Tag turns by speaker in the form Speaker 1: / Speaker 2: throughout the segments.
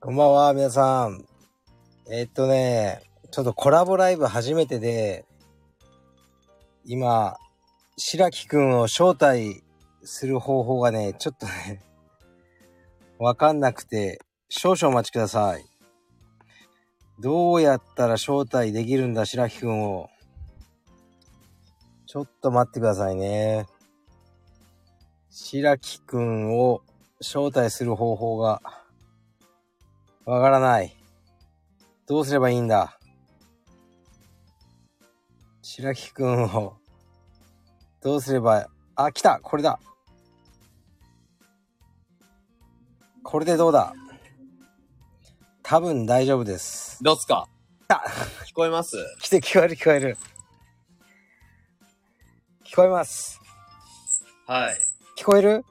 Speaker 1: こんばんは、皆さん。えーっとね、ちょっとコラボライブ初めてで、今、白木くんを招待する方法がね、ちょっとね、わかんなくて、少々お待ちください。どうやったら招待できるんだ、白木くんを。ちょっと待ってくださいね。白木くんを招待する方法が、わからない。どうすればいいんだ白木くんを、どうすれば、あ、来たこれだこれでどうだ多分大丈夫です。
Speaker 2: どうっすか
Speaker 1: あ
Speaker 2: 聞こえます
Speaker 1: 来て聞こえる聞こえる。聞こえます。
Speaker 2: はい。
Speaker 1: 聞こえる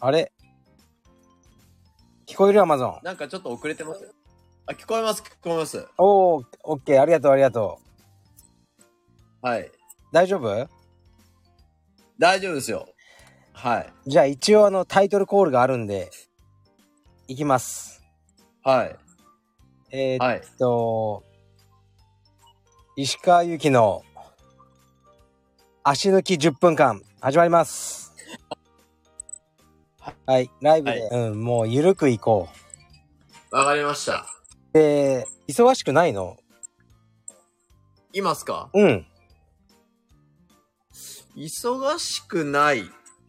Speaker 1: あれ聞こえるアマゾン。
Speaker 2: なんかちょっと遅れてますあ、聞こえます聞こえます
Speaker 1: おお、オッケー、ありがとう、ありがとう。
Speaker 2: はい。
Speaker 1: 大丈夫
Speaker 2: 大丈夫ですよ。はい。
Speaker 1: じゃあ一応あのタイトルコールがあるんで、いきます。
Speaker 2: はい。
Speaker 1: えーっ
Speaker 2: はい。
Speaker 1: と、石川由紀の足抜き10分間、始まります。はい、ライブで、うん、もうゆるくいこ
Speaker 2: わかりました。
Speaker 1: う。で、忙しくないの
Speaker 2: いますか
Speaker 1: うん。
Speaker 2: 忙しくない。
Speaker 1: い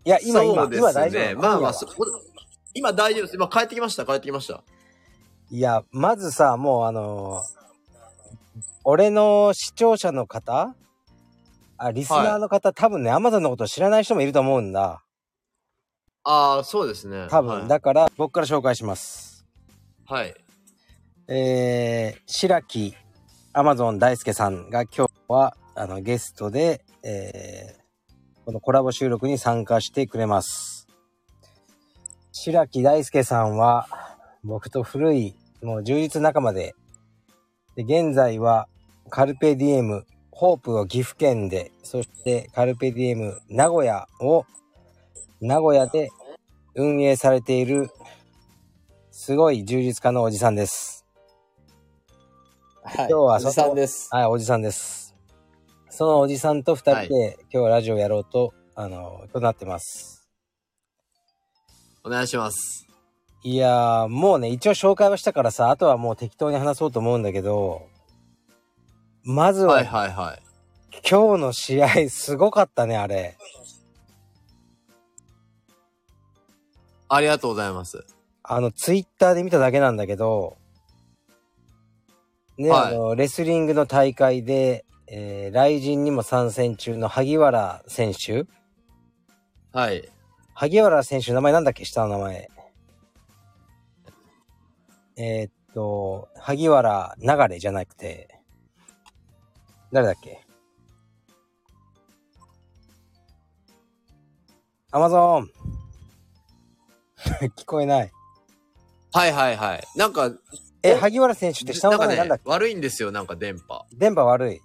Speaker 1: や、今、
Speaker 2: そ
Speaker 1: 今、
Speaker 2: うですね
Speaker 1: 今大丈夫なの。
Speaker 2: まあまあ、
Speaker 1: 今
Speaker 2: そ
Speaker 1: は
Speaker 2: 今大丈夫です。今帰ってきました。帰ってきました。
Speaker 1: いや、まずさ、もうあのー俺の視聴者の方あ、リスナーの方、多分ね、アマゾンのことを知らない人もいると思うんだ。
Speaker 2: ああ、そうですね。
Speaker 1: 多分。
Speaker 2: はい。
Speaker 1: だから、僕から紹介します。
Speaker 2: はい。
Speaker 1: えー、白木、アマゾン大輔さんが今日は、あの、ゲストで、えー、このコラボ収録に参加してくれます。白木大輔さんは、僕と古い、もう充実仲間で、で現在は、カルペディエム、ホープを岐阜県で、そしてカルペディエム名古屋を、名古屋で運営されている、すごい充実家のおじさんです。
Speaker 2: 今
Speaker 1: 日はそこ
Speaker 2: さんです。
Speaker 1: はい、おじさんです。そのおじさんと二人で、今日はラジオやろうと、あの、となってます。
Speaker 2: お願いします。
Speaker 1: いやー、もうね、一応紹介はしたからさ、あとはもう適当に話そうと思うんだけど、まずは、
Speaker 2: はいはいはい。
Speaker 1: 今日の試合すごかったね、あれ。
Speaker 2: ありがとうございます。
Speaker 1: あの、ツイッターで見ただけなんだけど、ね、
Speaker 2: はい
Speaker 1: あの、レスリングの大会で、えー、雷神にも参戦中の萩原選手。
Speaker 2: はい。
Speaker 1: 萩原選手、名前なんだっけ下の名前。えーっと、萩原流れじゃなくて、誰だっけアマゾン 聞こえない。
Speaker 2: はいはいはい。なんか、
Speaker 1: え、
Speaker 2: え
Speaker 1: 萩原選手って下
Speaker 2: な
Speaker 1: の
Speaker 2: んか
Speaker 1: 名前なんだっ
Speaker 2: ね
Speaker 1: け、
Speaker 2: 悪いんですよ。なんか電波。
Speaker 1: 電波悪い。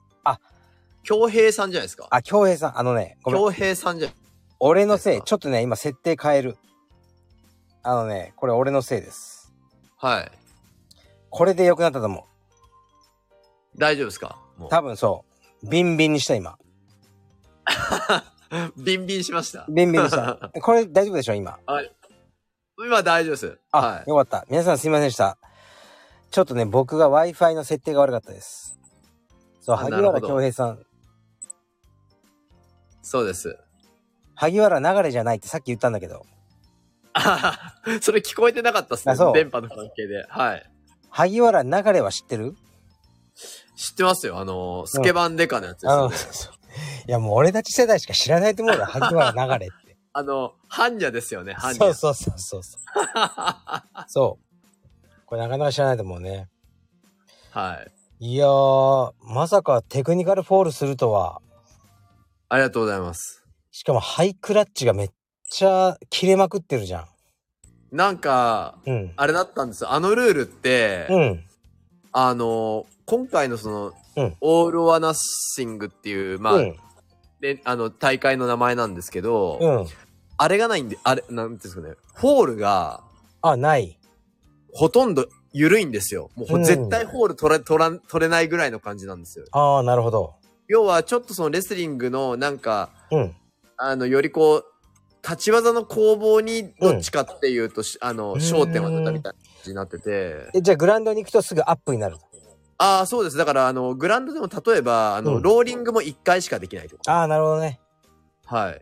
Speaker 2: 京平さんじゃないですか。
Speaker 1: あ、京平さん、あのね、ごめん。
Speaker 2: 京平さんじゃ、
Speaker 1: 俺のせ
Speaker 2: で
Speaker 1: い。
Speaker 2: すか
Speaker 1: ちょっとね、今設定変える。あのね、これ俺のせいです。
Speaker 2: はい。
Speaker 1: これで良くなったと思う。
Speaker 2: 大丈夫ですかも
Speaker 1: 多分そう。ビンビンにした今。
Speaker 2: う。ビン ビンしました。
Speaker 1: ビンビンにした。 これ大丈夫でしょ今。
Speaker 2: 今大丈夫です。
Speaker 1: あ、
Speaker 2: はい。
Speaker 1: よかった。皆さんすいませんでした。ちょっとね、僕が Wi-Fi の設定が悪かったです。そう、
Speaker 2: あ
Speaker 1: 萩
Speaker 2: なるほ
Speaker 1: 原
Speaker 2: ど
Speaker 1: 京平さん。
Speaker 2: そうです。
Speaker 1: 萩原流れじゃないってさっき言ったんだけど。
Speaker 2: あははそれ聞こえてなかったっす
Speaker 1: あ
Speaker 2: ね
Speaker 1: そう。
Speaker 2: 電波の関係で。はい。
Speaker 1: 萩原流れは知ってる
Speaker 2: 知ってますよ。あのー、スケバンデカのやつです
Speaker 1: あ
Speaker 2: よ
Speaker 1: の、
Speaker 2: ね。
Speaker 1: そういやもう俺たち世代しか知らないと思うよ。萩原流れ って。
Speaker 2: あの、半者ですよね、半
Speaker 1: そう
Speaker 2: 者。
Speaker 1: そうそうそうそう。 そう。これなかなか知らないと思うね。
Speaker 2: はい。
Speaker 1: いやー、まさかテクニカルフォールするとは。
Speaker 2: ありがとうございます。
Speaker 1: しかもハイクラッチがめっちゃ切れまくってるじゃん。
Speaker 2: なんか、
Speaker 1: うん。
Speaker 2: あれだったんですよ。あのルールって、
Speaker 1: うん。
Speaker 2: あのー、今回のその、
Speaker 1: うん
Speaker 2: オール・オア・ナッシングっていう、まあ、
Speaker 1: うん。
Speaker 2: であの、大会の名前なんですけど、
Speaker 1: うん。
Speaker 2: あれがないんで、あれ、なんていうんですかね、フォールが、
Speaker 1: あ、ない。
Speaker 2: ほとんど緩いんですよ。もうほ
Speaker 1: うん
Speaker 2: 絶対ホール取れ、取らん、取れないぐらいの感じなんですよ。
Speaker 1: ああ、なるほど。
Speaker 2: 要はちょっとそのレスリングのなんか、
Speaker 1: うん。
Speaker 2: あの、よりこう、立ち技の攻防にどっちかっていうと、しあの、
Speaker 1: うん
Speaker 2: 焦点を当てたみたいな感じになってて。
Speaker 1: え、じゃあグラウンドに行くとすぐアップになると。
Speaker 2: ああ、そうです。だから、あの、グラウンドでも例えば、あの、
Speaker 1: うん
Speaker 2: ローリングも1回しかできないとか。
Speaker 1: ああ、なるほどね。
Speaker 2: はい。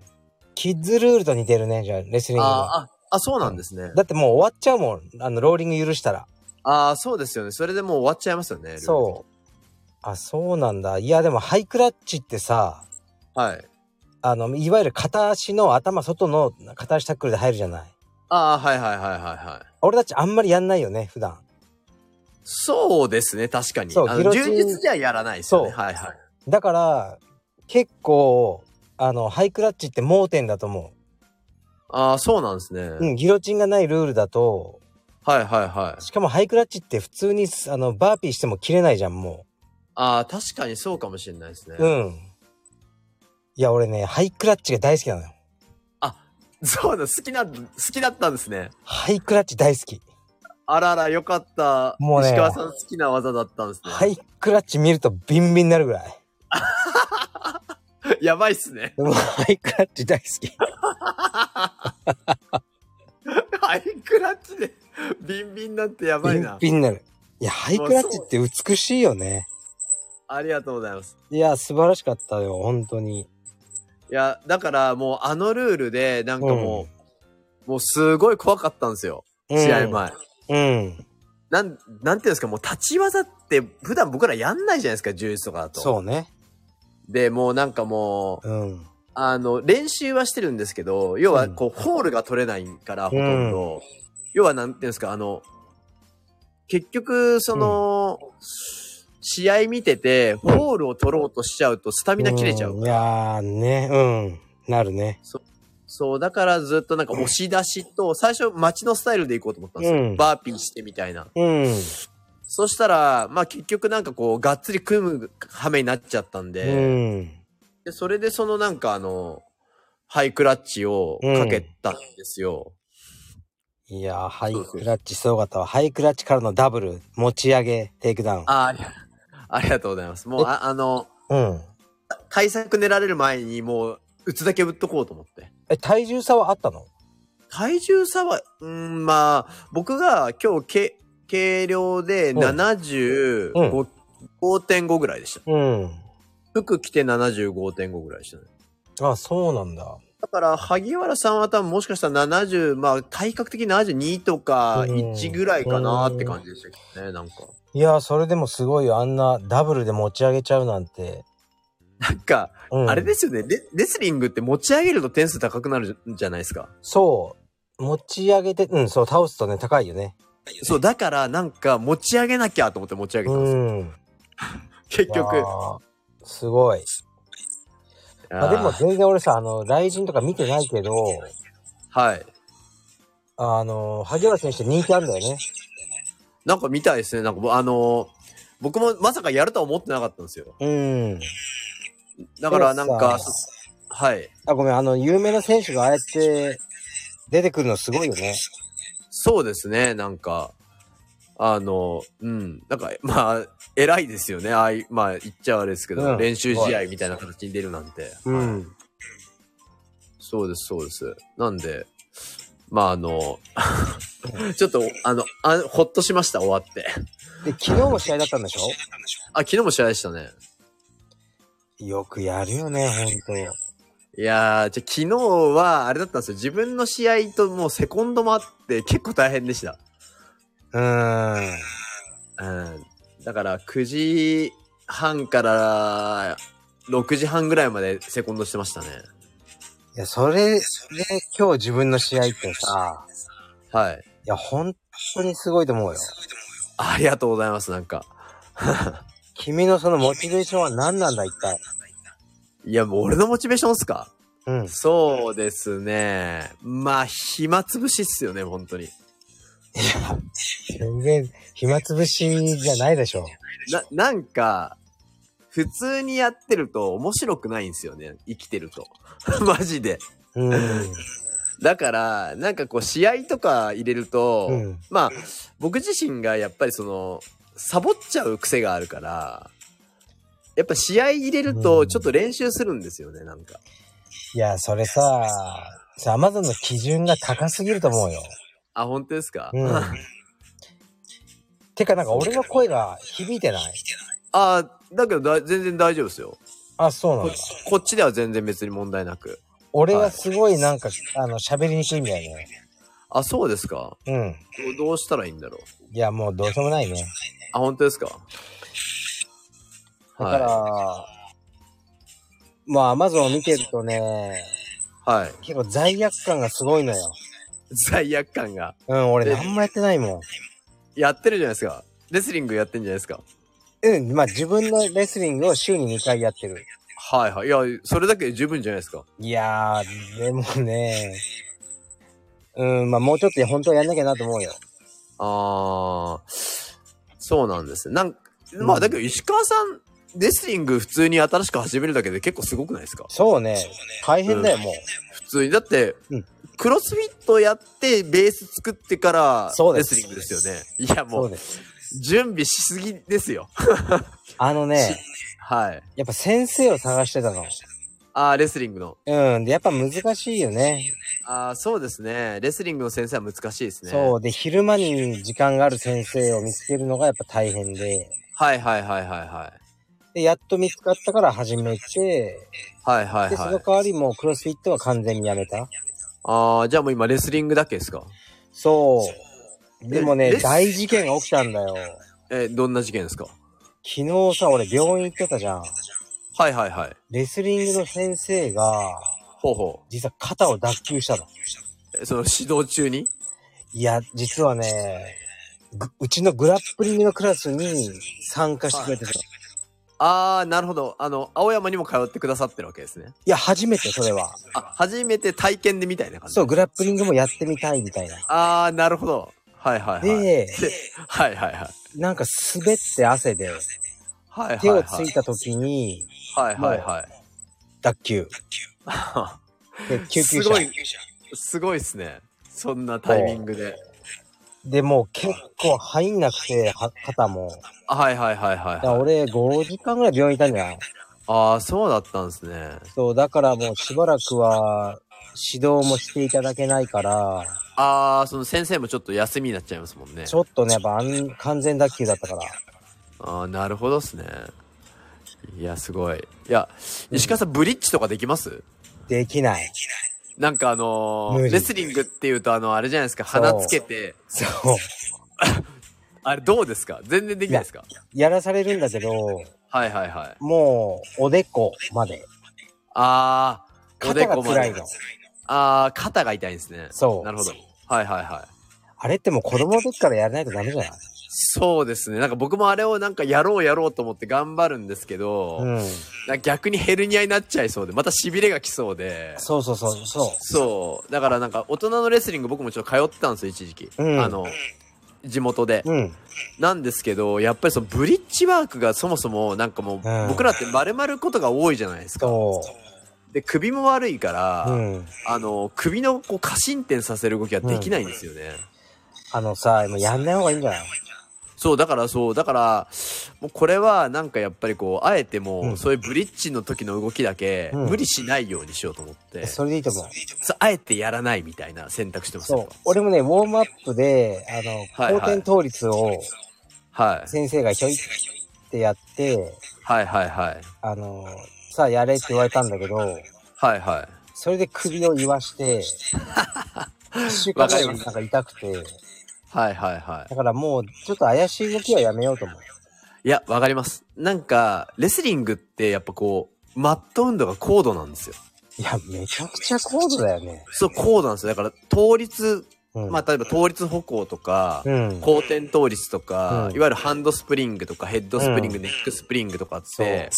Speaker 1: キッズルールと似てるね、じゃあ、レスリングは。
Speaker 2: あーあ、あ、そうなんですね。
Speaker 1: だってもう終わっちゃうもん。あの、ローリング許したら。
Speaker 2: ああ、そうですよね。それでもう終わっちゃいますよね。
Speaker 1: そう。あ、そうなんだ。いや、でもハイクラッチってさ、
Speaker 2: う。はい。
Speaker 1: あの、いわゆる片足の頭外の片足タックルで入るじゃない。
Speaker 2: ああ、はいはいはいはいはい。
Speaker 1: 俺たちあんまりやんないよね、普段。
Speaker 2: そうですね、確かに。
Speaker 1: そう
Speaker 2: あ
Speaker 1: ギ
Speaker 2: の
Speaker 1: ロチン
Speaker 2: 充実じゃやらないですよね。
Speaker 1: そう
Speaker 2: はいはい。
Speaker 1: だから、結構、あの、ハイクラッチって盲点だと思
Speaker 2: ああ、そうなんですね。
Speaker 1: う。うん、ギロチンがないルールだと、
Speaker 2: はいはいはい。
Speaker 1: しかもハイクラッチって普通に、あの、バーピーしても切れないじゃん、も
Speaker 2: ああ、確かにそうかもしれないですね。
Speaker 1: う。うん。いや、俺ね、ハイクラッチが大好きなのよ。
Speaker 2: そうだ、好きな、好きだったんですね。
Speaker 1: ハイクラッチ大好き。
Speaker 2: あらら、よかった。
Speaker 1: もうね
Speaker 2: 石川さん好きな技だったんですね。
Speaker 1: ハイクラッチ見るとビンビンになるぐらい。
Speaker 2: やばいっすね。
Speaker 1: でも、ハイクラッチ大好き。
Speaker 2: ハイクラッチで、ビンビンなんてやば
Speaker 1: ビ
Speaker 2: い
Speaker 1: ン
Speaker 2: な。
Speaker 1: ビンになる。いや、ハイクラッチって美しいよね。
Speaker 2: ありがとうございます。
Speaker 1: いや、素晴らしかったよ、本当に。
Speaker 2: いや、だからもうあのルールで、なんかも
Speaker 1: うん
Speaker 2: う、もうすごい怖かったんですよ。試合前。
Speaker 1: 前。うん。
Speaker 2: なん、なんていうんですか、もう立ち技って普段僕らやんないじゃないですか、柔術とかだと。
Speaker 1: そうね。
Speaker 2: で、もうなんかもう、
Speaker 1: うん。
Speaker 2: あの、練習はしてるんですけど、要はこう、ホールが取れないから、ほとんど。要はなんていうんですか、あの、結局、その、試合見てて、ホールを取ろうとしちゃうと、スタミナ切れちゃう。
Speaker 1: んいやーね、うん。なるね。
Speaker 2: そう、だからずっとなんか押し出しと、最初街のスタイルで行こうと思ったんですよ。
Speaker 1: うん
Speaker 2: バーピンしてみたいな。
Speaker 1: うん。
Speaker 2: そしたら、まあ結局なんかこう、がっつり組む羽目になっちゃったんで、
Speaker 1: うん。
Speaker 2: でそれでそのなんかあの、ハイクラッチをかけたんですよ。
Speaker 1: いやー、ハイクラッチすごかったわ。ハイクラッチからのダブル、持ち上げ、テイクダウン。
Speaker 2: あありが、ありがとうございます。もう、ああの、
Speaker 1: うん。
Speaker 2: 対策練られる前にもう、打つだけ打っとこうと思って。
Speaker 1: え、体重差はあったの
Speaker 2: 体重差は、うーん、まあ、僕が今日、け軽量で
Speaker 1: うん
Speaker 2: 75.5、5.5ぐらいでした。
Speaker 1: うん。
Speaker 2: 服着て75.5ぐらいでしたね。
Speaker 1: あ、そうなんだ。
Speaker 2: だから、萩原さんは多分もしかしたら70、まあ、体格的に72とか
Speaker 1: うん
Speaker 2: 1ぐらいかなって感じでしたけどね、なんか。
Speaker 1: いやー、それでもすごいよ。あんなダブルで持ち上げちゃうなんて。
Speaker 2: なんか、
Speaker 1: うん、
Speaker 2: あれですよねレ、レスリングって持ち上げると点数高くなるじゃないですか。
Speaker 1: そう。持ち上げて、うん、そう、倒すとね、高いよね。
Speaker 2: そう、だからなんか持ち上げなきゃと思って持ち上げたんですよ。
Speaker 1: ん。
Speaker 2: 結局。
Speaker 1: わー。すごい。まあ、でも
Speaker 2: あー
Speaker 1: 全然俺さ、あの、雷神とか見てないけど、
Speaker 2: はい。
Speaker 1: あの、萩原選手人気あるんだよね。
Speaker 2: なんか見たいですね。なんか、あのー僕もまさかやるとは思ってなかったんですよ。
Speaker 1: うん。
Speaker 2: だからなんか
Speaker 1: でも、
Speaker 2: はい。
Speaker 1: あ、ごめん、あの、有名な選手がああやって出てくるのすごいよね。
Speaker 2: そうですね、なんか、あの、うん、なんか、まあ、偉いですよね、ああいまあ、言っちゃあれですけど、
Speaker 1: うん
Speaker 2: 練習試合みたいな形に出るなんて。はい。そうです、そうです。なんで、まあ、あの、 ちょっと、あのあ、ほっとしました、終わって。
Speaker 1: で、昨日も試合だったんでしょ
Speaker 2: あ、昨日も試合でしたね。
Speaker 1: よくやるよね、ほんと。
Speaker 2: いやー、じゃあ昨日は、あれだったんですよ。自分の試合ともうセコンドもあって、結構大変でした。
Speaker 1: うーん。
Speaker 2: うんだから9時半から6時半ぐらいまでセコンドしてましたね。
Speaker 1: いや、それで今日自分の試合ってさ、
Speaker 2: はい。
Speaker 1: いや、本当にすごいと思うよ。
Speaker 2: ありがとうございます、なんか。
Speaker 1: 君のそのモチベーションは何なんだ、一体。
Speaker 2: いや、もう俺のモチベーションっすか
Speaker 1: うん。
Speaker 2: そうですね。まあ、暇つぶしっすよね、本当に。
Speaker 1: 全然、暇つぶしじゃないでしょ。
Speaker 2: な、なんか、普通にや ってると面白くないんですよね、生きてると。マジで。
Speaker 1: うん。
Speaker 2: だから、なんかこう、試合とか入れると、
Speaker 1: うん
Speaker 2: まあ、僕自身がやっぱりその、サボっちゃう癖があるから、やっぱ試合入れる
Speaker 1: う
Speaker 2: と、
Speaker 1: ん
Speaker 2: ちょっと練習するんですよね、なんか。
Speaker 1: いや、それさ、さ、アマゾンの基準が高すぎると思うよ。
Speaker 2: あ、本当ですか、
Speaker 1: うん
Speaker 2: あ
Speaker 1: てか、なんか俺の声が響いてない
Speaker 2: あ、だけどだ全然大丈夫ですよ
Speaker 1: あ、そうなん
Speaker 2: こ
Speaker 1: だ。。
Speaker 2: こっちでは全然別に問題なく。
Speaker 1: 俺はすごいなんか、あの、喋りにくいみたいね。
Speaker 2: あ、そうですか
Speaker 1: うん。
Speaker 2: どどうしたらいいんだろう
Speaker 1: いや、もうどうしようもないね。
Speaker 2: あ、本当ですか
Speaker 1: だから、
Speaker 2: は
Speaker 1: まあ、アマゾンを見てるとね、
Speaker 2: い。はい。
Speaker 1: 結構罪悪感がすごいのよ。
Speaker 2: 罪悪感が。
Speaker 1: うん、俺
Speaker 2: え
Speaker 1: 何もやってないもん。
Speaker 2: やってるじゃないですか。レスリングやってんじゃないですか。
Speaker 1: うん、まあ自分のレスリングを週に2回やってる。
Speaker 2: はいはい。いや、それだけで十分じゃないですか。
Speaker 1: いやー、でもね、うん、まあもうちょっとで本当はやんなきゃなと思うよ。
Speaker 2: あー、そうなんですね。なんま
Speaker 1: う
Speaker 2: あ、
Speaker 1: ん
Speaker 2: だけど石川さん、レスリング普通に新しく始めるだけで結構すごくないですか
Speaker 1: そうね、大変だよ、もう。
Speaker 2: 普通に。だって、
Speaker 1: うん
Speaker 2: クロスフィットやってベース作ってから
Speaker 1: そう
Speaker 2: レ
Speaker 1: です
Speaker 2: スリングですよね。いや、
Speaker 1: そ
Speaker 2: も
Speaker 1: う
Speaker 2: う、
Speaker 1: です。
Speaker 2: 準備しすぎですよ。
Speaker 1: あのね、
Speaker 2: はい。
Speaker 1: やっぱ先生を探してたの。
Speaker 2: あー、レスリングの。
Speaker 1: うん、で、やっぱ難しいよね。
Speaker 2: あー、そうですね。レスリングの先生は難しいですね。
Speaker 1: そう、で、昼間に時間がある先生を見つけるのがやっぱ大変で、
Speaker 2: はいはいはいはいはい。
Speaker 1: で、やっと見つかったから始めて、
Speaker 2: はいはい
Speaker 1: で、そ
Speaker 2: は
Speaker 1: の
Speaker 2: い。
Speaker 1: 代わりもうクロスフィットは完全にやめた。
Speaker 2: ああ、じゃあもう今レスリングだけですか
Speaker 1: そう。でも
Speaker 2: え
Speaker 1: ね、
Speaker 2: レス
Speaker 1: 大事件が起きたんだよ。
Speaker 2: え、どんな事件ですか
Speaker 1: 昨日さ、俺病院行ってたじゃん。
Speaker 2: はいはいはい。
Speaker 1: レスリングの先生が、
Speaker 2: ほうほ
Speaker 1: 実は肩を脱臼したの。
Speaker 2: う。えその指導中に
Speaker 1: いや、実はね、ぐうちのグラップリングのクラスに参加してくれてた。い
Speaker 2: ああ、なるほど。あの、青山にも通ってくださってるわけですね。
Speaker 1: や、初めてそれは。
Speaker 2: あ、初めて体験でみたいな感じ。
Speaker 1: そう、。グラップリングもやってみたいみたいな。
Speaker 2: ああ、なるほど。はいはいはい。
Speaker 1: で、
Speaker 2: はいはいはい。
Speaker 1: なんか滑って汗で、
Speaker 2: はいはいはい。
Speaker 1: 手をついた時に、
Speaker 2: はいはいはい。
Speaker 1: 脱臼。で、救急
Speaker 2: すご
Speaker 1: 車。
Speaker 2: い、すごいですね。そんなタイミングで。
Speaker 1: で、もう結構入んなくて、は肩も。
Speaker 2: あはいはいはい
Speaker 1: だから
Speaker 2: はい。
Speaker 1: 俺、5時間ぐらい病院いたんじゃない
Speaker 2: ああ、そうだったんですね。
Speaker 1: そう、だからもうしばらくは指導もしていただけないから、
Speaker 2: ああ、その先生もちょっと休みになっちゃいますもんね。
Speaker 1: ちょっとね、やっぱあん完全脱臼だったから。
Speaker 2: ああ、なるほどっすね。いや、すごい。いや、石川さん、ブリッジとかできます
Speaker 1: できない。
Speaker 2: なんかあのー
Speaker 1: 無理
Speaker 2: レスリングっていうと、あの、あれじゃないですか、
Speaker 1: そう
Speaker 2: 鼻つけて、
Speaker 1: そう。
Speaker 2: あれどうですか全然できないですか
Speaker 1: やらされるんだけど、
Speaker 2: はいはいはい。
Speaker 1: もう、おでこまで。
Speaker 2: あー、おで
Speaker 1: 肩が
Speaker 2: こま
Speaker 1: 辛い
Speaker 2: で
Speaker 1: の。。
Speaker 2: あー、肩が痛いんですね。
Speaker 1: そう
Speaker 2: なるほど。はいはいはい。
Speaker 1: あれってもう子供の時からやらないとダメじゃない
Speaker 2: そうですね。なんか僕もあれをなんかやろうやろうと思って頑張るんですけど、
Speaker 1: うん。
Speaker 2: なんか逆にヘルニアになっちゃいそうで、また痺れが来そうで。
Speaker 1: そうそうそう、そ
Speaker 2: そう。だからなんか大人のレスリング僕もちょっと通ってたんですよ、一時期。
Speaker 1: うん
Speaker 2: あの、地元で。
Speaker 1: う。うん。
Speaker 2: なんですけど、やっぱりそのブリッジワークがそもそもなんかもう、
Speaker 1: ん
Speaker 2: 僕らって丸々ことが多いじゃないですか。
Speaker 1: そ
Speaker 2: で、首も悪いから、
Speaker 1: う。うん。
Speaker 2: あの、首のこう過伸展させる動きはできないんですよね。
Speaker 1: あのさ、もうやんない方がいいんじゃない
Speaker 2: そう、だからそう、だから、もうこれはなんかやっぱりこう、あえてもう、
Speaker 1: うん
Speaker 2: そういうブリッジの時の動きだけ、
Speaker 1: うん
Speaker 2: 無理しないようにしようと思って、
Speaker 1: それでいいと思う。
Speaker 2: そうあえてやらないみたいな選択してます
Speaker 1: そう
Speaker 2: よ。。
Speaker 1: 俺もね、ウォームアップで、あの、
Speaker 2: はい
Speaker 1: 高点倒立を
Speaker 2: はい。
Speaker 1: 先生がひょいってやって、
Speaker 2: はいはいはい。
Speaker 1: あの、さあやれって言われたんだけど、
Speaker 2: はいはい。
Speaker 1: それで首を言わ して、一週間ぐらいなんか痛くて、
Speaker 2: はいはいはい。
Speaker 1: だからもうちょっと怪しい動きはやめようと思う。
Speaker 2: いや、わかります。なんか、レスリングってやっぱこう、マット運動が高度なんですよ。
Speaker 1: いや、めちゃくちゃ高度だよね。
Speaker 2: そう、高度なんですよ。だから、倒立、
Speaker 1: うん。
Speaker 2: まあ、例えば倒立歩行とか、
Speaker 1: うん。
Speaker 2: 後転倒立とか、
Speaker 1: うん
Speaker 2: いわゆるハンドスプリングとか、ヘッドスプリング、
Speaker 1: うん
Speaker 2: ネックスプリングとかって、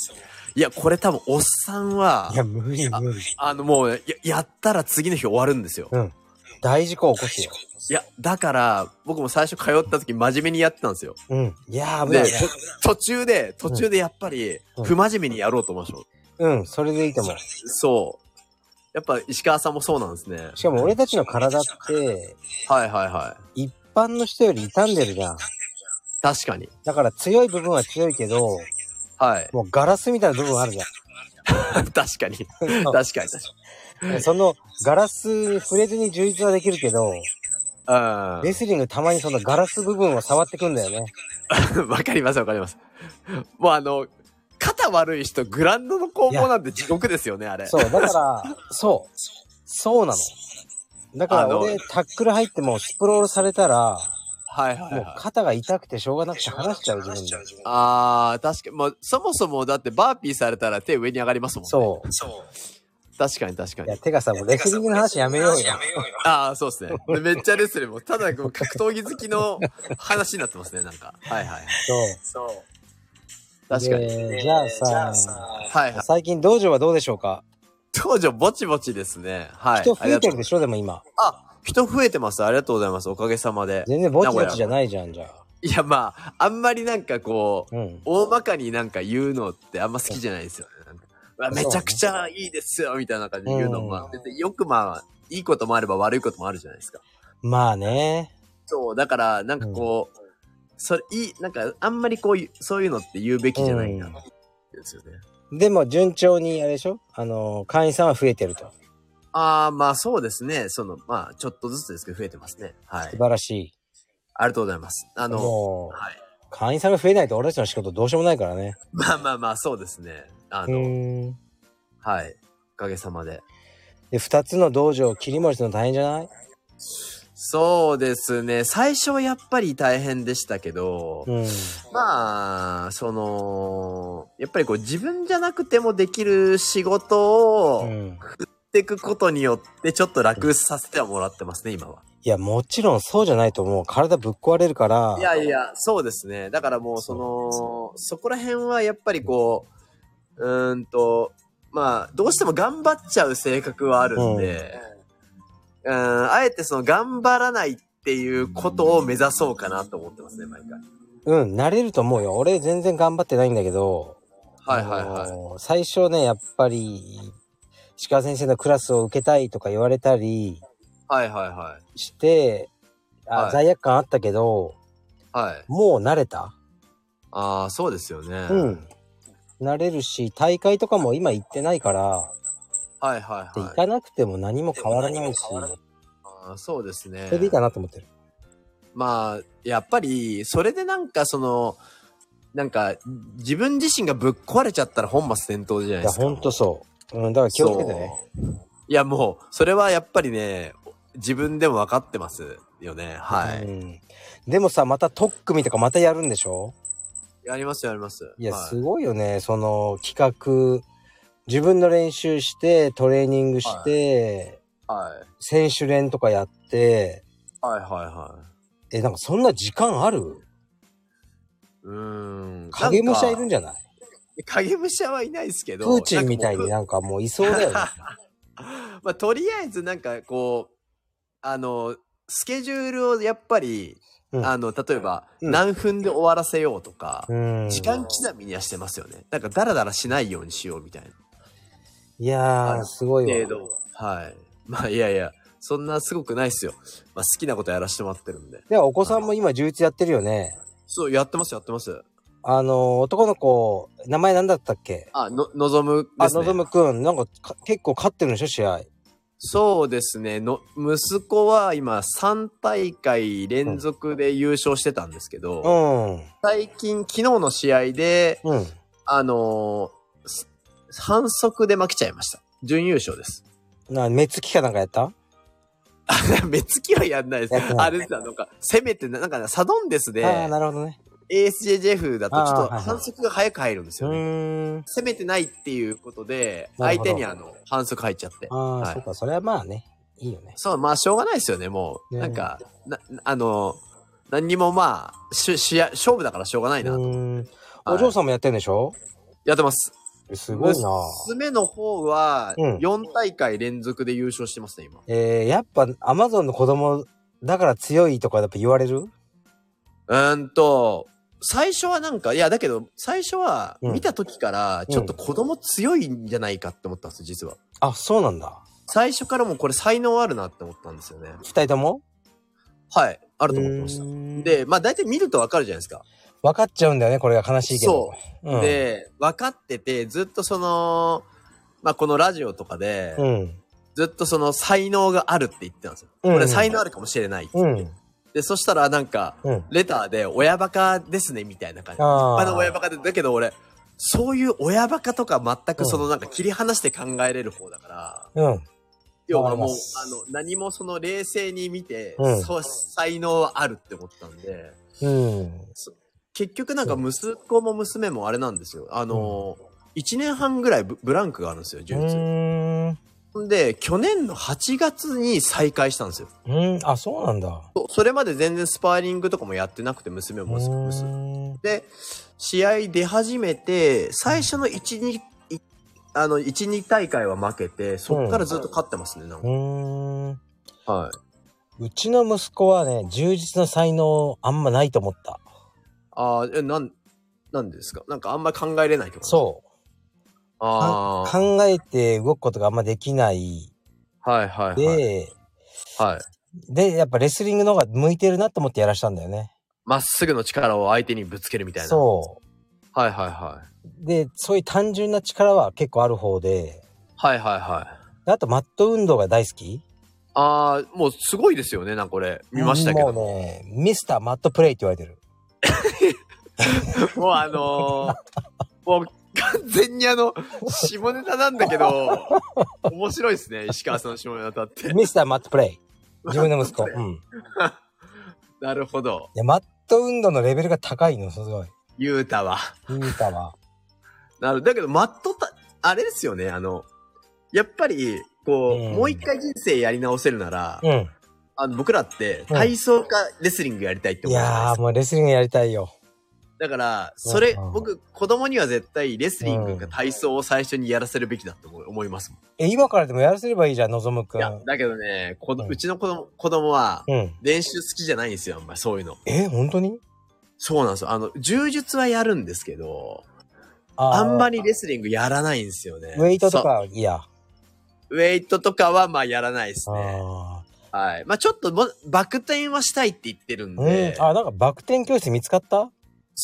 Speaker 2: いや、これ多分、おっさんは
Speaker 1: や、、無理無理。
Speaker 2: あの、もうや、やったら次の日終わるんですよ。
Speaker 1: うん。大事故起こすよ。
Speaker 2: いや、だから、僕も最初通った時、真面目にやってたんですよ。
Speaker 1: うん。いやー、危な
Speaker 2: で
Speaker 1: いね。、
Speaker 2: と途中で、途中でやっぱり
Speaker 1: う、ん
Speaker 2: 不真面目にやろうと思いました。
Speaker 1: うん、それでいいと思う。
Speaker 2: そう。やっぱ石川さんもそうなんですね。
Speaker 1: しかも俺たちの体って、
Speaker 2: はいはいはい。
Speaker 1: 一般の人より傷んでるじゃん。
Speaker 2: 確かに。
Speaker 1: だから強い部分は強いけど、
Speaker 2: はい。
Speaker 1: もうガラスみたいな部分あるじゃん。
Speaker 2: 確かに。確かに確かに。
Speaker 1: そのガラスに触れずに充実はできるけど、レスリングたまにそのガラス部分を触ってくんだよね。
Speaker 2: うん。わかりますわかります。もうあの、肩悪い人、グラウンドの攻防なんて地獄ですよね、あれ。
Speaker 1: そう、だから、そう、そうなの。だか
Speaker 2: あ
Speaker 1: ら
Speaker 2: の
Speaker 1: 俺、タックル入ってもスプロールされたら、
Speaker 2: はいはい
Speaker 1: もう
Speaker 2: はい。
Speaker 1: 肩が痛くてしょうがなくて離しちゃう自分で。
Speaker 2: あー、確かに。まあ、そもそもだってバーピーされたら手上に上がりますもんね。
Speaker 1: そう。
Speaker 2: う。確かに確か
Speaker 1: いや、
Speaker 2: に。
Speaker 1: てかさ、もうレスリングの話やめようよ。
Speaker 2: あー、そうですね。でめっちゃレスリングも、ただもう格闘技好きの話になってますね、なんか。はいはいはい。
Speaker 1: そう。
Speaker 2: 確かに。
Speaker 1: でじゃあさ、
Speaker 2: はいはい。
Speaker 1: 最近道場はどうでしょうか
Speaker 2: 当時ぼちぼちですね。はい。
Speaker 1: 人増えてる
Speaker 2: ありがとう
Speaker 1: でしょでも今。
Speaker 2: あ、人増えてます。ありがとうございます。おかげさまで。
Speaker 1: 全然ぼちぼちじゃないじゃん、じゃあ。
Speaker 2: いや、まあ、あんまりなんかこう、
Speaker 1: うん。
Speaker 2: 大まかになんか言うのってあんま好きじゃないですよね。なんかうわめちゃくちゃいいですよ、みたいな感じで言うの
Speaker 1: うん
Speaker 2: も、まあ、別によくまあ、いいこともあれば悪いこともあるじゃないですか。
Speaker 1: まあね。
Speaker 2: そう、だから、なんかこう、それ、いい、なんか、あんまりこういう、そういうのって言うべきじゃないな、
Speaker 1: うん
Speaker 2: ですよね。
Speaker 1: でも順調に、あれでしょあの、会員さんは増えてると。
Speaker 2: ああ、まあそうですね。その、まあ、ちょっとずつですけど、増えてますね。はい
Speaker 1: 素。晴らしい。
Speaker 2: ありがとうございます。あの、
Speaker 1: もう、
Speaker 2: はい。
Speaker 1: 会員さんが増えないと俺たちの仕事どうしようもないからね。
Speaker 2: まあまあまあ、そうですね。あ
Speaker 1: う
Speaker 2: の、
Speaker 1: ーん。
Speaker 2: はい。おかげさまで。
Speaker 1: で、二つの道場を切り盛りするの大変じゃない
Speaker 2: そうですね。最初はやっぱり大変でしたけど、
Speaker 1: うん。
Speaker 2: まあ、その、やっぱりこう自分じゃなくてもできる仕事を
Speaker 1: う
Speaker 2: やっ
Speaker 1: ん。
Speaker 2: ていくことによってちょっと楽させてはもらってますね、今は。
Speaker 1: いや、もちろんそうじゃないともう体ぶっ壊れるから。
Speaker 2: いやいや、そうですね。だからもう、その、そこら辺はやっぱりこう、うーんと、まあ、どうしても頑張っちゃう性格はあるんで、うん、あえてその、頑張らないっていうことを目指そうかなと思ってますね、毎回。
Speaker 1: うん、慣れると思うよ。俺全然頑張ってないんだけど。
Speaker 2: はいはい
Speaker 1: あ
Speaker 2: はい。
Speaker 1: のー最初ね、やっぱり、石川先生のクラスを受けたいとか言われたり
Speaker 2: はいはいは
Speaker 1: して、あ
Speaker 2: はい
Speaker 1: 罪悪感あったけど、
Speaker 2: い。はい。
Speaker 1: もう慣れた。
Speaker 2: ああ、そうですよね。
Speaker 1: うん。慣れるし、大会とかも今行ってないから、
Speaker 2: はいはい
Speaker 1: で
Speaker 2: は
Speaker 1: 行
Speaker 2: い。
Speaker 1: かなくても何も変わらないし、
Speaker 2: あーそうですね
Speaker 1: そ。れでいいかなと思ってる。
Speaker 2: まあ、やっぱり、それでなんかその、なんか、自分自身がぶっ壊れちゃったら本末転倒じゃ
Speaker 1: い
Speaker 2: ないで
Speaker 1: や、
Speaker 2: すか。
Speaker 1: ほんとそう。うん、だから気をつけてね。
Speaker 2: そういや、もう、それはやっぱりね、自分でも分かってますよね。はい。
Speaker 1: うん。でもさ、また特組とかまたやるんでしょ
Speaker 2: やります、やります。
Speaker 1: いや、
Speaker 2: はい
Speaker 1: すごいよね。その企画、自分の練習して、トレーニングして、
Speaker 2: はい。
Speaker 1: 選手練とかやって、
Speaker 2: はい、はい、はい。
Speaker 1: え、なんかそんな時間ある
Speaker 2: うーん。
Speaker 1: 影武者いるん
Speaker 2: じ
Speaker 1: じゃない
Speaker 2: ゃ影武者はいないですけ
Speaker 1: プ
Speaker 2: ど。
Speaker 1: ーチンみたいに
Speaker 2: な
Speaker 1: なんかもういそうだ よね。
Speaker 2: んかこう。まあ、とりあえず、なんかこう、あの、スケジュールをやっぱり、
Speaker 1: うん
Speaker 2: あの、例えば、
Speaker 1: うん
Speaker 2: 何分で終わらせようとか、
Speaker 1: うん。
Speaker 2: 時間刻みにはしてますよね。なんか、ダラダラしないようにしようみたいな。
Speaker 1: いやー、すごい
Speaker 2: 程
Speaker 1: わ。
Speaker 2: 度。はい。まあ、いやいや、そんなすごくないっすよ。まあ、好きなことやらしてもらってるんで。
Speaker 1: では、お子さんも今11やってるよね。
Speaker 2: そう、やってます、やってます。
Speaker 1: あの、男の子、名前なんだったっけ
Speaker 2: あ、の、のぞむ
Speaker 1: あ、
Speaker 2: です、ね。
Speaker 1: のぞむくん、なんかか結構勝ってるんでしょ、試合。
Speaker 2: そうですね。の、息子は今3大会連続で優勝してたんですけど、
Speaker 1: うん。
Speaker 2: 最近、昨日の試合で、
Speaker 1: うん。
Speaker 2: あのーす反則で負けちゃいました。準優勝です。
Speaker 1: な、目つきかなんかやった
Speaker 2: あ目つきはやんないです。
Speaker 1: やってない
Speaker 2: あれですなんか、せめてな、なんか、サドンデスで、
Speaker 1: ああ、なるほどね。
Speaker 2: ASJJF だとちょっと
Speaker 1: あーはいはい
Speaker 2: 反則が早く入るんです
Speaker 1: う
Speaker 2: よね。
Speaker 1: ーん。
Speaker 2: 攻めてないっていうことで、
Speaker 1: なる
Speaker 2: 相
Speaker 1: ほど
Speaker 2: 手にあの、反則入っちゃって
Speaker 1: あ。あ、
Speaker 2: はい
Speaker 1: そうか、それはまあね、いいよね。
Speaker 2: そう、まあ、しょうがないですよね、もう。
Speaker 1: ね
Speaker 2: なんか、な、あの、何にもまあ、し、しや、勝負だからしょうがな
Speaker 1: う
Speaker 2: いな。
Speaker 1: ーん。
Speaker 2: はい
Speaker 1: お嬢さんもやってんでしょ
Speaker 2: やってます。
Speaker 1: えすごいな。
Speaker 2: 娘の方は、
Speaker 1: うん
Speaker 2: 4大会連続で優勝してますね、今。
Speaker 1: えー、やっぱ、アマゾンの子供だから強いとかやっぱ言われる
Speaker 2: うーんと、最初はなんか、いや、だけど、最初は、
Speaker 1: うん
Speaker 2: 見た時から、ちょっと子供強いんじゃないかって思ったんですよ、実は。
Speaker 1: あ、そうなんだ。
Speaker 2: 最初からもうこれ才能あるなって思ったんですよね。
Speaker 1: 二人とも
Speaker 2: はい。あ
Speaker 1: あ
Speaker 2: ると思ってました。、で、まあ大体見るとわかるじゃないですか。
Speaker 1: 分かっちゃうんだよね、これが悲しいけど。
Speaker 2: そう。、で、分かってて、ずっとその、まあこのラジオとかで、
Speaker 1: うん。
Speaker 2: ずっとその才能があるって言ってたんですよ。
Speaker 1: うん
Speaker 2: これ才能あるかもしれないって
Speaker 1: う
Speaker 2: 言って
Speaker 1: ん。
Speaker 2: で、そしたらなんか、
Speaker 1: うん。
Speaker 2: レターで親バカですねみたいな感じ。
Speaker 1: あー
Speaker 2: あの親バカで、だけど俺、そういう親バカとか全くそのなんか切り離して考えれる方だから、
Speaker 1: うん。
Speaker 2: 要は
Speaker 1: わかり
Speaker 2: も
Speaker 1: ま
Speaker 2: う、
Speaker 1: す
Speaker 2: あの、何もその冷静に見て、
Speaker 1: うん
Speaker 2: そう、才能はあるって思ったんで、
Speaker 1: うん。
Speaker 2: 結局なんか息子も娘もあれなんですよ。あの、1年半ぐらいブブランクがあるんですよ、
Speaker 1: う
Speaker 2: 純烈。
Speaker 1: ーん。
Speaker 2: で、去年の8月に再開したんですよ。
Speaker 1: うん。あ、そうなんだ。
Speaker 2: そうそれまで全然スパーリングとかもやってなくて、娘も息子
Speaker 1: う
Speaker 2: 娘。
Speaker 1: ーん
Speaker 2: で、試合出始めて、最初の1、2、いあの、1、2大会は負けて、そっからずっと勝ってますね、なん
Speaker 1: うーん。
Speaker 2: か。はい。
Speaker 1: うちの息子はね、充実の才能あんまないと思った。
Speaker 2: ああ、え、なん、なんですかなんかあんまり考えれないとか。う。
Speaker 1: そう。
Speaker 2: ああ。
Speaker 1: 考えて動くことがあんまできない。
Speaker 2: はいはい
Speaker 1: で、
Speaker 2: はい。はい。
Speaker 1: で、やっぱレスリングの方が向いてるなと思ってやらしたんだよね。
Speaker 2: まっすぐの力を相手にぶつけるみたいな。。
Speaker 1: そう
Speaker 2: はいはいはい。
Speaker 1: う。で、そういう単純な力は結構ある方で、
Speaker 2: はいはいはい。
Speaker 1: であとマット運動が大好き。
Speaker 2: ああ、もうすごいですよね、なんかこれ。見ましたけど。
Speaker 1: もうね、ミスターマットプレイって言われてる。
Speaker 2: もう あのー、もう完全にあの、下ネタなんだけど、面白いですね、石川さんの下ネタって。
Speaker 1: ミスターマットプレ イ。自分の息子。うん。い
Speaker 2: なるほど。
Speaker 1: や、マット運動のレベルが高いの、すごい。
Speaker 2: ゆうたは。
Speaker 1: ミータは。
Speaker 2: なるだけど、マットた、あれですよね、あの、やっぱり、こう、
Speaker 1: うん
Speaker 2: もう一回人生やり直せるなら、
Speaker 1: うん。
Speaker 2: あの僕らって、
Speaker 1: うん
Speaker 2: 体操かレスリングやりたいって
Speaker 1: い
Speaker 2: 思うじゃない
Speaker 1: や
Speaker 2: で
Speaker 1: ー、
Speaker 2: すか。
Speaker 1: もうレスリングやりたいよ。
Speaker 2: だから、それ、
Speaker 1: うん
Speaker 2: 僕、子供には絶対、レスリング
Speaker 1: う
Speaker 2: か
Speaker 1: ん
Speaker 2: 体操を最初にやらせるべきだと思う思いますもん。
Speaker 1: え、今からでもやらせればいいじゃん、のぞむく
Speaker 2: いや
Speaker 1: ん、。
Speaker 2: だけどね、こ
Speaker 1: う
Speaker 2: ど
Speaker 1: ん
Speaker 2: うちの子供子供は、
Speaker 1: うん。
Speaker 2: 練習好きじゃないんですよ、あんまりそういうの。
Speaker 1: え、本当に
Speaker 2: そうなんですよ。あの、柔術はやるんですけど、
Speaker 1: あ
Speaker 2: あんま
Speaker 1: り。
Speaker 2: りレスリングやらないんですよね。
Speaker 1: ウェイトと
Speaker 2: そう。
Speaker 1: か、いや。
Speaker 2: ウェイトとかは、まあ、やらないですね。
Speaker 1: あ
Speaker 2: はい。まあ、ちょっとも、バク転はしたいって言ってるん
Speaker 1: あ。うん。
Speaker 2: で、
Speaker 1: あ、なんかバク転教室見つかった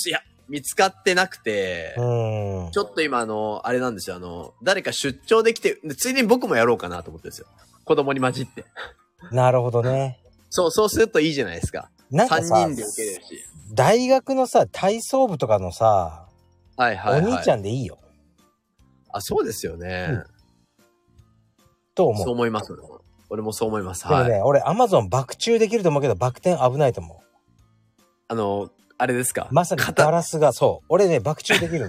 Speaker 2: いや、見つかってなくて、
Speaker 1: うん
Speaker 2: ち。ょっと今、あの、あれなんですよ、あの、誰か出張できて、でついでに僕もやろうかなと思ってるんですよ。子供に混じって。
Speaker 1: なるほどね。
Speaker 2: そう、そうするといいじゃないですか。
Speaker 1: なん
Speaker 2: 3
Speaker 1: かさ
Speaker 2: 人、で受けれるし。
Speaker 1: 大学のさ、体操部とかのさ、
Speaker 2: はいはい、はい。
Speaker 1: お兄ちゃ
Speaker 2: ん。
Speaker 1: んでいいよ。
Speaker 2: あ、そうですよね。
Speaker 1: うんと思う。
Speaker 2: そう思います。俺もそう思います。
Speaker 1: でも
Speaker 2: はい。
Speaker 1: ね、俺、アマゾン爆中できると思うけど、バク転危ないと思
Speaker 2: あの、あれですか。
Speaker 1: う。まさにガ
Speaker 2: 肩、
Speaker 1: ラスが、そう。俺ね、爆中で きるの。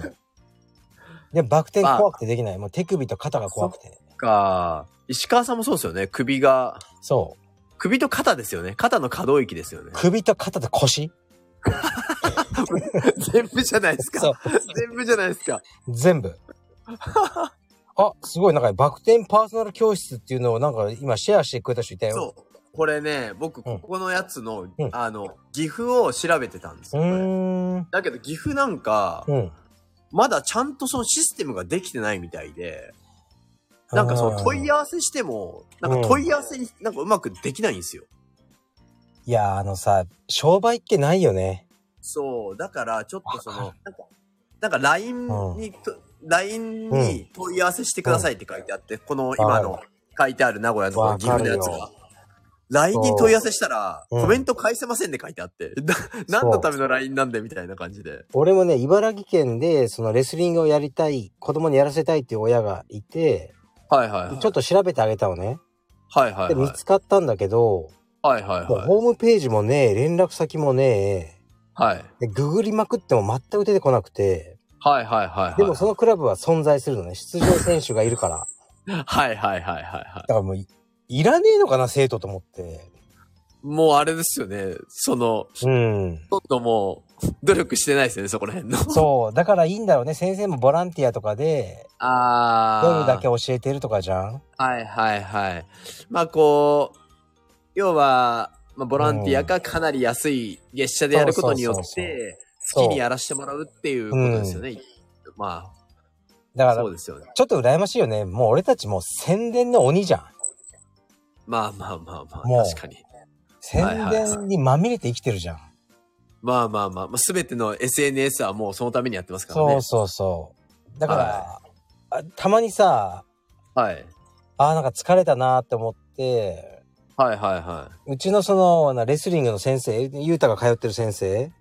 Speaker 1: でも、バク転怖くてできない。もう手首と肩が怖くて。
Speaker 2: か、石川さんもそうですよね。首が、
Speaker 1: そう。。
Speaker 2: 首と肩ですよね。肩の可動域ですよね
Speaker 1: 首と肩と腰
Speaker 2: 全部じゃないです
Speaker 1: そ
Speaker 2: か
Speaker 1: う。。
Speaker 2: 全部じゃないですか。
Speaker 1: 全部。あ、すごい、なんか、バク転パーソナル教室っていうのを、なんか、今、シェアしてくれた人いたよ。
Speaker 2: そう。これね、僕、
Speaker 1: うん
Speaker 2: ここのやつの、
Speaker 1: うん
Speaker 2: あの、岐阜を調べてたんです
Speaker 1: う
Speaker 2: よ。これ
Speaker 1: ーん。
Speaker 2: だけど、岐阜なんか、
Speaker 1: うん。
Speaker 2: まだちゃんとそのシステムができてないみたいで、なんかその問い
Speaker 1: 合
Speaker 2: 合わせしても、なんか問い合わせになんかうまくできないんですよ。
Speaker 1: いや、あのさ、商売ってないよね。
Speaker 2: そう、だからちょっとそ
Speaker 1: わ
Speaker 2: の、なんか、なんか LINE
Speaker 1: うん
Speaker 2: にと、LINE に問い合わせしてくださいって書いてあって、この今の
Speaker 1: わ
Speaker 2: 書いてある名古屋のこの
Speaker 1: わ
Speaker 2: 岐
Speaker 1: か
Speaker 2: 阜
Speaker 1: る
Speaker 2: の
Speaker 1: よ
Speaker 2: やつが。LINE に問い合わせしたら、
Speaker 1: うん
Speaker 2: コメント返せませんで書いてあって、 な何のための LINE なんでみたいな感じで。
Speaker 1: 俺もね、茨城県で、そのレスリングをやりたい、子供にやらせたいっていう親がいて、
Speaker 2: はいはいはい。
Speaker 1: ちょっと調べてあげたのね。
Speaker 2: はいはい
Speaker 1: で、
Speaker 2: はい
Speaker 1: 見。つかったんだけど、
Speaker 2: はいはい
Speaker 1: もう
Speaker 2: はい。
Speaker 1: ホームページもね、連絡先もね、
Speaker 2: はい。
Speaker 1: でググりまくっても全く出てこなくて、
Speaker 2: はいはいはい。
Speaker 1: でもそのクラブは存在するのね、出場選手がいるから。
Speaker 2: はいはいはいはいは
Speaker 1: だからもうい、いらねえのかな、生徒と思って。
Speaker 2: い。もうあれですよね。その、
Speaker 1: うん。
Speaker 2: ほとんどもう、努力してないですよね、そこら 辺の。
Speaker 1: そう、だからいいんだろうね、先生もボランティアとかで、
Speaker 2: あー。
Speaker 1: 夜だけ教えてるとかじゃん
Speaker 2: はいはいはい。まあこう、要は、まあ、ボランティアかかなり安い月謝でやることによ
Speaker 1: そう
Speaker 2: っ
Speaker 1: そうそう
Speaker 2: て、
Speaker 1: そう
Speaker 2: 好きにやらしてもらうっていうことですよね。ま
Speaker 1: だ
Speaker 2: あ、
Speaker 1: から
Speaker 2: そう、ですよね。
Speaker 1: ちょっと羨ましいよね。もう俺たちもう宣伝の鬼じゃん。
Speaker 2: まあまあまあま
Speaker 1: も
Speaker 2: あ、
Speaker 1: う
Speaker 2: 確かに。はい
Speaker 1: 宣
Speaker 2: はいはい
Speaker 1: 伝にまみれて生きてるじゃん。
Speaker 2: まあまあまあ、まあ、すべての SNS はもうそのためにやってますから
Speaker 1: そ
Speaker 2: ね
Speaker 1: う。そうそう。だから、あたまにさ、
Speaker 2: はい。
Speaker 1: あーなんか疲れたなーって思って、
Speaker 2: はいはいは
Speaker 1: うちのそのなレスリングの先生、ゆうたが通ってる先生
Speaker 2: い。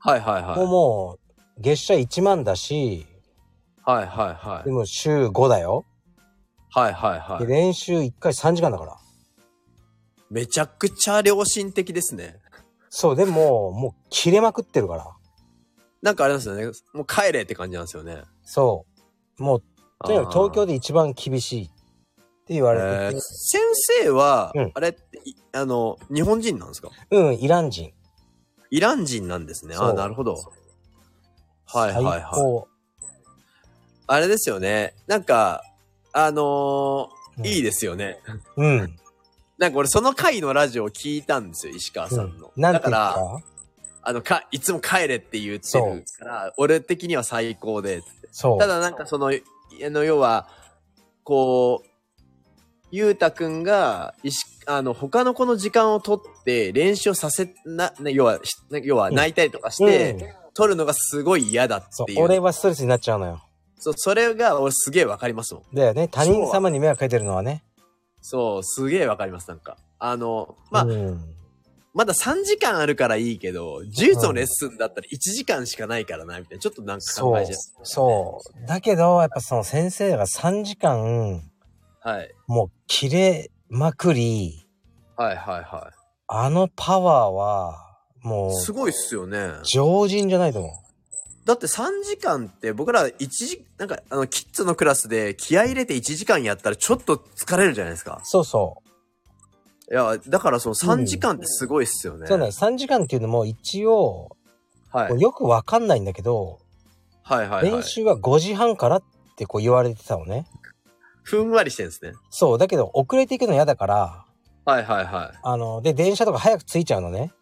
Speaker 2: はいはいはい。
Speaker 1: ももう月謝1万だし、
Speaker 2: はいはいは
Speaker 1: で
Speaker 2: い。
Speaker 1: も週5だよ。
Speaker 2: はいはいは
Speaker 1: で
Speaker 2: い。
Speaker 1: 練習1回3時間だから。
Speaker 2: めちゃくちゃ良心的ですね。
Speaker 1: そう、でも、もう切れまくってるから。
Speaker 2: なんかあれなんですよね。もう帰れって感じなんですよね。
Speaker 1: そう。もう、とにかく東京
Speaker 2: で
Speaker 1: で一番厳しいって言わ
Speaker 2: え
Speaker 1: れて
Speaker 2: ー
Speaker 1: て、
Speaker 2: 先生は、
Speaker 1: うん
Speaker 2: あれって、いあの、日本人なんですか
Speaker 1: うん、イラン人。
Speaker 2: イラン人なんですね。
Speaker 1: そ
Speaker 2: あ
Speaker 1: う
Speaker 2: なるほど。はいはい
Speaker 1: 最
Speaker 2: はい。
Speaker 1: 高。
Speaker 2: あれですよね。なんか、あのー
Speaker 1: うん
Speaker 2: いいですよね。
Speaker 1: うん。
Speaker 2: なんか俺その回のラジオを聞いたんですよ、石川さんの。
Speaker 1: うん、なん
Speaker 2: だ
Speaker 1: て言
Speaker 2: か
Speaker 1: っ
Speaker 2: ら、
Speaker 1: た
Speaker 2: あの、か、いつも帰れって言ってるから、俺的には最高で、
Speaker 1: そう。
Speaker 2: ただなんかその、あの、要は、こう、ゆうたくんが、いしあの、他の子の時間を取って練習をさせ、な、ね、要は、し要は
Speaker 1: うん
Speaker 2: 泣いたりとかし
Speaker 1: う
Speaker 2: て、
Speaker 1: ん
Speaker 2: 取るのがすごい嫌だ
Speaker 1: そ
Speaker 2: っていうう。
Speaker 1: 俺はストレスになっちゃうのよ。
Speaker 2: そう、それが俺すげえわかりますもん。
Speaker 1: だよね。他人様に迷惑かけてるのはね。
Speaker 2: そう、すげえわかります、なんか。あの、まあ、
Speaker 1: うん、
Speaker 2: まだ3時間あるからいいけど、ジュースのレッスンだったら1時間しかないからな、みたいな。ちょっとなんか考
Speaker 1: そ
Speaker 2: え
Speaker 1: う
Speaker 2: ちゃう。。
Speaker 1: そう。だけど、やっぱその先生が3時間、
Speaker 2: はい。
Speaker 1: もう切れまくり、
Speaker 2: はいはいは
Speaker 1: あのパワーは、もう
Speaker 2: い。、すごいっすよね。
Speaker 1: 常人じゃないと思う。
Speaker 2: だって3時間って僕ら1時、なんかあのキッズのクラスで気合い入れて1時間やったらちょっと疲れるじゃないですか。
Speaker 1: そうそ
Speaker 2: いや、だからその3時間ってすごいっすよね。
Speaker 1: う。そうね、3時間っていうのも一応、
Speaker 2: はい
Speaker 1: こう。よくわかんないんだけど、
Speaker 2: はいはいはい
Speaker 1: 練。習は5時半からってこう言われてたのね。
Speaker 2: ふんわりしてるんですね。
Speaker 1: そう、だけど遅れていくの嫌だから、
Speaker 2: はいはいはい。
Speaker 1: あの、で、電車とか早く着いちゃうのね。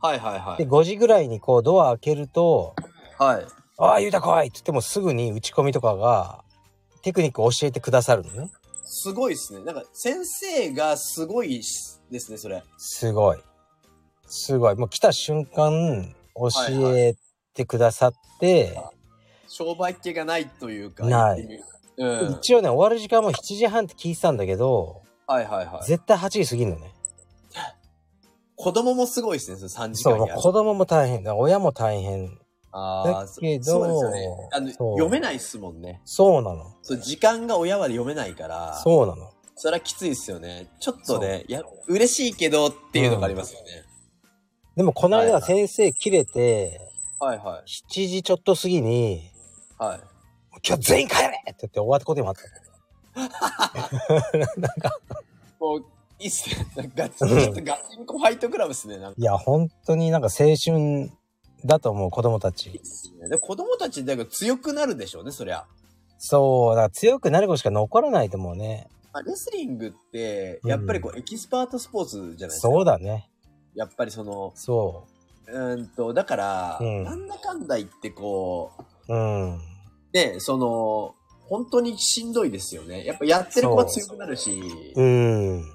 Speaker 2: はいはいは
Speaker 1: で、
Speaker 2: い。
Speaker 1: 5時ぐらいにこうドア開けると、
Speaker 2: はい。
Speaker 1: ああ、ゆうた来いって言ってもすぐに打ち込みとかが、テクニックを教えてくださるのね。
Speaker 2: すごいっすね。なんか先生がすごいですね、それ。
Speaker 1: すごい。すごい。もう来た瞬間、教えてくださって、
Speaker 2: 商売気がないというか
Speaker 1: ない
Speaker 2: うん。はい
Speaker 1: 一応ね、終わる時間も7時半って聞いてたんだけど、
Speaker 2: はいはい。
Speaker 1: 絶対8時過ぎるのね。
Speaker 2: 子供もすごいっすね、その3時
Speaker 1: そう、
Speaker 2: 間
Speaker 1: もう
Speaker 2: やる
Speaker 1: 子供も大変だ。親も大変。
Speaker 2: ああ、
Speaker 1: だけど
Speaker 2: そそうですよね。あの、
Speaker 1: そう
Speaker 2: 読めないっすもんね。
Speaker 1: そうなの。
Speaker 2: そう、時間が親は読めないから、そ
Speaker 1: そうなの。
Speaker 2: れはきついですよね。ちょっとね、いや、嬉しいけどっていうのがありますよね。
Speaker 1: でもこの間は
Speaker 2: はい
Speaker 1: 先生切れて、
Speaker 2: はいはい。
Speaker 1: 7時ちょっと過ぎに、
Speaker 2: はい。
Speaker 1: 今日全員帰れって言って終わったこともあった。
Speaker 2: もう、いいっすね。なんかガチ、ちょっとガチンコファイトクラブっすね。なんか
Speaker 1: いや、本当になんか青春だと思う、子供たち
Speaker 2: いい。っすね。で子供たち、だから強くなるでしょうね、そりゃ。
Speaker 1: そう、だから強くなる子しか残らないと思うね。
Speaker 2: まあ、レスリングって、やっぱりこう、エキスパートスポーツじゃないですか。
Speaker 1: そうだね。
Speaker 2: やっぱりその、
Speaker 1: そう
Speaker 2: ーんと、だから、
Speaker 1: うん
Speaker 2: なんだかんだ言ってこ
Speaker 1: う。
Speaker 2: う、
Speaker 1: うん。
Speaker 2: ね、その、本当にしんどいですよね。やっぱやってる子は強くなるし、
Speaker 1: うん。
Speaker 2: うん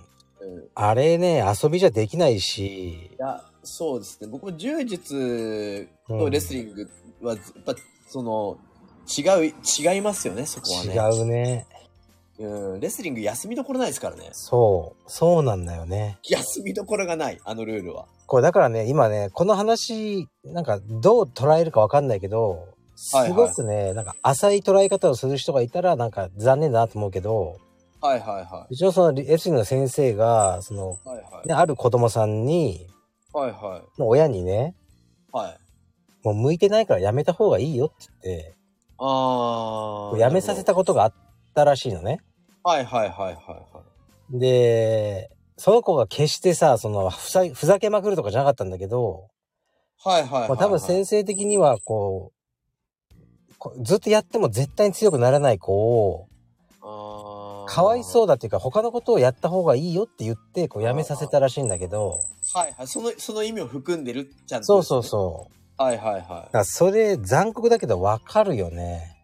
Speaker 1: あれね、遊びじゃできないし
Speaker 2: い、や、そうですね。僕も柔術とレスリングは、やっぱ、その、違う、違いますよね、そこはね。
Speaker 1: 違うね。
Speaker 2: うん、レスリング休みどころないですからね。
Speaker 1: そう、そうなんだよね。
Speaker 2: 休みどころがない、あのルールは。
Speaker 1: これだからね、今ね、この話、なんかどう捉えるかわかんないけど、す
Speaker 2: はいはい
Speaker 1: ごくね、なんか浅い捉え方をする人がいたら、なんか残念だなと思うけど、
Speaker 2: はいはいは
Speaker 1: 一応そのレスリングの先生が、その、
Speaker 2: い。はいはい。
Speaker 1: ね、ある子供さんに、
Speaker 2: はいはい。
Speaker 1: 親にね、
Speaker 2: はい。
Speaker 1: もう向いてないからやめた方がいいよって言って、
Speaker 2: あー。
Speaker 1: やめさせたことがあったらしいのね。
Speaker 2: はいはいはいはいは
Speaker 1: で、その子が決してさ、そのふざ、ふざけまくるとかじゃなかったんだけど、
Speaker 2: い。はいはいはい、
Speaker 1: ま
Speaker 2: は
Speaker 1: あ
Speaker 2: い。
Speaker 1: 多分先生的にはこう、こずっとやっても絶対に強くならない子を、
Speaker 2: あー
Speaker 1: かわいそうだっていうか、他のことをやった方がいいよって言って、こうやめさせたらしいんだけど、
Speaker 2: はいはい。その、その意味を含んでる、ちゃんと。
Speaker 1: そうそうそう。
Speaker 2: う。はいはい
Speaker 1: だ
Speaker 2: は
Speaker 1: からそれ残酷だけどわかるよね。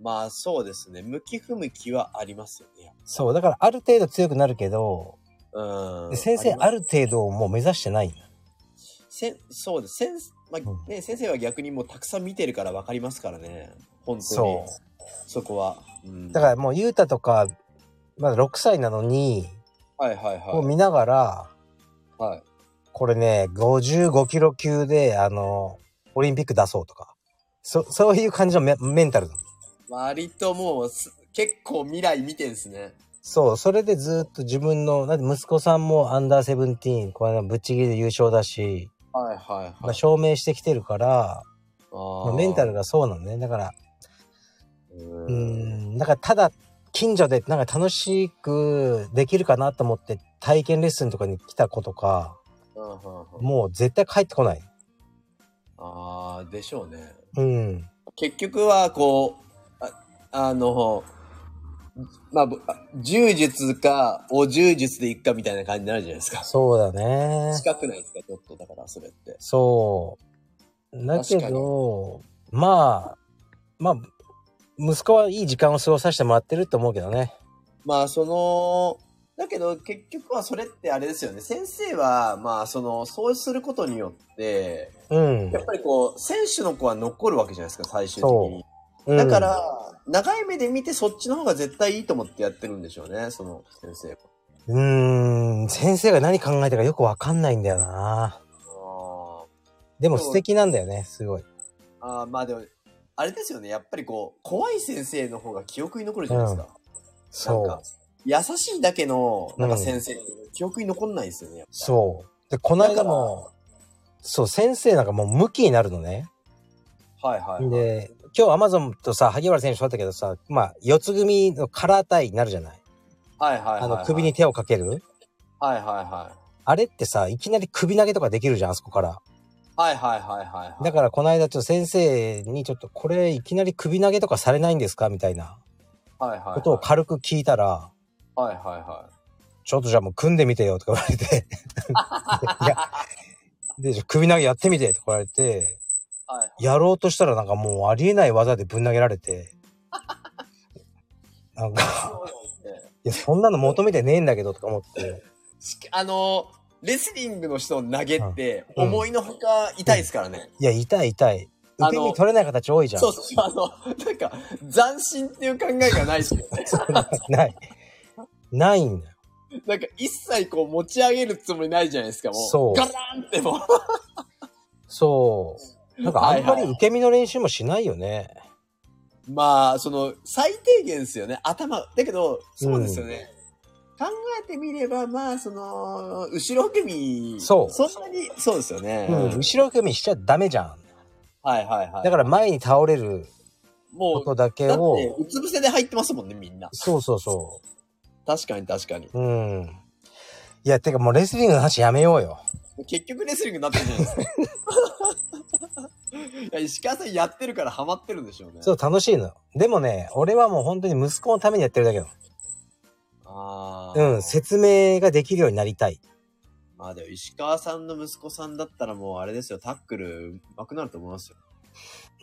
Speaker 2: い。まあそうですね。向き不向きはありますよね。
Speaker 1: そう、だからある程度強くなるけど、
Speaker 2: うん。
Speaker 1: 先生、
Speaker 2: あ
Speaker 1: あ
Speaker 2: る
Speaker 1: る程度もう目指してないんだ。
Speaker 2: せんそうです。先ま
Speaker 1: う
Speaker 2: あね、先生は逆にもうたくさん見てるからわかりますからね。本当に。
Speaker 1: そ
Speaker 2: そこは。うん
Speaker 1: だからもう、ゆうたとか、まだ6歳なのに、
Speaker 2: はいはい
Speaker 1: を
Speaker 2: は
Speaker 1: 見ながら、
Speaker 2: い。はい。
Speaker 1: これね、55キロ級で、あの、オリンピック出そうとか、そ、そういう感じのメメンタルだ。
Speaker 2: 割ともうす、結構未来見てんすね。
Speaker 1: そう、それでずっと自分の、だって息子さんもアンダーセブンティーン、この間ぶっちぎりで優勝だし、
Speaker 2: はいはいはい。
Speaker 1: まあ、証明してきてるから、
Speaker 2: あ
Speaker 1: まあ
Speaker 2: ー
Speaker 1: メンタル。がそうなのね。だから、
Speaker 2: う
Speaker 1: うー
Speaker 2: ん。
Speaker 1: ん、だからただ近所でなんか楽しくできるかなと思って体験レッスンとかに来た子とか、
Speaker 2: うんうんうん
Speaker 1: もう絶対帰ってこない。
Speaker 2: ああ、でしょうね。
Speaker 1: うん。
Speaker 2: 結局は、こう、ああの、まあぶあ、柔術か、お柔術でいくかみたいな感じになるじゃないですか。
Speaker 1: そうだね。
Speaker 2: 近くないですか、ちょっと、だから、それって。
Speaker 1: そう。だけど、まあ、まあ、息子はいい時間を過ごさせてもらってると思うけどね。
Speaker 2: まあ、その、だけど、結局はそれってあれですよね。先生は、まあ、その、そうすることによって、
Speaker 1: うん
Speaker 2: や。っぱりこう、選手の子は残るわけじゃないですか、最終的に
Speaker 1: そ。うん
Speaker 2: だか、ら、長い目で見てそっちの方が絶対いいと思ってやってるんでしょうね、その先生は。
Speaker 1: うーん、先生が何考えてるかよくわかんないんだよな。でも素敵なんだよね、すごい。
Speaker 2: あーまあでも、あれですよね。やっぱりこう、怖い先生の方が記憶に残るじゃないですか。
Speaker 1: そ
Speaker 2: なん
Speaker 1: う
Speaker 2: か。優しいだけの、なん
Speaker 1: う
Speaker 2: か
Speaker 1: ん
Speaker 2: 先生、記憶に残んないですよね。やっぱ
Speaker 1: そう。で、この間も、そう、先生なんかもうムキになるのね。
Speaker 2: はいはい、はい。
Speaker 1: で、今日アマゾンとさ、萩原選手と会ったけどさ、まあ、四つ組のカラータイになるじゃない。
Speaker 2: はいはいはい、はい。
Speaker 1: あの、首に。手をかける。
Speaker 2: はいはいはい。
Speaker 1: あれってさ、いきなり首投げとかできるじゃん、あそこから。
Speaker 2: はいはいはいはいはい。
Speaker 1: だから、この間ちょっと先生にちょっと、これいきなり首投げとかされないんですかみたいな
Speaker 2: ら、はいはいはい、
Speaker 1: ことを軽く聞いたら、
Speaker 2: はいはいは
Speaker 1: ちょっとじゃあもう組んでみてよとか言われ て。いや、で、じゃあ首投げやってみてとか言われて、
Speaker 2: い。はい。
Speaker 1: やろうとしたらなんかもうありえない技でぶん投げられてなんか
Speaker 2: そうですね
Speaker 1: いやそんなの求めてねえんだけどとか思って
Speaker 2: しあの、レスリングの人の投げって、
Speaker 1: うん
Speaker 2: 思いのほか痛いですからね。
Speaker 1: いや痛い痛い
Speaker 2: あの
Speaker 1: 受け身取れない形多いじゃん
Speaker 2: そうそう、あの、なんか、斬新っていう考えがないですよ ね。
Speaker 1: ないないんだよ
Speaker 2: なんか一切こう持ち上げるつもりないじゃないですか、もう。
Speaker 1: そう
Speaker 2: ガランってもう。
Speaker 1: そうなんかあんま
Speaker 2: はい
Speaker 1: り
Speaker 2: は
Speaker 1: 受け身の練習もしないよね、
Speaker 2: まあ、その、最低限ですよね、頭。だけど、そうですよね。考えてみれば、まあ、その、後ろ受け身。
Speaker 1: そうん
Speaker 2: なに、そうですよね。
Speaker 1: うん、後ろ受け身しちゃダメじゃん
Speaker 2: はいはいはい。
Speaker 1: だから前に倒れるこ
Speaker 2: もう、
Speaker 1: とだけ
Speaker 2: だっ
Speaker 1: を
Speaker 2: て、うつ伏せで入ってますもんね、みんな。
Speaker 1: そうそうそ
Speaker 2: 確かに確かに。
Speaker 1: ううんいやてかもうレスリングの話やめようよ
Speaker 2: 結局レスリングになってるじゃない ですか。いや石川さんやってるからハマってるんでしょうね。
Speaker 1: そう楽しいのよでもね俺はもう本当に息子のためにやってるだけなの
Speaker 2: ああ。
Speaker 1: うん、説明ができるようになりたい。
Speaker 2: まあでも石川さんの息子さんだったらもうあれですよ、タックル上手くなると思いますよ。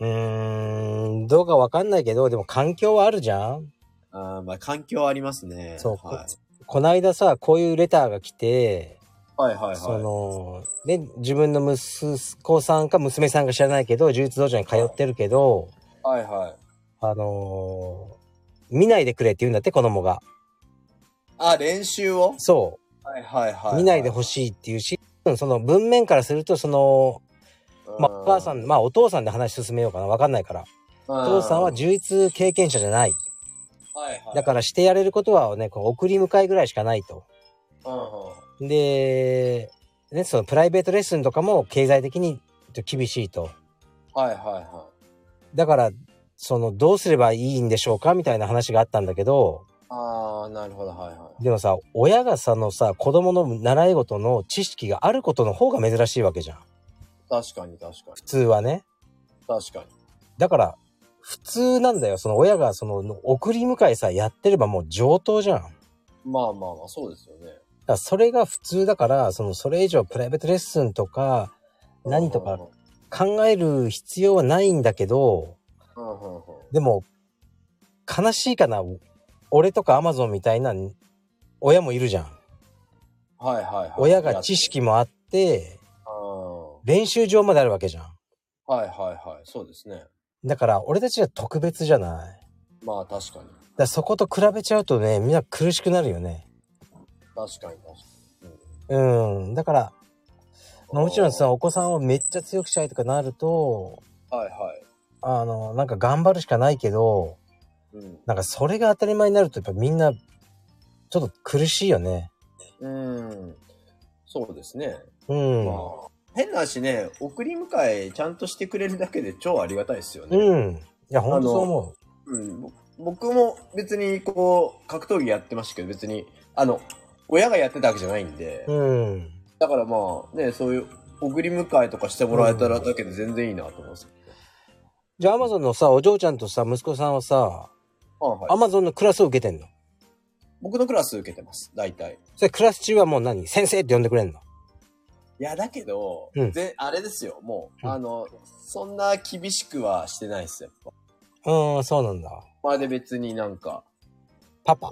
Speaker 1: うーん、どうかわかんないけど、でも環境はあるじゃん
Speaker 2: あーまあ環境ありますね。
Speaker 1: そうか
Speaker 2: はい、
Speaker 1: こないださ、こういうレターが来て、
Speaker 2: はい、はいはい。
Speaker 1: その、で、自分の息子さんか娘さんか知らないけど、呪術道場に通ってるけど、
Speaker 2: はいはい。
Speaker 1: あのー見ないでくれって言うんだって、子供が。
Speaker 2: あ、練習を
Speaker 1: そ
Speaker 2: はいはいは
Speaker 1: う、
Speaker 2: い。
Speaker 1: 見ないでほ
Speaker 2: し
Speaker 1: し
Speaker 2: い。
Speaker 1: いっていうし、うんその文面からすると、その、まあ、お母さ、
Speaker 2: うん
Speaker 1: まあ、お父さんで話進めようかな、わかんないから。お父さんは、呪術経験者じゃない。
Speaker 2: はいはい、
Speaker 1: だからしてやれることはね、こう送り迎えぐらいしかないと。
Speaker 2: ら、うんうん
Speaker 1: で、ね、そのプライベートレッスンとかも経済的に厳しいと。
Speaker 2: はいはいは
Speaker 1: だから、その、どうすればいいんでしょうかみたいな話があったんだけど、
Speaker 2: い。ああ、なるほどはいはい。
Speaker 1: でもさ、親がさ、のさ、子供の習い事の知識があることの方が珍しいわけじゃん。
Speaker 2: 確かに確かに
Speaker 1: 普通はね。
Speaker 2: 確かに。
Speaker 1: だから、普通なんだよ。その親がその、送り迎えさ、やってればもう上等じゃん。だか
Speaker 2: まあまあまあ、そうですよね。
Speaker 1: らそれが普通だから、その、それ以上プライベートレッスンとか、何とか考える必要はないんだけど、
Speaker 2: うんうんうん。
Speaker 1: でも、悲しいかな。俺とかアマゾンみたいな親もいるじゃん。
Speaker 2: はいはいはい。
Speaker 1: 親が知識もあって、
Speaker 2: あー
Speaker 1: 練習場まであるわけじゃん。
Speaker 2: はいはいはい。そうですね。
Speaker 1: だから、俺たちは特別じゃない。
Speaker 2: まあ確かに。
Speaker 1: だからそこと比べちゃうとね、みんな苦しくなるよね。
Speaker 2: 確かに確かに。
Speaker 1: うん。だから、
Speaker 2: う
Speaker 1: もちろんさ、
Speaker 2: は
Speaker 1: お子さんをめっちゃ強くしたいとかなると、
Speaker 2: いはい。
Speaker 1: あの、なんか頑張るしかないけど、
Speaker 2: うん。
Speaker 1: なんかそれが当たり前になると、やっぱみんな、ちょっと苦しいよね。
Speaker 2: うん。そうですね。
Speaker 1: うん。
Speaker 2: まあ、変な話ね、送り迎えちゃんとしてくれるだけで超ありがたいですよね。
Speaker 1: うん。いや、ほんとそう思
Speaker 2: うんぼ僕も別にこう、格闘技やってましたけど、別に、あの、親がやってたわけじゃないんで、
Speaker 1: う。うん。
Speaker 2: だからまあね、そういう、送り迎えとかしてもらえたらだけで全然いいなと思います。
Speaker 1: じゃあ、アマゾンのさ、お嬢ちゃんとさ、息子さんはさ、
Speaker 2: あはい
Speaker 1: アマゾンのクラスを受けてんの
Speaker 2: 僕のクラス受けてます、大体。
Speaker 1: それクラス中はもう何先生って呼んでくれんの
Speaker 2: いや、だけど、
Speaker 1: うん
Speaker 2: ぜあれですよ、もう、
Speaker 1: うん
Speaker 2: あの、そんな厳しくはしてないですよ。
Speaker 1: うーん、そうなんだ。
Speaker 2: まあで別になんか、
Speaker 1: パパ。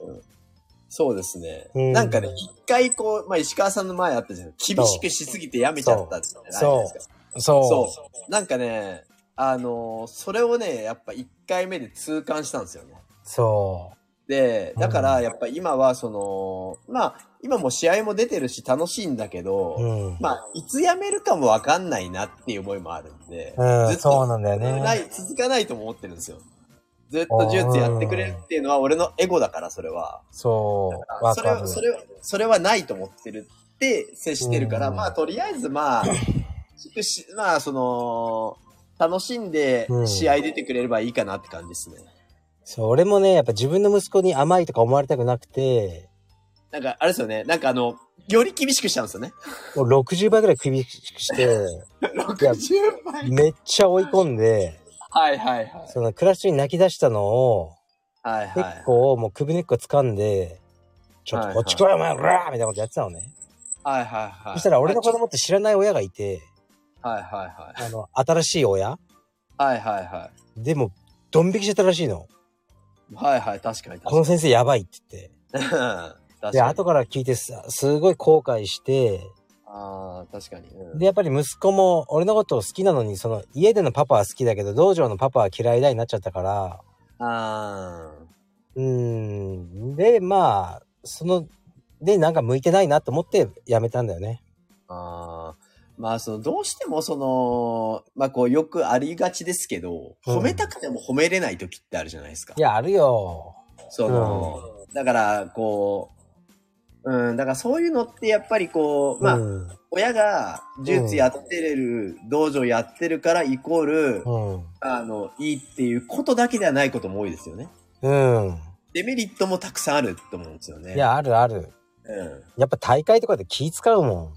Speaker 2: そうですね。
Speaker 1: うん
Speaker 2: なんかね、一回こう、まあ石川さんの前あったじゃない厳しくしすぎてやめちゃったじゃないですか。
Speaker 1: そうそ
Speaker 2: そう。なんかね、あのーそれをね、やっぱ1回目で痛感したんですよね。
Speaker 1: う。そ
Speaker 2: で、だか
Speaker 1: う
Speaker 2: ら
Speaker 1: ん
Speaker 2: やっぱ今はその、まあ、今も試合も出てるし楽しいんだけど、
Speaker 1: う。うん。
Speaker 2: まあ、いつ辞めるかもわかんないなっていう思いもあるんで、
Speaker 1: う
Speaker 2: ず
Speaker 1: ん、
Speaker 2: っと
Speaker 1: そうなんだよ
Speaker 2: な
Speaker 1: ね。
Speaker 2: い、続かないとも思ってるんですよ。ずっと呪術やってくれるっていうのは俺のエゴだから、それは。
Speaker 1: そう。わ
Speaker 2: それ
Speaker 1: か
Speaker 2: は、
Speaker 1: る。
Speaker 2: それは、それはないと思ってるって接してるから、
Speaker 1: うん
Speaker 2: まあ、とりあえずまあ、しまあ、その、楽しんで
Speaker 1: うん
Speaker 2: 試合出てくれればいいかなって感じですね。
Speaker 1: そう、俺もね、やっぱ自分の息子に甘いとか思われたくなくて、
Speaker 2: なんか、あれですよね。なんかあの、より厳しくしたんですよね。
Speaker 1: もう60倍ぐらい厳しく して、
Speaker 2: 60倍。
Speaker 1: めっちゃ追い込んで、
Speaker 2: はいはいはい。
Speaker 1: そのクラス中に泣き出したのを、
Speaker 2: はいは
Speaker 1: 結
Speaker 2: い。
Speaker 1: 構もう首根っこ掴んで、ちょっとこっち来いお前、うらーみたいなことやってたのね。
Speaker 2: はいはいはい。
Speaker 1: そしたら俺の子供って知らない親がいて、
Speaker 2: はいはいはい。
Speaker 1: あの、新しい親
Speaker 2: はいはいは
Speaker 1: でも、ドン引きしてたらしいの。
Speaker 2: い。はいはい、確かに
Speaker 1: この
Speaker 2: 確か
Speaker 1: 先生やばいって言って。
Speaker 2: に。確かに。
Speaker 1: で、後から聞いてさ、すごい後悔して、
Speaker 2: ああ、確かに。うん
Speaker 1: で、やっぱり息子も俺のことを好きなのに、その家でのパパは好きだけど、道場のパパは嫌いだになっちゃったから、
Speaker 2: あ
Speaker 1: うーん、で、まあ、その、で、なんか向いてないなと思ってやめたんだよね。
Speaker 2: あ、ああ。まあ、その、どうしても、その、まあ、こう、よくありがちですけど、
Speaker 1: うん
Speaker 2: 褒めたくても褒めれない時ってあるじゃないですか
Speaker 1: い。や、あるよ。
Speaker 2: その、だから、こう、うん、だからそういうのって、やっぱりこう、まあ、
Speaker 1: うん。
Speaker 2: 親が、呪術やってる、道場やってるから、イコール、
Speaker 1: う
Speaker 2: あの、いいっていうことだけではないことも多いですよね。
Speaker 1: ん。うん。
Speaker 2: デメリットもたくさんあると思うんですよね。
Speaker 1: いや、あるある。
Speaker 2: うん。
Speaker 1: やっぱ大会とかで気使うも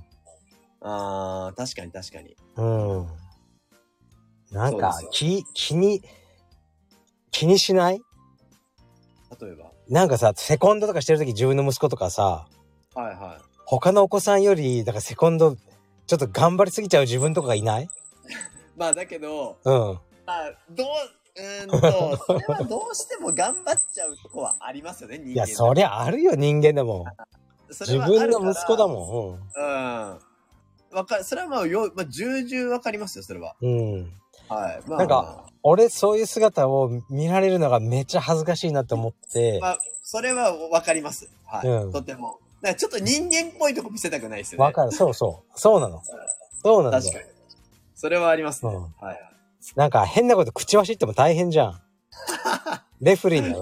Speaker 2: ああ、確かに確かに。
Speaker 1: ん。うん。なんか
Speaker 2: そうで、
Speaker 1: 気、気に、気にしない
Speaker 2: 例えば。
Speaker 1: なんかさ、セコンドとかしてるとき自分の息子とかさ、
Speaker 2: はいは
Speaker 1: 他のお子さんより、だからセコンド、ちょっと頑張りすぎちゃう自分とかがいない
Speaker 2: い。まあだけど、
Speaker 1: うん。
Speaker 2: まあ、どう、うー んと、それはどうしても頑張っちゃうとこはありますよね、人間。
Speaker 1: いや、そりゃあるよ、人間でも。
Speaker 2: そ
Speaker 1: 自
Speaker 2: れはあるから
Speaker 1: 分の息子だも
Speaker 2: うん。わかる、それはまあ、よまあ、重々わかりますよ、それは。
Speaker 1: ん。うん。うん。
Speaker 2: はい。まあ、
Speaker 1: なんか、俺、そういう姿を見られるのがめっちゃ恥ずかしいなって思って
Speaker 2: ま、あ、それはわかります。はい。
Speaker 1: うん
Speaker 2: とても。だからちょっと人間っぽいとこ見せたくないですよね。
Speaker 1: わかる、そうそう。そうなの。そうなんだ
Speaker 2: 確
Speaker 1: よ
Speaker 2: か。に。それはありますね。
Speaker 1: うん
Speaker 2: はい。
Speaker 1: なんか変なこと口走っても大変じゃ ん。レフェリーに、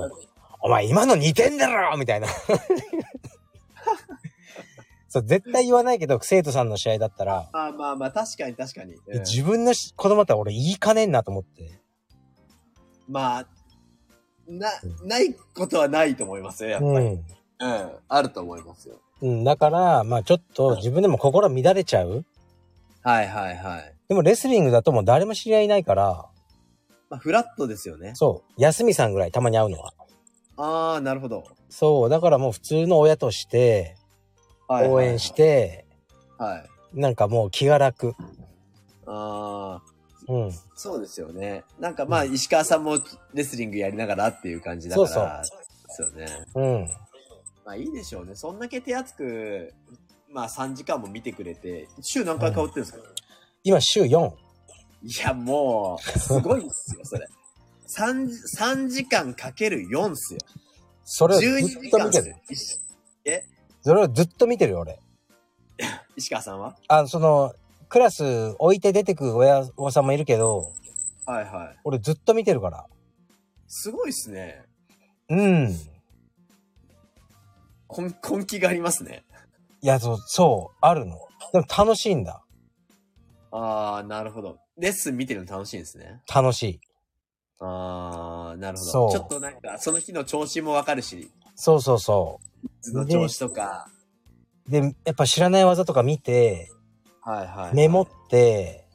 Speaker 1: お前今の似てんだろみた いな。そう、絶対言わないけど、生徒さんの試合だったら、
Speaker 2: まあまあまあ、確かに確かに。うん
Speaker 1: 自分のし子供だったら俺言いかねんなと思って。
Speaker 2: まあ、な、ないことはないと思いますよ、やっぱり。
Speaker 1: う
Speaker 2: うん。
Speaker 1: ん。
Speaker 2: あると思いますよ。
Speaker 1: うん、だから、まあちょっと自分でも心乱れちゃう。
Speaker 2: はいはいはい。
Speaker 1: でもレスリングだともう誰も知り合いいないから、
Speaker 2: まあ、フラットですよね。
Speaker 1: そう、休みさんぐらいたまに会うのは。
Speaker 2: ああ、なるほど。
Speaker 1: そう、だからもう普通の親として、
Speaker 2: はいはい
Speaker 1: 応援し。て、
Speaker 2: はい。
Speaker 1: なんかもう気が楽。
Speaker 2: ああ、
Speaker 1: うん。
Speaker 2: そうですよね。なんかまあ、石川さんもレスリングやりながらっていう感じだか
Speaker 1: そう
Speaker 2: ら。
Speaker 1: そう
Speaker 2: そうですよね。
Speaker 1: うん。
Speaker 2: まあいいでしょうね。そんだけ手厚くまあ3時間も見てくれて、週何回通ってるんですか、
Speaker 1: 今週4。
Speaker 2: いや、もう、すごいっすよ、それ。3, 3時間かける4っすよ。
Speaker 1: それをず
Speaker 2: 12
Speaker 1: っ
Speaker 2: 時
Speaker 1: と
Speaker 2: 間
Speaker 1: 見
Speaker 2: っす
Speaker 1: て
Speaker 2: よ
Speaker 1: る。
Speaker 2: 石
Speaker 1: それをずっと見てるよ、俺。
Speaker 2: 石川さんは
Speaker 1: あその、クラス置いて出てく親御さんもいるけど、
Speaker 2: はいはい。
Speaker 1: 俺ずっと見てるから。
Speaker 2: すごいっすね。
Speaker 1: うん。い
Speaker 2: 根根気がありますね。
Speaker 1: や、そう、そう、あるの。でも楽しいんだ。
Speaker 2: あー、なるほど。レッスン見てるの楽しいんですね。
Speaker 1: 楽しい。
Speaker 2: あー、なるほ
Speaker 1: そ
Speaker 2: ど。
Speaker 1: う
Speaker 2: ちょっとなんか、その日の調子もわかるし、
Speaker 1: そうそうそ
Speaker 2: 図の調子とか。
Speaker 1: う。で、やっぱ知らない技とか見て、
Speaker 2: はいはい、はい。
Speaker 1: メモって、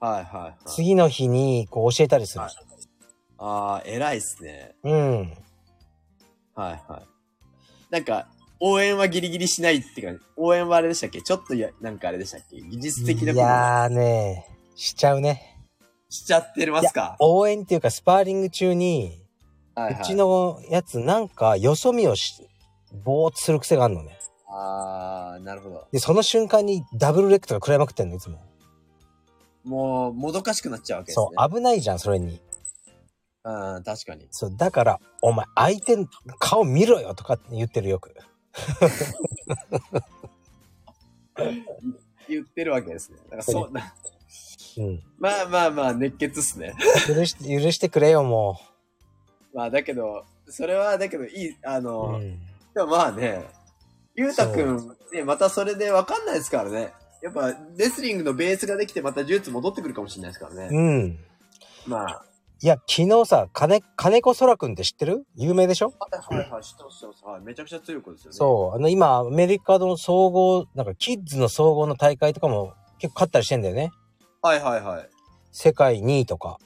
Speaker 2: はいはい、はい。
Speaker 1: 次の日にこう教えたりする。
Speaker 2: はいあー、偉いっすね。
Speaker 1: うん。
Speaker 2: はいはい。なんか、応援はギリギリしないって感じ。応援はあれでしたっけちょっとや、なんかあれでしたっけ技術的
Speaker 1: い
Speaker 2: なこ
Speaker 1: やーね、しちゃうね。
Speaker 2: としちゃってますか
Speaker 1: 応援っていうか、スパーリング中に、
Speaker 2: はいうはい
Speaker 1: ちのやつなんかよそ見をし、ぼーっとする癖があるのね。
Speaker 2: あー、なるほど。
Speaker 1: で、その瞬間にダブルレックとか食らいまくってんの、いつも。
Speaker 2: もう、もどかしくなっちゃうわけですね。
Speaker 1: そう、危ないじゃん、それに。
Speaker 2: うん、確かに。
Speaker 1: そう、だから、お前、相手の顔見ろよとかって言ってるよく。
Speaker 2: 言ってるわけですね。だからそうな、
Speaker 1: うん。
Speaker 2: まあまあまあ、熱血っすね。
Speaker 1: 許して、許してくれよ、も
Speaker 2: まあ、だけど、それは、だけど、いい、あ
Speaker 1: う。
Speaker 2: の、
Speaker 1: うん。
Speaker 2: でもまあね、ゆうたくん、ね、またそれでわかんないですからね。やっぱ、レスリングのベースができて、また呪術戻ってくるかもしれないですからね。
Speaker 1: うん。
Speaker 2: まあ、
Speaker 1: いや、昨日さ、金、金子空くんって知ってる有名でしょ
Speaker 2: はいはいはい、知ってます、知ってます。はい、めちゃくちゃ強い子ですよね。
Speaker 1: そう。あの、今、アメリカの総合、なんか、キッズの総合の大会とかも結構勝ったりしてんだよね。
Speaker 2: はいはいはい。
Speaker 1: 世界2位とか。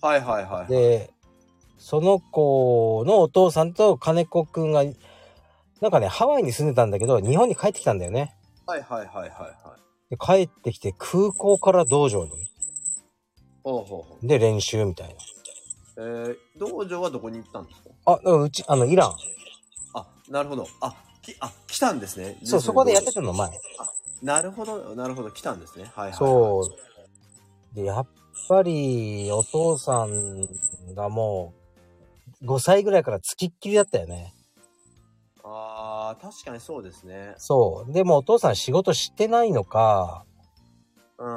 Speaker 2: はいはいはい。
Speaker 1: で、その子のお父さんと金子くんが、なんかね、ハワイに住んでたんだけど、日本に帰ってきたんだよね。
Speaker 2: はいはいはいはいはい。
Speaker 1: で帰ってきて、空港から道場に。
Speaker 2: ほうほうほう。
Speaker 1: で、練習みたいな。
Speaker 2: えー、道場はどこに行ったんですか
Speaker 1: あ、だからうち、あの、イラン。
Speaker 2: あ、なるほど。あ、き、あ、来たんですね。
Speaker 1: そう、そこでやってたの、前。
Speaker 2: なるほど、なるほど、来たんですね。はいはい、はい。
Speaker 1: そう。で、やっぱり、お父さんがもう、5歳ぐらいからつきっきりだったよね。
Speaker 2: あー、確かにそうですね。
Speaker 1: そう。でもお父さん仕事してないのか、
Speaker 2: う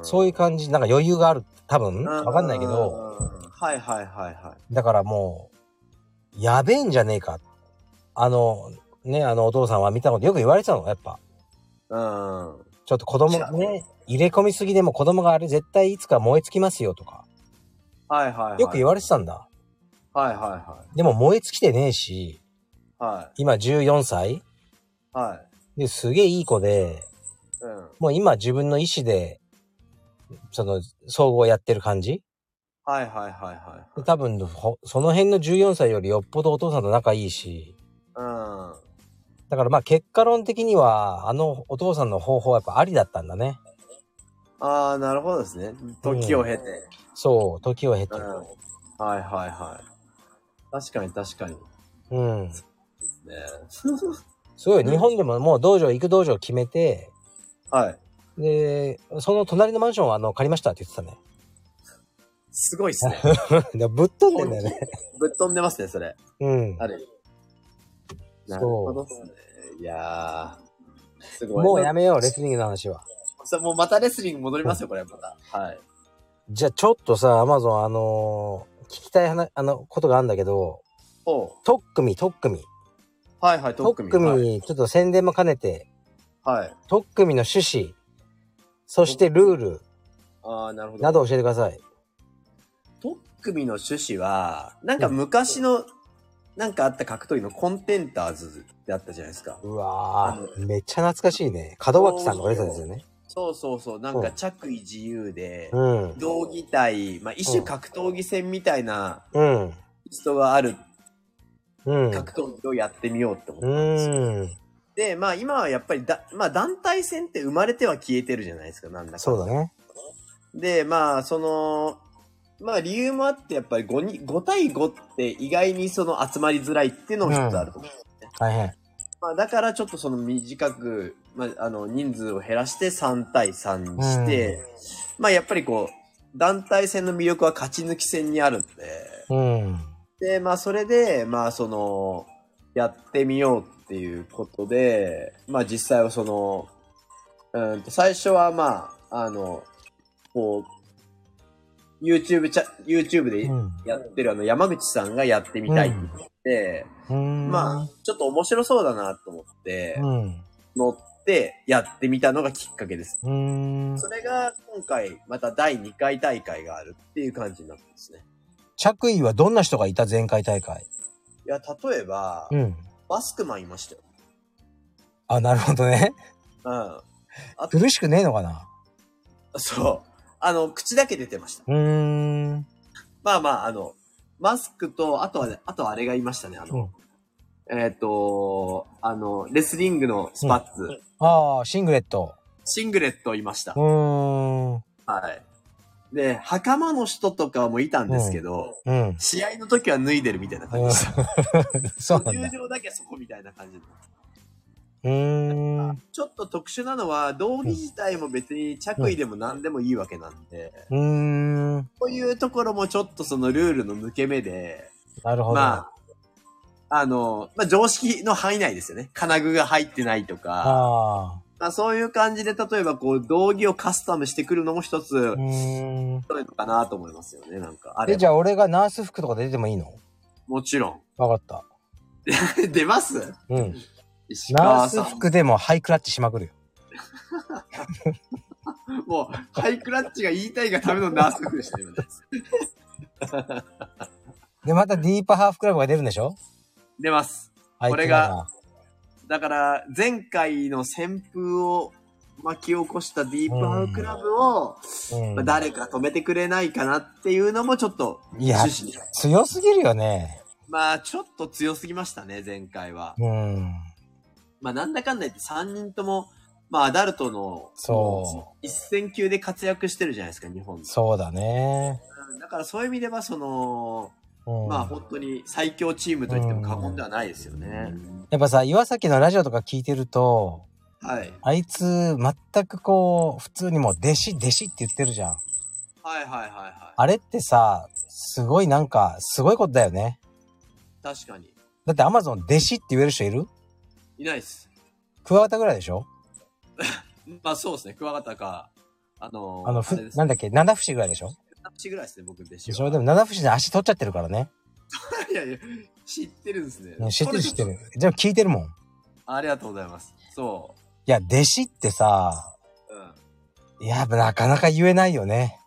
Speaker 2: ん。
Speaker 1: そういう感じ、なんか余裕がある。多分
Speaker 2: う
Speaker 1: わかんないけど、。
Speaker 2: うんはいはいはいはい。
Speaker 1: だからもう、やべえんじゃねえか。あの、ね、あのお父さんは見たことよく言われてたの、やっぱ。
Speaker 2: うん。
Speaker 1: ちょっと子供がね、入れ込みすぎでも子供があれ絶対いつか燃え尽きますよとか、
Speaker 2: はいはい、はい。
Speaker 1: よく言われてたんだ。
Speaker 2: はいはいは
Speaker 1: でも燃え尽きてねえし、
Speaker 2: い。は
Speaker 1: 今14歳
Speaker 2: い。はい。
Speaker 1: ですげえいい子で、
Speaker 2: うん。
Speaker 1: もう今自分の意思で、その、総合やってる感じ
Speaker 2: はいはいはいは
Speaker 1: で多分ほその辺の14歳よりよっぽどお父さんと仲いいし、
Speaker 2: い。うん。
Speaker 1: だからまあ結果論的には、あのお父さんの方法はやっぱありだったんだね。
Speaker 2: ああ、なるほどですね。時を経て。
Speaker 1: そう、時を経て
Speaker 2: うん。。はいはいはい。確かに確かに。ね。
Speaker 1: うん。すごい、日本でももう道場行く道場決めて、
Speaker 2: はい。
Speaker 1: で、その隣のマンションをあの借りましたって言ってたね。
Speaker 2: すごいっすね。
Speaker 1: でぶっ飛んでんだよね。
Speaker 2: ぶっ飛んでますね、それ。
Speaker 1: うん。
Speaker 2: ある。なるほど
Speaker 1: そ
Speaker 2: っすね。いやー。す
Speaker 1: う。
Speaker 2: ごい。
Speaker 1: もうやめよう、レスリングの話は。
Speaker 2: さもうまたレスリング戻りますよ、これ、また。はい。
Speaker 1: じゃあちょっとさ、アマゾン、あのー聞きたい話、あの、ことがあるんだけど、
Speaker 2: おう
Speaker 1: トックミ、トックミ。
Speaker 2: はいはい、
Speaker 1: ト
Speaker 2: 特
Speaker 1: ッ
Speaker 2: 組。
Speaker 1: クミ、
Speaker 2: はい。
Speaker 1: ちょっと宣伝も兼ねて、
Speaker 2: はい、
Speaker 1: トックミの趣旨、そしてルール
Speaker 2: ああ、なるほど。
Speaker 1: など教えてください。
Speaker 2: 特組の趣旨は、なんか昔の、なんかあった格闘技のコンテンターズってあったじゃないですか。
Speaker 1: うわー、めっちゃ懐かしいね。門脇さんが出てたんですよね。
Speaker 2: そうそうそう、なんか着衣自由で、
Speaker 1: うん。
Speaker 2: 道義対、まあ、一種格闘技戦みたいな
Speaker 1: うん。
Speaker 2: 人がある
Speaker 1: うん。
Speaker 2: 格闘技をやってみようって思って
Speaker 1: う。ーん。
Speaker 2: で、まあ今はやっぱりだ、まあ団体戦って生まれては消えてるじゃないですか、なんだか。
Speaker 1: そうだね。
Speaker 2: で、まあその、まあ理由もあってやっぱり 5, に5対5って意外にその集まりづらいっていうのも一つあると思う。
Speaker 1: 大変。
Speaker 2: まあ、だからちょっとその短く、まあ、あの、人数を減らして3対3にして、まあ、やっぱりこう、団体戦の魅力は勝ち抜き戦にあるんで、
Speaker 1: うん。
Speaker 2: で、まあ、それで、まあ、その、やってみようっていうことで、まあ、実際はその、うんと、最初はまあ、あの、こう、YouTube チャ、YouTube でやってるあの、山口さんがやってみたいって言って、
Speaker 1: うん。
Speaker 2: まあ、ちょっと面白そうだなと思って
Speaker 1: う、ん。
Speaker 2: 乗ってやってみたのがきっかけです。
Speaker 1: うん。
Speaker 2: それが今回、また第2回大会があるっていう感じになってますね。
Speaker 1: 着衣はどんな人がいた前回大会。
Speaker 2: いや、例えば、
Speaker 1: うん。
Speaker 2: マスクマンいましたよ。
Speaker 1: あ、なるほどね。
Speaker 2: うん。
Speaker 1: 苦しくねえのかな
Speaker 2: そう。あの、口だけ出てました。
Speaker 1: うーん。
Speaker 2: まあまあ、あの、マスクと、あとはね、あとはあれがいましたね。あの、えっ、と、あの、レスリングのスパッツ、
Speaker 1: ああ、シングレット。
Speaker 2: シングレットいました
Speaker 1: う。ーん。
Speaker 2: はい。で、袴の人とかもいたんですけど、
Speaker 1: うん。
Speaker 2: 試合の時は脱いでるみたいな感じでした。
Speaker 1: そうなん
Speaker 2: 入
Speaker 1: だ。
Speaker 2: 場だ けそこみたいな感じで。
Speaker 1: うーん。
Speaker 2: ちょっと特殊なのは、道着自体も別に着衣でも何でもいいわけなんで、
Speaker 1: うーん。
Speaker 2: こういうところもちょっとそのルールの抜け目で、
Speaker 1: なるほど。
Speaker 2: まあ、あの、まあ、常識の範囲内ですよね。金具が入ってないとか、
Speaker 1: ああ。
Speaker 2: まあ、そういう感じで、例えばこう、道着をカスタムしてくるのも一つ
Speaker 1: う、ーん。
Speaker 2: 取れるのかなと思いますよね、なんか。あれ
Speaker 1: え、じゃあ俺がナース服とかで出てもいいの
Speaker 2: もちろん。
Speaker 1: わかった。
Speaker 2: 出ます
Speaker 1: うん。
Speaker 2: 石
Speaker 1: ナー
Speaker 2: 川
Speaker 1: ス
Speaker 2: さん。
Speaker 1: 服でもハイクラッチしまくるよ。
Speaker 2: もう、ハイクラッチが言いたいがためのナース服でした、今ね。
Speaker 1: で、またディープハーフクラブが出るんでしょ
Speaker 2: 出ます。
Speaker 1: ハイクラ
Speaker 2: これが。だから、前回の旋風を巻き起こしたディープハウクラブを、
Speaker 1: うん
Speaker 2: まあ、誰か止めてくれないかなっていうのもちょっと、
Speaker 1: いや
Speaker 2: 趣旨に
Speaker 1: 強すぎるよね。
Speaker 2: まあ、ちょっと強すぎましたね、前回は。
Speaker 1: うん。
Speaker 2: まあ、なんだかんだ言って3人とも、まあ、アダルトの、
Speaker 1: そ
Speaker 2: 一戦級で活躍してるじゃないですか、日本で。
Speaker 1: そうだね。
Speaker 2: だから、そういう意味では、その、
Speaker 1: うん、
Speaker 2: まあ、本当に最強チームと言っても過言ではないですよね。
Speaker 1: やっぱさ、岩崎のラジオとか聞いてると、
Speaker 2: はい。
Speaker 1: あいつ、全くこう、普通にもう、弟子、弟子って言ってるじゃん。
Speaker 2: はいはいはいは
Speaker 1: あれってさ、すごいなんか、すごいことだよね。
Speaker 2: い。確かに。
Speaker 1: だってアマゾン弟子って言える人いる
Speaker 2: いないです。
Speaker 1: クワガタぐらいでしょ
Speaker 2: まあそうですね、クワガタか、あのー、
Speaker 1: あの、ふ
Speaker 2: れです
Speaker 1: なんだっけ、七節ぐらいでしょ
Speaker 2: 口ぐらいですね、僕、弟子
Speaker 1: で
Speaker 2: は。
Speaker 1: しょでも七節で足取っちゃってるからね。
Speaker 2: いやいや、知ってるんですね
Speaker 1: ね。知ってる知って
Speaker 2: これ
Speaker 1: る。じゃあ聞いてるもん。い
Speaker 2: ありがとうございます。そ
Speaker 1: や、弟子ってさ、
Speaker 2: う。うん。
Speaker 1: いや、なかなか言えないよね。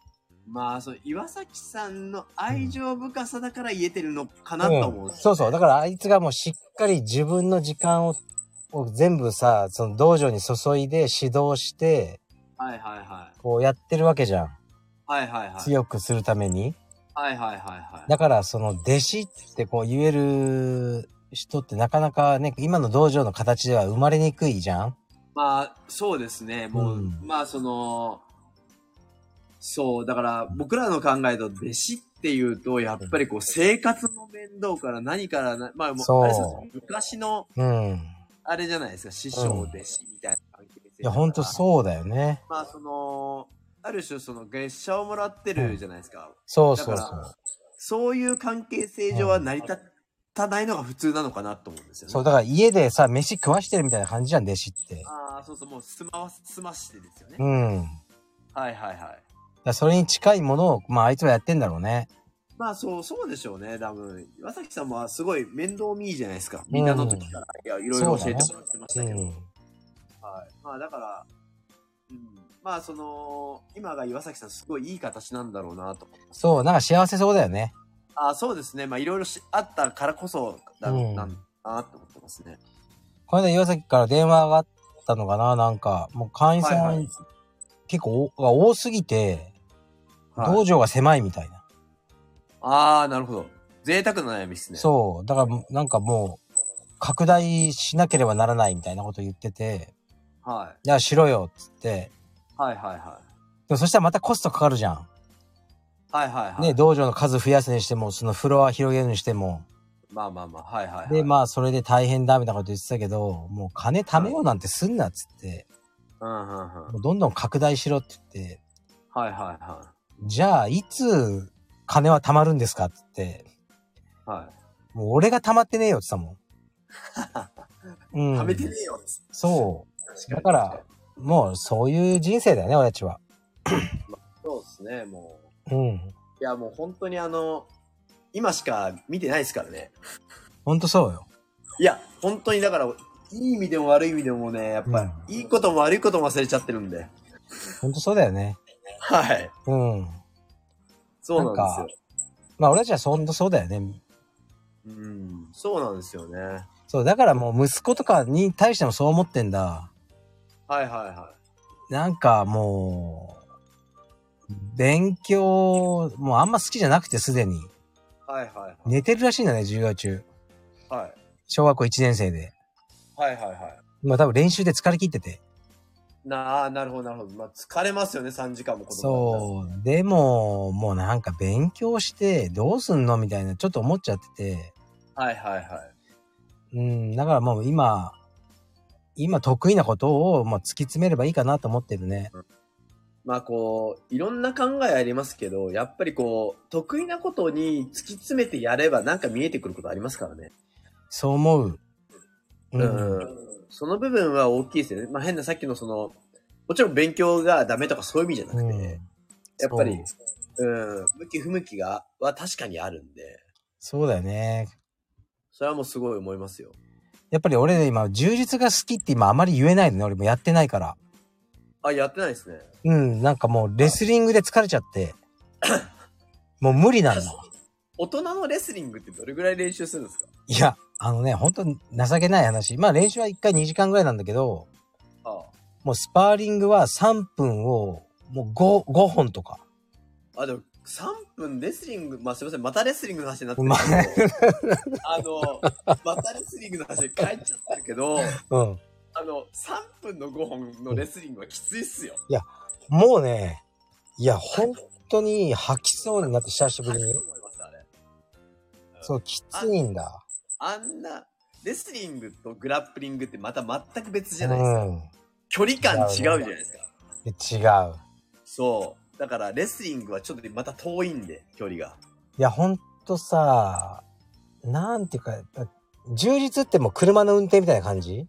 Speaker 2: まあ、そう、岩崎さんの愛情深さだから言えてるのかなと思
Speaker 1: う
Speaker 2: う、
Speaker 1: ん、そうそう。だからあいつがもうしっかり自分の時間を、を全部さ、その道場に注いで指導して、
Speaker 2: はいはいは
Speaker 1: こうやってるわけじゃん。
Speaker 2: い。はいはいはい。
Speaker 1: 強くするために。
Speaker 2: はいはいはいはい。
Speaker 1: だからその弟子ってこう言える人ってなかなかね、今の道場の形では生まれにくいじゃん。
Speaker 2: まあ、そうですね。もう、
Speaker 1: うん
Speaker 2: まあ、その、そう、だから、僕らの考えと、弟子っていうと、やっぱりこう、生活の面倒から何からな、まあ、も
Speaker 1: そう
Speaker 2: う、あれですよ昔の、
Speaker 1: うん。い
Speaker 2: あれじゃないですか、師匠、弟子みたいな関係性。
Speaker 1: や、ほんと
Speaker 2: う。
Speaker 1: そうだよね。
Speaker 2: まあ、その、ある種、その、月謝をもらってるじゃないですか。
Speaker 1: そうそう
Speaker 2: だ
Speaker 1: そ
Speaker 2: から
Speaker 1: う。
Speaker 2: そういう関係性上は成り立たないのが普通なのかなと思うんですよね。
Speaker 1: そう、だから家でさ、飯食わしてるみたいな感じじゃん、弟子って。
Speaker 2: ああ、そうそう、もう、すまわ、すましてですよね。
Speaker 1: うん。だか
Speaker 2: はいはいはい。
Speaker 1: らそれに近いものを、まああいつはやってんだろうね。
Speaker 2: まあそう、そうでしょうね、多分。岩崎さんはすごい面倒見いいじゃないですか。みんなの時から、いや、いろいろ教えてもらってまし
Speaker 1: う
Speaker 2: たけど。
Speaker 1: ん。
Speaker 2: はい。まあだから、うん、まあその、今が岩崎さんすごいいい形なんだろうなと思います。
Speaker 1: そう、なんか幸せそうだよね。
Speaker 2: あそうですね。まあいろいろしあったからこそだ、
Speaker 1: うん
Speaker 2: なんだなと思ってますね。
Speaker 1: この間岩崎から電話があったのかななんか、もう会員さん、
Speaker 2: はいはい
Speaker 1: 結構おが多すぎて、
Speaker 2: は
Speaker 1: 道
Speaker 2: い、
Speaker 1: 場が狭いみたいな。
Speaker 2: ああ、なるほど。贅沢な悩みですね。
Speaker 1: そう。だから、なんかもう、拡大しなければならないみたいなこと言ってて、
Speaker 2: は
Speaker 1: じゃあしろよ、っつって。
Speaker 2: い。はいはいは
Speaker 1: でもそしたらまたコストかかるじゃん。
Speaker 2: い。はいはいはい。
Speaker 1: ね、道場の数増やすにしても、そのフロア広げるにしても。
Speaker 2: まあまあまあ、はいはい、はい。
Speaker 1: で、まあ、それで大変だみたいなこと言ってたけど、もう金貯めようなんてすんなっつって、
Speaker 2: うんうんうん。
Speaker 1: もうどんどん拡大しろって言って、
Speaker 2: はいはいは
Speaker 1: じゃあ、いつ金は貯まるんですかって言って、
Speaker 2: い。は
Speaker 1: もう俺が貯まってねえよって言ったもん。う
Speaker 2: い。
Speaker 1: ん。
Speaker 2: はめてねえよ。
Speaker 1: そう。だから、もうそういう人生だよね、俺たちは。
Speaker 2: そうですね、もう。
Speaker 1: うん。
Speaker 2: いや、もう本当にあの、今しか見てないですからね。
Speaker 1: ほんとそうよ。
Speaker 2: いや、本当にだから、いい意味でも悪い意味でもね、やっぱ、いいことも悪いことも忘れちゃってるんで。
Speaker 1: ほんとそうだよね。
Speaker 2: はい。
Speaker 1: うん。
Speaker 2: そうなんですよ。
Speaker 1: まあ俺たちはほんとそうだよね。
Speaker 2: うん。そうなんですよね。はい
Speaker 1: そう、だからもう息子とかに対してもそう思ってんだ。
Speaker 2: はいは
Speaker 1: なんかもう、勉強、もうあんま好きじゃなくてすでに。
Speaker 2: い。はいはいはい。
Speaker 1: 寝てるらしいんだね、授業中。
Speaker 2: はい。
Speaker 1: 小学校1年生で。
Speaker 2: はいはいはい。
Speaker 1: まあ多分練習で疲れ切ってて。
Speaker 2: なあ、なるほどなるほど。まあ、疲れますよね、3時間も子供だったら
Speaker 1: そう。でも、もうなんか勉強してどうすんのみたいな、ちょっと思っちゃってて。
Speaker 2: はいはいはい。
Speaker 1: うん、だからもう今、今得意なことを、まあ、突き詰めればいいかなと思ってるね。
Speaker 2: まあこう、いろんな考えありますけど、やっぱりこう、得意なことに突き詰めてやればなんか見えてくることありますからね。
Speaker 1: そう思う。う。
Speaker 2: うんん。その部分は大きいですよね。まあ変なさっきのその、もちろん勉強がダメとかそういう意味じゃなくて、
Speaker 1: うん
Speaker 2: やっぱり
Speaker 1: そう、
Speaker 2: うん、向き不向きが、は確かにあるんで、
Speaker 1: そうだよね。
Speaker 2: それはもうすごい思いますよ。
Speaker 1: やっぱり俺ね、今、充実が好きって今あまり言えないのね。俺もやってないから。
Speaker 2: あ、やってないですね。
Speaker 1: うん、なんかもうレスリングで疲れちゃ って。もう無理なんだ。
Speaker 2: 大人のレスリングってどれぐらい練習するんですか
Speaker 1: いや、あのね、本当に情けない話。まあ練習は1回2時間ぐらいなんだけど、
Speaker 2: あ
Speaker 1: もうスパーリングは3分を、もう 5, 5本とか。
Speaker 2: あ。あ、でも、3分レスリング、まあすいません、またレスリングの話になって
Speaker 1: ま
Speaker 2: るけど、 あの、またレスリングの話に変えちゃったけど、
Speaker 1: うん。
Speaker 2: あの、3分の5本のレスリングはきついっすよ。
Speaker 1: もうね、いや、本当に吐きそうになって、久しぶり
Speaker 2: はい
Speaker 1: に
Speaker 2: 思。います、あれ。
Speaker 1: そう、きついんだ。
Speaker 2: あんな、レスリングとグラップリングってまた全く別じゃ
Speaker 1: う
Speaker 2: ないですか。
Speaker 1: ん。
Speaker 2: 距離感違うじゃないですか。
Speaker 1: で違う。
Speaker 2: そう。だから、レスリングはちょっとまた遠いんで、距離が。
Speaker 1: いや、ほんとさ、なんていうか、やっぱ充実ってもう車の運転みたいな感じ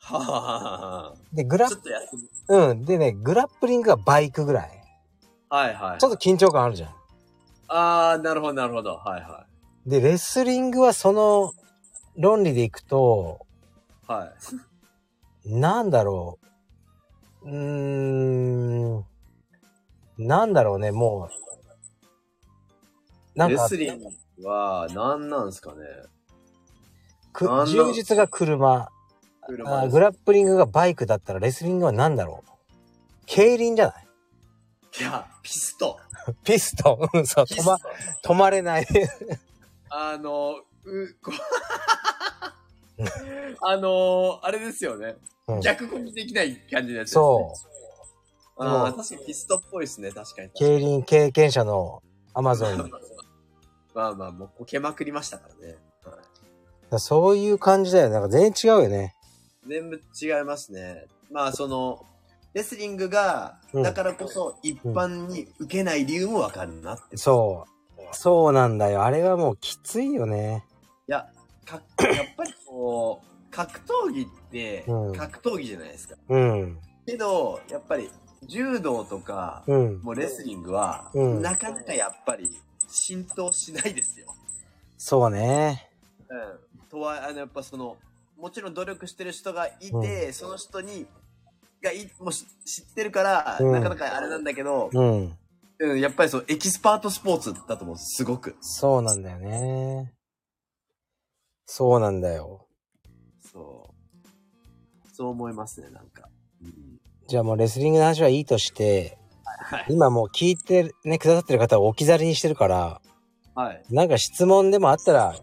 Speaker 2: はははは
Speaker 1: で、グラ
Speaker 2: ちょ、っと休む。
Speaker 1: うん。でね、グラップリングがバイクぐらい。
Speaker 2: はいはい。
Speaker 1: ちょっと緊張感あるじゃん。
Speaker 2: あー、なるほど、なるほど。はいは
Speaker 1: で、レスリングはその論理でいくと、
Speaker 2: い。はい。
Speaker 1: なんだろう。うーん。なんだろうね、もう。なん
Speaker 2: レ
Speaker 1: か
Speaker 2: ス、リングは、何なんですかね。
Speaker 1: く
Speaker 2: なんだ
Speaker 1: 充実が車
Speaker 2: 車
Speaker 1: あ
Speaker 2: で
Speaker 1: ー、
Speaker 2: す
Speaker 1: グラップリングがバイクだったら、レスリングは何だろう。競輪じゃない
Speaker 2: いや、ピスト。
Speaker 1: ピストン。うん そう、
Speaker 2: ピス
Speaker 1: 止
Speaker 2: ト
Speaker 1: ま、。止まれない。
Speaker 2: あの、う、こあの、あれですよね。
Speaker 1: うん
Speaker 2: 逆コピできない感じのやつですね。。
Speaker 1: そう
Speaker 2: あ
Speaker 1: う
Speaker 2: あ、
Speaker 1: ん
Speaker 2: 確かにピストっぽいですね、確かに。
Speaker 1: 競輪経験者のアマゾンに。
Speaker 2: まあまあ、もうこけまくりましたからね。はい
Speaker 1: そういう感じだよ。なんか全然違うよね。
Speaker 2: 全部違いますね。まあ、その、レスリングが、
Speaker 1: うん
Speaker 2: だからこそ一般に受けない理由もわかるなって。
Speaker 1: そう。そうなんだよ。あれはもうきついよね。
Speaker 2: いや、かやっぱりこう、格闘技って
Speaker 1: うん、
Speaker 2: 格闘技じゃないですか。
Speaker 1: うん。
Speaker 2: けど、やっぱり、柔道とか、
Speaker 1: うん。
Speaker 2: もうレスリングは、
Speaker 1: うん
Speaker 2: なかなかやっぱり浸透しないですよ。
Speaker 1: そうね。
Speaker 2: うん。とは、あの、やっぱその、もちろん努力してる人がいて、その人に、がい、もうし知ってるから、
Speaker 1: うん
Speaker 2: なかなかあれなんだけど、
Speaker 1: うん。
Speaker 2: うん、やっぱりそう、エキスパートスポーツだと思う、すごく。
Speaker 1: そうなんだよね。そうなんだよ。
Speaker 2: そう。そう思いますね、なんか。うん
Speaker 1: じゃあもうレスリングの話はいいとして、
Speaker 2: はい。
Speaker 1: 今もう聞いてるね、くださってる方を置き去りにしてるから、
Speaker 2: はい。
Speaker 1: なんか質問でもあったら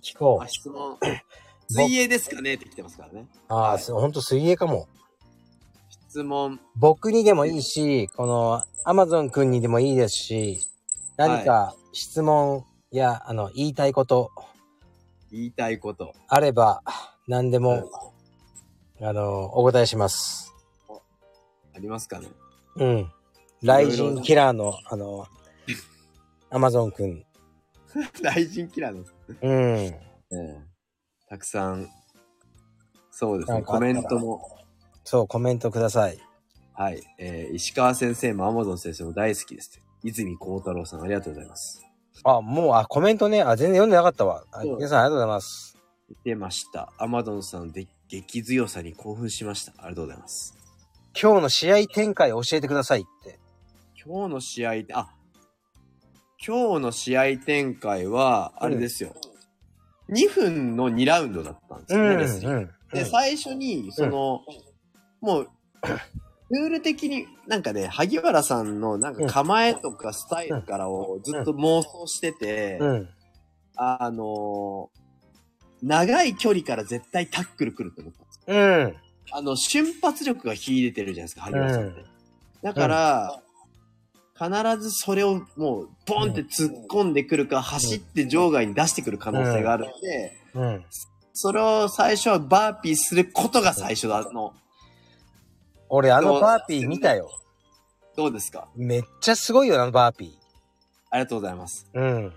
Speaker 1: 聞こ
Speaker 2: あ、
Speaker 1: う。
Speaker 2: 質問。 水泳ですかねって来てますからね。
Speaker 1: ああ、すほんと水泳かも。
Speaker 2: 質問。
Speaker 1: 僕にでもいいし、このアマゾンくんにでもいいですし、何か質問や、あの、言いたいこと、
Speaker 2: 言いたいこと。
Speaker 1: あれば、何でも、あの、お答えします。
Speaker 2: ありますかね
Speaker 1: うん。雷神キラーの、あの、アマゾンくん。
Speaker 2: 大臣キラーの。
Speaker 1: うん。
Speaker 2: たくさん、そうです
Speaker 1: な
Speaker 2: ね、
Speaker 1: んかあ
Speaker 2: コ
Speaker 1: ったら
Speaker 2: メントも、
Speaker 1: そう、コメントください。
Speaker 2: はい、えー石川先生もアマゾン先生も大好きです。泉孝太郎さん、ありがとうございます。
Speaker 1: あ、もう、あ、コメントね。あ、全然読んでなかったわ。あ
Speaker 2: そう
Speaker 1: 皆さんありがとうございます。
Speaker 2: 出ました。アマゾンさんので激強さに興奮しました。ありがとうございます。
Speaker 1: 今日の試合展開教えてくださいって。
Speaker 2: 今日の試合、あ、今日の試合展開は、あれですよ。2分の2ラウンドだったんですよね、レスリング
Speaker 1: ん。
Speaker 2: で、最初に、その、もう、ルール的になんかね、萩原さんのなんか構えとかスタイルからをずっと妄想してて、
Speaker 1: うん。
Speaker 2: あのー長い距離から絶対タックル来ると思ったんですよ
Speaker 1: うん。
Speaker 2: あの、瞬発力が秀でてるじゃないですか、萩原さんって。
Speaker 1: う
Speaker 2: だから、必ずそれをもう、ボンって突っ込んでくるか、走って場外に出してくる可能性があるんで、
Speaker 1: うん。
Speaker 2: それを最初はバーピーすることが最初だの。
Speaker 1: 俺、あのバーピー見たよ。
Speaker 2: どうですか
Speaker 1: めっちゃすごいよ、あのバーピ
Speaker 2: ありがとうございます。
Speaker 1: ー。うん。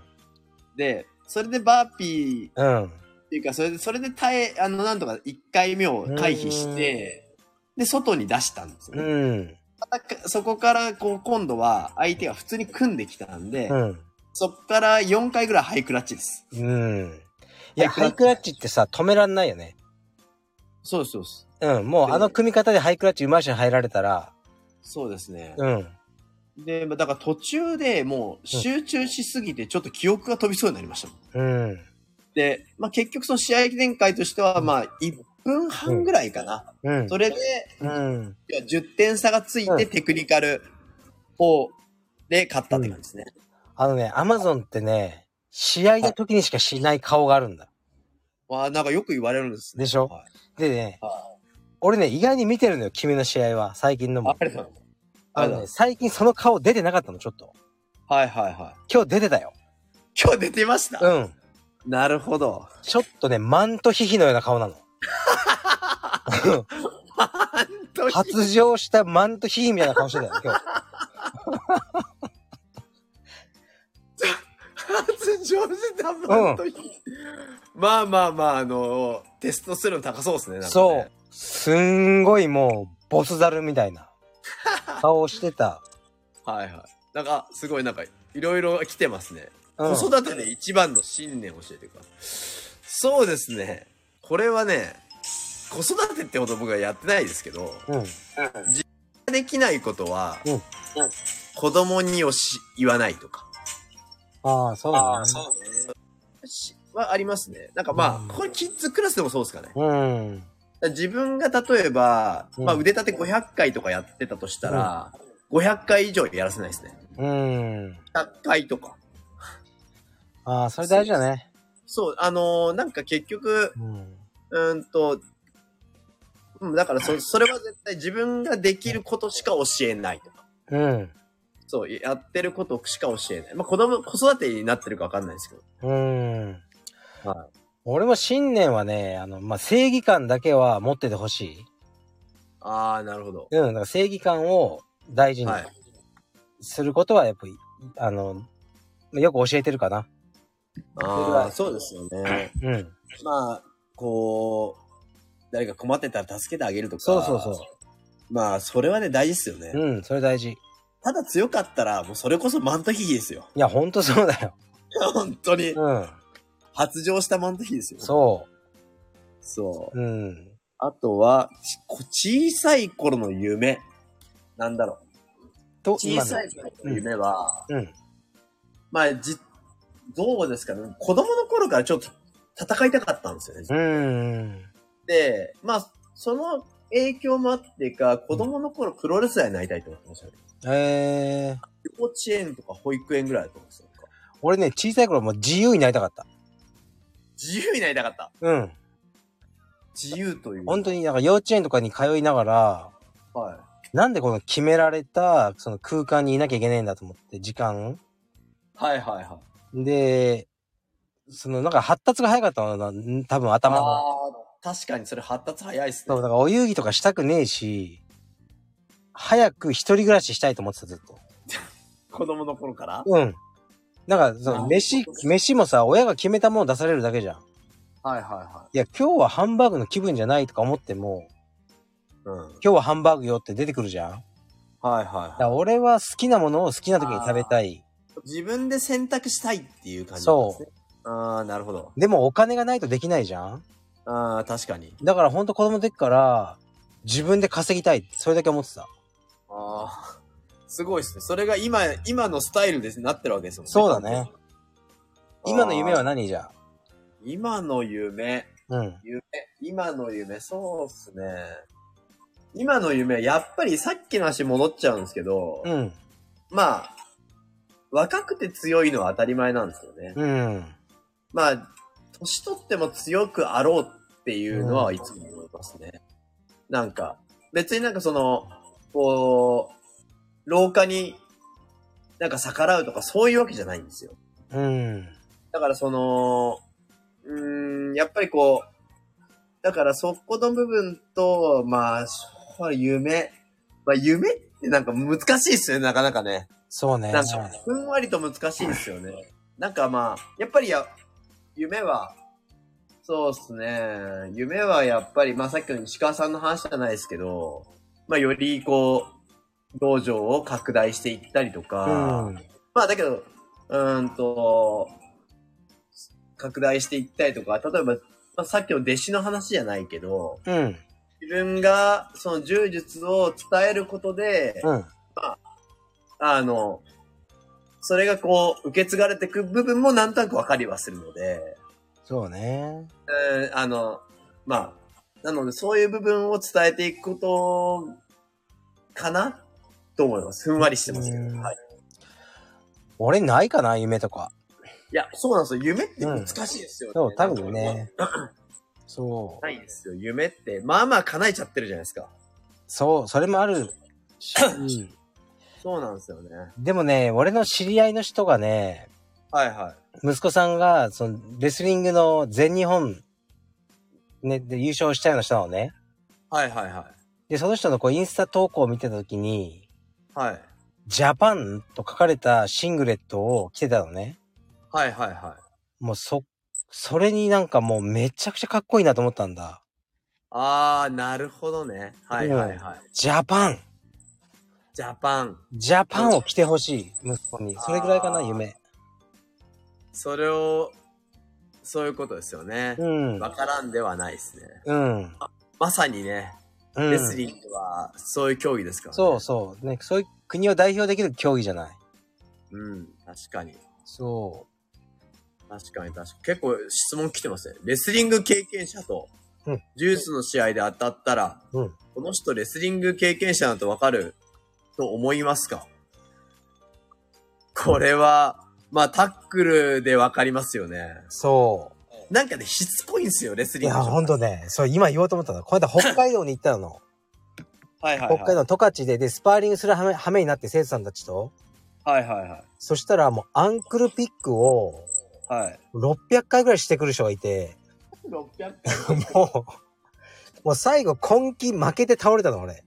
Speaker 2: で、それでバーピー
Speaker 1: うん。
Speaker 2: っていうか、それで、それで耐え、あの、なんとか1回目を回避して、で、外に出したんですよね。
Speaker 1: うん。
Speaker 2: またそこから、こう、今度は相手が普通に組んできたんで、
Speaker 1: うん。
Speaker 2: そっから4回ぐらいハイクラッチです。
Speaker 1: うん。いや、ハ
Speaker 2: ハ
Speaker 1: イ
Speaker 2: イ
Speaker 1: ク
Speaker 2: ク
Speaker 1: ラッチってさ、止めらんないよね。
Speaker 2: そうです、そうです。
Speaker 1: うん。もう
Speaker 2: で
Speaker 1: あの組み方でハイクラッチうまい人に入られたら、
Speaker 2: そうですね。
Speaker 1: うん。
Speaker 2: で、まあだから途中でもう集中しすぎて、ちょっと記憶が飛びそうになりましたもん。
Speaker 1: うん。
Speaker 2: で、まあ結局その試合展開としては、まあ1分半ぐらいかな。
Speaker 1: うん。
Speaker 2: それで、
Speaker 1: うん。
Speaker 2: いや10点差がついうて
Speaker 1: ん
Speaker 2: テクニカル方で勝ったって感じですね。
Speaker 1: あのね、アマゾンってね、試合の時にしかしない顔があるんだ。
Speaker 2: まあなんかよく言われるんですね。
Speaker 1: でしょ
Speaker 2: はい
Speaker 1: でね
Speaker 2: は、
Speaker 1: 俺ね、意外に見てるのよ、君の試合は、最近の
Speaker 2: あ
Speaker 1: も。
Speaker 2: ありがとうございます。あ
Speaker 1: あ
Speaker 2: りがとうござい
Speaker 1: の
Speaker 2: ま
Speaker 1: ね、
Speaker 2: す。
Speaker 1: 最近その顔出てなかったの、ちょっと。
Speaker 2: はいはいはい。
Speaker 1: 今日出てたよ。
Speaker 2: 今日出てました、
Speaker 1: うん。
Speaker 2: なるほど。
Speaker 1: ちょっとね、マントヒヒのような顔な の。発情したマントヒヒみたいな顔してた よ、今日。
Speaker 2: 発情してた
Speaker 1: うん
Speaker 2: まあまあまあ、あの、テストステロン高そうですね。なんかね
Speaker 1: そう。すんごいもう、ボスザルみたいな顔してた。
Speaker 2: はいはい。なんか、すごいなんか、いろいろ来てますね。
Speaker 1: うん
Speaker 2: 子育てで一番の信念を教えてください。そうですね。これはね、子育てってほど僕はやってないですけど、
Speaker 1: うん。
Speaker 2: できないことは、
Speaker 1: うんうん
Speaker 2: 子供によし言わないとか、
Speaker 1: ああ、そうだね。
Speaker 2: しはありますね。なんかまあ、
Speaker 1: うん
Speaker 2: これキッズクラスでもそうですかね。だか
Speaker 1: うん。
Speaker 2: ら自分が例えば、
Speaker 1: うん
Speaker 2: まあ腕立て500回とかやってたとしたら、500回以上やらせないですね。
Speaker 1: うん。
Speaker 2: 100回とか。
Speaker 1: ああ、それ大事だね。
Speaker 2: そう、あのーなんか結局、
Speaker 1: うん。
Speaker 2: うーんと、うん、だからそ、それは絶対自分ができることしか教えないとか。
Speaker 1: うん。
Speaker 2: そう、やってることしか教えない。まあ、子供、子育てになってるかわかんないですけど。
Speaker 1: うん。
Speaker 2: は
Speaker 1: 俺も信念はね、あの、まあ、正義感だけは持っててほしい。
Speaker 2: ああ、なるほど。
Speaker 1: うん、だから正義感を大事に
Speaker 2: はい
Speaker 1: することは、やっぱり、あの、まあよく教えてるかな。
Speaker 2: ああ、そうですよね。
Speaker 1: うん。
Speaker 2: まあ、こう、誰か困ってたら助けてあげるとか。。
Speaker 1: そうそうそう
Speaker 2: まあ、それはね、大事ですよね
Speaker 1: う。うん、それ大事。
Speaker 2: ただ強かったら、もうそれこそマントヒ ヒですよ。
Speaker 1: いや、ほんとそうだよ。
Speaker 2: 本当に。
Speaker 1: うん。
Speaker 2: 発情したマントヒヒですよ。う。
Speaker 1: そ
Speaker 2: そ
Speaker 1: う。。
Speaker 2: う
Speaker 1: うん。
Speaker 2: あとは、ちこ小さい頃の夢。なんだろう。
Speaker 1: と、
Speaker 2: 小さ
Speaker 1: い。
Speaker 2: い頃の夢は、
Speaker 1: うん。
Speaker 2: まあ、じ、どうですかね。子供の頃からちょっと戦いたかったんですよね。
Speaker 1: うん。
Speaker 2: で、まあ、その影響もあってか、子供の頃プロレスラーになりたいと思ってましたね。
Speaker 1: えー、
Speaker 2: 幼稚園とか保育園ぐらいだと思うんですよ。
Speaker 1: 俺ね、小さい頃もう自由になりたかった。
Speaker 2: 自由になりたかった。
Speaker 1: うん。
Speaker 2: 自由という。
Speaker 1: 本当になんか幼稚園とかに通いながら、
Speaker 2: はい。
Speaker 1: なんでこの決められたその空間にいなきゃいけないんだと思って、時間
Speaker 2: はいはいはい。
Speaker 1: で、そのなんか発達が早かったのかな、多分頭が。
Speaker 3: あ
Speaker 2: 確かにそれ発達早いっす
Speaker 1: そう、
Speaker 2: ね。
Speaker 1: だからお遊戯とかしたくねえし、早く一人暮らししたいと思ってた、ずっと。
Speaker 2: 子供の頃から
Speaker 1: うん。なんか、そ
Speaker 2: あ
Speaker 1: の
Speaker 2: ー
Speaker 1: 飯、飯もさ、親が決めたもの出されるだけじゃん。
Speaker 2: はいはいはい
Speaker 1: や、今日はハンバーグの気分じゃないとか思っても、
Speaker 2: い。うん。はい
Speaker 1: 今日はハンバーグよって出てくるじゃん。
Speaker 2: はい
Speaker 1: だから
Speaker 2: は
Speaker 1: 俺は好きなものを好きな時に食べたい。
Speaker 2: い。自分で選択したいっていう感じなん
Speaker 1: そ
Speaker 2: ですね。ああ、なるほど。
Speaker 1: う。でもお金がないとできないじゃん
Speaker 2: ああ、確かに。
Speaker 1: だからほんと子供の時から、自分で稼ぎたい。それだけ思ってた。
Speaker 2: ああ、すごいっすね。それが今、今のスタイルですなってるわけですもんね。
Speaker 1: そうだね。今の夢は
Speaker 2: あー
Speaker 1: 何じゃ
Speaker 2: 今の夢。
Speaker 1: うん。
Speaker 2: 夢。今の夢、そうっすね。今の夢、やっぱりさっきの話戻っちゃうんですけど、
Speaker 1: うん。
Speaker 2: まあ、若くて強いのは当たり前なんですよね。
Speaker 1: うん。
Speaker 2: まあ、年取っても強くあろうっていうのはいつも思いますね。なんか、別になんかその、こう、廊下になんか逆らうとかそういうわけじゃないんですよ。
Speaker 1: うん。
Speaker 2: だからその、うーん、やっぱりこう、だからそこの部分と、まあ、ほら夢。まあ夢ってなんか難しいっすよね、なかなかね。
Speaker 1: そうね。
Speaker 2: なんか、ふんわりと難しいんですよね。なんかまあ、やっぱりや、夢は、そうっすね。夢はやっぱり、まあさっきの石川さんの話じゃないですけど、まあよりこう、道場を拡大していったりと
Speaker 1: う
Speaker 2: か、
Speaker 1: ん。
Speaker 2: まあだけど、うーんと、拡大していったりとか、例えば、まあ、さっきの弟子の話じゃないけど、
Speaker 1: うん。
Speaker 2: 自分がその柔術を伝えることで、
Speaker 1: うん。
Speaker 2: あの、それがこう、受け継がれてく部分もなんとなくわかりはするので、
Speaker 1: そうね。
Speaker 2: うん、あの、まあ、なのでそういう部分を伝えていくこと、かなと思います。ふんわりしてますけど。
Speaker 1: うん
Speaker 2: はい。
Speaker 1: 俺ないかな、夢とか。
Speaker 2: いや、そうなんですよ。夢って難しいですよね。
Speaker 1: そう、多分。ね。そう。
Speaker 2: ないですよ。夢って、まあまあ叶えちゃってるじゃないですか。
Speaker 1: そう、それもあるし。
Speaker 2: そうなんですよね。
Speaker 1: でもね、俺の知り合いの人がね、
Speaker 2: はいは
Speaker 1: 息子さんが、その、レスリングの全日本、ね、で優勝したような人なのね。
Speaker 2: い。はいはいは
Speaker 1: で、その人のこう、インスタ投稿を見てた時に、
Speaker 2: い。はい。
Speaker 1: ジャパンと書かれたシングレットを着てたのね。
Speaker 2: はいはいはい。
Speaker 1: もうそ、それになんかもうめちゃくちゃかっこいいなと思ったんだ。
Speaker 2: あー、なるほどね。はいはいはい。
Speaker 1: ジャパン
Speaker 2: ジャパン。
Speaker 1: ジャパンを着てほしい、息子に。それぐらいかな、
Speaker 2: あー
Speaker 1: 夢。
Speaker 2: それを、そういうことですよね。
Speaker 1: うん。
Speaker 2: わからんではないですね。
Speaker 1: うん。
Speaker 2: まさにね、
Speaker 1: うん
Speaker 2: レスリングはそういう競技ですからね。
Speaker 1: そうそう。ね、そういう国を代表できる競技じゃない。
Speaker 2: う。うん、確かに。
Speaker 1: そ
Speaker 2: 確かに確かに。結構質問来てますね。レスリング経験者と
Speaker 1: うん、
Speaker 2: ジュースの試合で当たったら、
Speaker 1: う。うん。
Speaker 2: この人レスリング経験者だとわかると思いますかこれは、まあタックルでわかりますよね。
Speaker 1: そう。
Speaker 2: なんかね、しつこいんですよ、レス
Speaker 1: い
Speaker 2: リング。
Speaker 1: や、ほんとね、そう、今言おうと思ったの。この間北海道に行った の。
Speaker 2: はいはい、はい。
Speaker 1: 北海道の十勝で、で、スパーリングするはめ、はめになって、生徒さんたちと。
Speaker 2: はいはいはい。
Speaker 1: そしたらもう、アンクルピックを、
Speaker 2: はい。
Speaker 1: 600回ぐらいしてくる人がいて、
Speaker 2: 600
Speaker 1: もう、もう最後、根気負けて倒れたの、俺。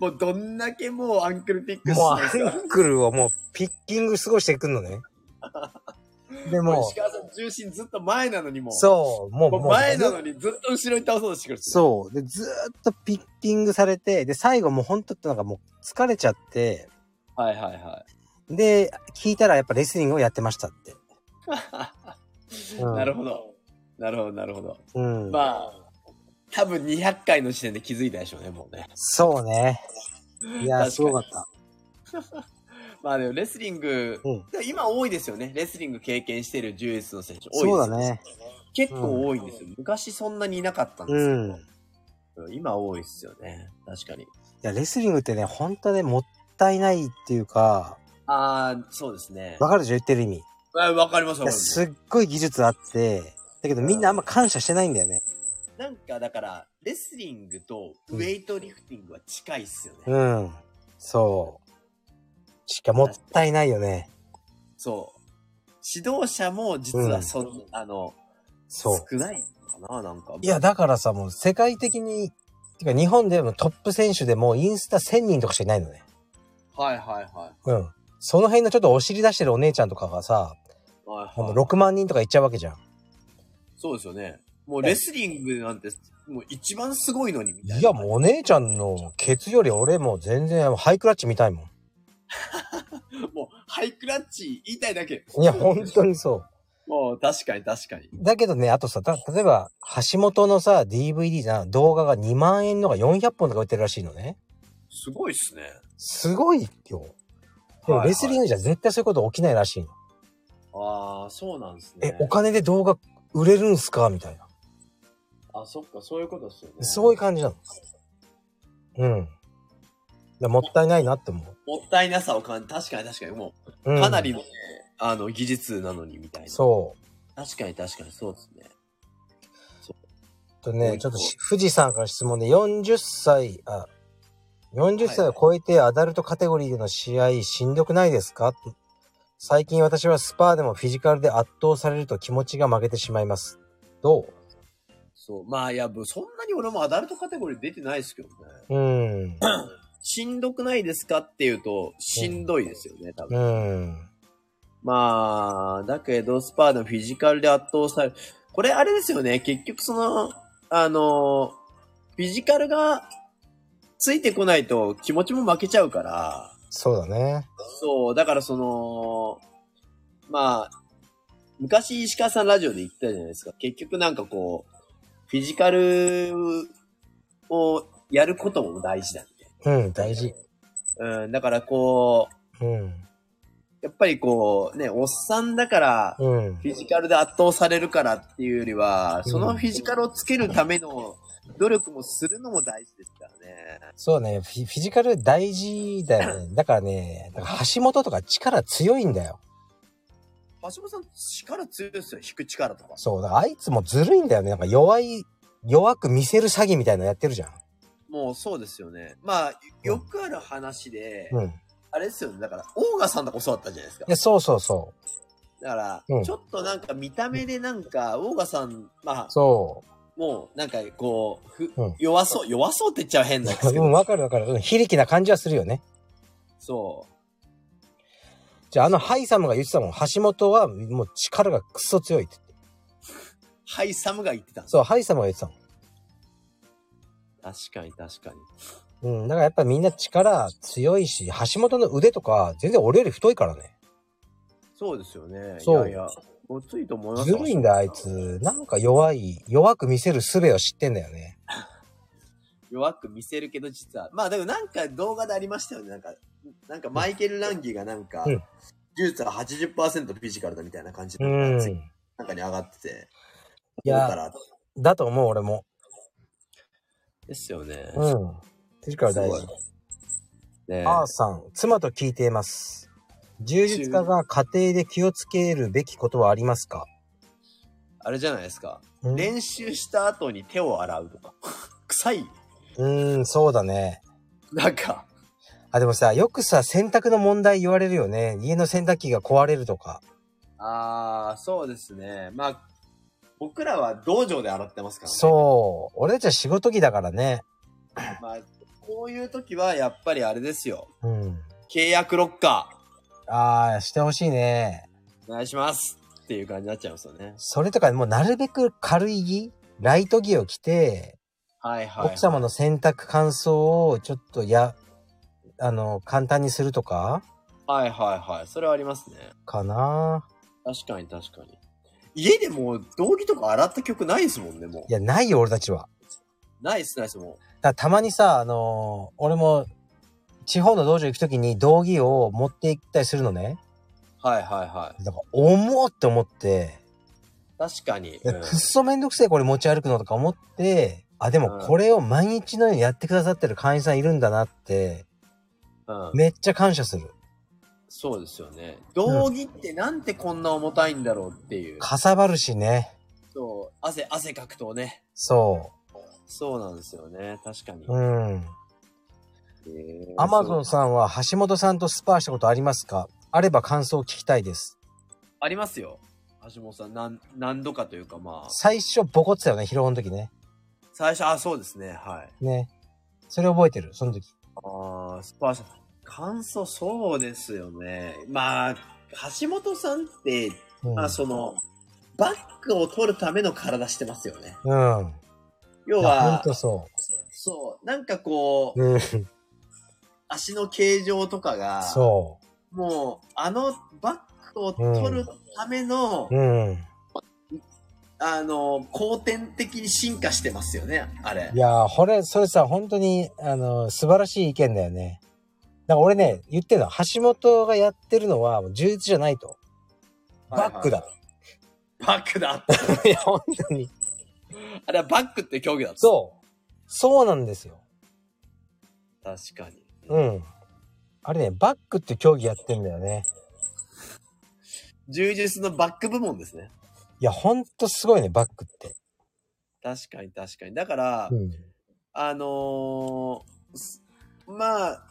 Speaker 2: もうどんだけもうアンクルピック
Speaker 1: もう、
Speaker 2: してる
Speaker 1: アンクルをもう、ピッキングすごいしてくんの ね。で
Speaker 2: か。
Speaker 1: も
Speaker 2: 石、川さん重心ずっと前なのにもう。
Speaker 1: そう、もう、
Speaker 2: もう
Speaker 1: もう、
Speaker 2: 前なのにずっと後ろに倒そうとしてくる。
Speaker 1: そう。で、ずーっとピッキングされて、で、最後もうほんとなんかもう疲れちゃって、
Speaker 2: はいはいは
Speaker 1: で、聞いたらやっぱレスリングをやってましたって。
Speaker 2: い。 なるほど。なるほどなるほど。
Speaker 1: ほど。うん。
Speaker 2: まあ、多分200回の時点で気づいたでしょうね、もうね。
Speaker 1: そうね。い
Speaker 2: 確か
Speaker 1: や、
Speaker 2: に
Speaker 1: すごかった。
Speaker 2: まあでもレスリング、
Speaker 1: うん
Speaker 2: でも今多いですよね。レスリング経験してるジュエスの選手多いです
Speaker 1: そう
Speaker 2: よ
Speaker 1: だ。ね。
Speaker 2: 結構多いんですよ。昔そんなにいなかったんです
Speaker 1: う
Speaker 2: け
Speaker 1: ん。い
Speaker 2: ど、今多いですよね。確かに。
Speaker 1: や、レスリングってね、ほんとね、もったいないっていうか、
Speaker 2: ああ、そうですね。
Speaker 1: わかるでしょ言ってる意味。い
Speaker 2: あわかりますわ
Speaker 1: や、
Speaker 2: かります。
Speaker 1: すっごい技術あって、だけどみんなあんま感謝してないんだよね。
Speaker 2: なんかだから、レスリングとウェイトリフティングは近いっすよね。
Speaker 1: うん。そう。しかもったいないよね。
Speaker 2: そう。指導者も実はそ、んあの、
Speaker 1: そう。
Speaker 2: 少ないのかななんか。
Speaker 1: いや、だからさ、もう世界的に、てか日本でもトップ選手でもうインスタ1000人とかしかいないのね。
Speaker 2: はいはいは
Speaker 1: うん。その辺のちょっとお尻出してるお姉ちゃんとかがさ、
Speaker 2: い。はい
Speaker 1: もう
Speaker 2: はい、
Speaker 1: 6万人とかいっちゃうわけじゃん。
Speaker 2: そうですよね。もうレスリングなんて、もう一番すごいのにみたいな。
Speaker 1: いや、もうお姉ちゃんのケツより俺もう全然ハイクラッチ見たいも
Speaker 2: もう、ハイクラッチ言いたいだけ。
Speaker 1: ん。いや、本当にそう。
Speaker 2: もう、確かに確かに。
Speaker 1: だけどね、あとさ、た例えば、橋本のさ、DVD じゃん、動画が2万円のが400本とか売ってるらしいのね。
Speaker 2: すごいっすね。
Speaker 1: すごいよ。でも
Speaker 2: はいはい
Speaker 1: レスリングじゃ絶対そういうこと起きないらしいの。
Speaker 2: ああ、そうなんですね
Speaker 1: え、。お金で動画売れるんすかみたいな。
Speaker 2: あ、そっか、そういうことっすよね。
Speaker 1: そういう感じなの。うん。でもったいないなって思う。
Speaker 2: もったいなさを感じ、確かに確かに、も
Speaker 1: う
Speaker 2: う、
Speaker 1: ん、
Speaker 2: かなりのね、あの、技術なのにみたいな。
Speaker 1: そう。
Speaker 2: 確かに確かに、そうですね。
Speaker 1: と
Speaker 2: もう
Speaker 1: ね、
Speaker 2: 一
Speaker 1: ちょ
Speaker 2: 個
Speaker 1: っとし富士山から質問で40歳、あ、40歳を超えてアダルトカテゴリーでの試合しんどくないですか最近私はスパーでもフィジカルで圧倒されると気持ちが負けてしまいます。ど
Speaker 2: そう。まあ、いや、ぶそんなに俺もアダルトカテゴリー出てないですけどね。
Speaker 1: ううん。
Speaker 2: しんどくないですかっていうと、しんどいですよね、多分。
Speaker 1: うん。
Speaker 2: まあ、だけど、スパーのフィジカルで圧倒される。これ、あれですよね。結局、その、あの、フィジカルがついてこないと気持ちも負けちゃうから、
Speaker 1: そうだね。
Speaker 2: そう、だからその、まあ、昔石川さんラジオで言ってたじゃないですか。結局なんかこう、フィジカルをやることも大事だみ
Speaker 1: うん、大事。
Speaker 2: たいな。うん、だからこう、
Speaker 1: うん。
Speaker 2: やっぱりこう、ね、おっさんだから、
Speaker 1: うん
Speaker 2: フ。ィジカルで圧倒されるからっていうよりは、そのフィジカルをつけるための努力もするのも大事ですからね。
Speaker 1: そうだね。フィフィジカル大事だよね。だからね、だから橋本とか力強いんだよ。
Speaker 2: 橋本さん、力強いですよ。引く力とか。
Speaker 1: そう、だからあいつもずるいんだよね。なんか弱い、弱く見せる詐欺みたいなのやってるじゃん。
Speaker 2: もうそうですよね。まあ、よくある話で、
Speaker 1: うん。い
Speaker 2: あれですよね。だから、オーガさんとか教わったじゃないですか。
Speaker 1: や、そうそうそ
Speaker 2: だから、
Speaker 1: うん
Speaker 2: ちょっとなんか見た目でなんか、オーガさん、まあ
Speaker 1: う。、そ
Speaker 2: もうなんかこう、ふ
Speaker 1: うん
Speaker 2: 弱そう、弱そうって言っちゃ変なんです
Speaker 1: う。
Speaker 2: け
Speaker 1: うん、
Speaker 2: ど、
Speaker 1: わかるわかる。うん、非力な感じはするよね。
Speaker 2: そう。
Speaker 1: じゃあ、あのハイサムが言ってたもん。橋本はもう力がクソ強いって言って。
Speaker 2: ハイサムが言ってたんですよ
Speaker 1: そう、ハイサムが言ってたもん。
Speaker 2: 確かに確かに。
Speaker 1: うん、だからやっぱみんな力強いし、橋本の腕とか全然俺より太いからね。
Speaker 2: そうですよね。
Speaker 1: そう
Speaker 2: いやいや、ごついと思います
Speaker 1: ずるいんだよ、あい。つ。なんか弱い、弱く見せる術を知ってんだよね。
Speaker 2: 弱く見せるけど実は。まあでもなんか動画でありましたよね。なんか、なんかマイケル・ランギーがなんか、
Speaker 1: うん
Speaker 2: 技術は80%フィジカルだみたいな感じで、
Speaker 1: うん。
Speaker 2: ツイッ
Speaker 1: い
Speaker 2: ターなんかに上がってて。だか
Speaker 1: や、
Speaker 2: ら
Speaker 1: だと思う、俺も。
Speaker 2: ですよね。
Speaker 1: うん。フィジカル大
Speaker 2: す
Speaker 1: 事
Speaker 2: ご。ね
Speaker 1: あーさん、妻と聞いています。充実家が家庭で気をつけるべきことはありますか
Speaker 2: あれじゃないですか。
Speaker 1: う
Speaker 2: 練習した後に手を洗うとか。 臭い。
Speaker 1: ーん、そうだね。
Speaker 2: なんか、
Speaker 1: あ、でもさ、よくさ、洗濯の問題言われるよね。家の洗濯機が壊れるとか。
Speaker 2: ああ、そうですね。まあ、僕らは道場で洗ってますからね。
Speaker 1: そう。俺たちは仕事着だからね。
Speaker 2: まあ、こういう時はやっぱりあれですよ。
Speaker 1: うん。
Speaker 2: 契約ロッカ
Speaker 1: ああ、してほしいね。
Speaker 2: ー、お願いしますっていう感じになっちゃいますよね。
Speaker 1: それとか、もうなるべく軽い着、ライト着を着て、
Speaker 2: はいはい。
Speaker 1: 奥様の洗濯乾燥をちょっとや、あの、簡単にするとか
Speaker 2: はいはいはい。それはありますね。
Speaker 1: かな。
Speaker 2: 確かに確かに。家でもう道着とか洗った曲ないですもんね、も
Speaker 1: いや、ないよ、俺たちは。
Speaker 2: う。ないっすないっす、
Speaker 1: だ
Speaker 2: も
Speaker 1: からたまにさ、あのー俺も、地方の道場行くときに道着を持って行ったりするのね。
Speaker 2: う。はいはいはい。
Speaker 1: だから、重っって思って、
Speaker 2: 確かに。
Speaker 1: いや
Speaker 2: うん
Speaker 1: くっそめんどくせえこれ持ち歩くのとか思って、あ、でも
Speaker 2: うん
Speaker 1: これを毎日のようにやってくださってる会員さんいるんだなって、
Speaker 2: うん
Speaker 1: めっちゃ感謝する。
Speaker 2: そうですよね。道着ってなんてこんな重たいんだろうっていう。
Speaker 1: かさばるしね。
Speaker 2: そう、汗、汗かくとね。
Speaker 1: そ
Speaker 2: そうなんですよね。確かに
Speaker 1: う。う。ん。
Speaker 2: へー
Speaker 1: アマゾンさんは橋本さんとスパーしたことありますかあれば感想を聞きたいです。
Speaker 2: ありますよ。橋本さん、なん何度かというか、まあ、
Speaker 1: 最初ボコってたよね、疲労の時ね。
Speaker 2: 最初、あ、そうですね、はい。
Speaker 1: ね。それ覚えてる、その時。
Speaker 2: ああ、スパーシャ。感想、そうですよね。まあ、橋本さんって、
Speaker 1: うん。
Speaker 2: まあ、その、バックを取るための体してますよね。
Speaker 1: うん。
Speaker 2: 要
Speaker 1: いやほん
Speaker 2: は、
Speaker 1: とそ
Speaker 2: そう、なんかこう
Speaker 1: う。、うん。
Speaker 2: 足の形状とかが、
Speaker 1: そ
Speaker 2: もう、あのバックを取るための、
Speaker 1: う。うん。
Speaker 2: あの、後天的に進化してますよね、あれ
Speaker 1: い。やー、これ、それさ、本当に、あの、素晴らしい意見だよね。だから俺ね、言ってるのは、橋本がやってるのは、もう充実じゃないと。バックだ。
Speaker 2: バックだ。
Speaker 1: いや、本当に。
Speaker 2: あれはバックって競技だった。
Speaker 1: そう。そうなんですよ。
Speaker 2: 確かに。
Speaker 1: うん。あれね、バックって競技やってんだよね。
Speaker 2: 充実のバック部門ですね。
Speaker 1: いや、ほんとすごいね、バックって。
Speaker 2: 確かに確かに。だから、
Speaker 1: うん。
Speaker 2: あのーすまあ、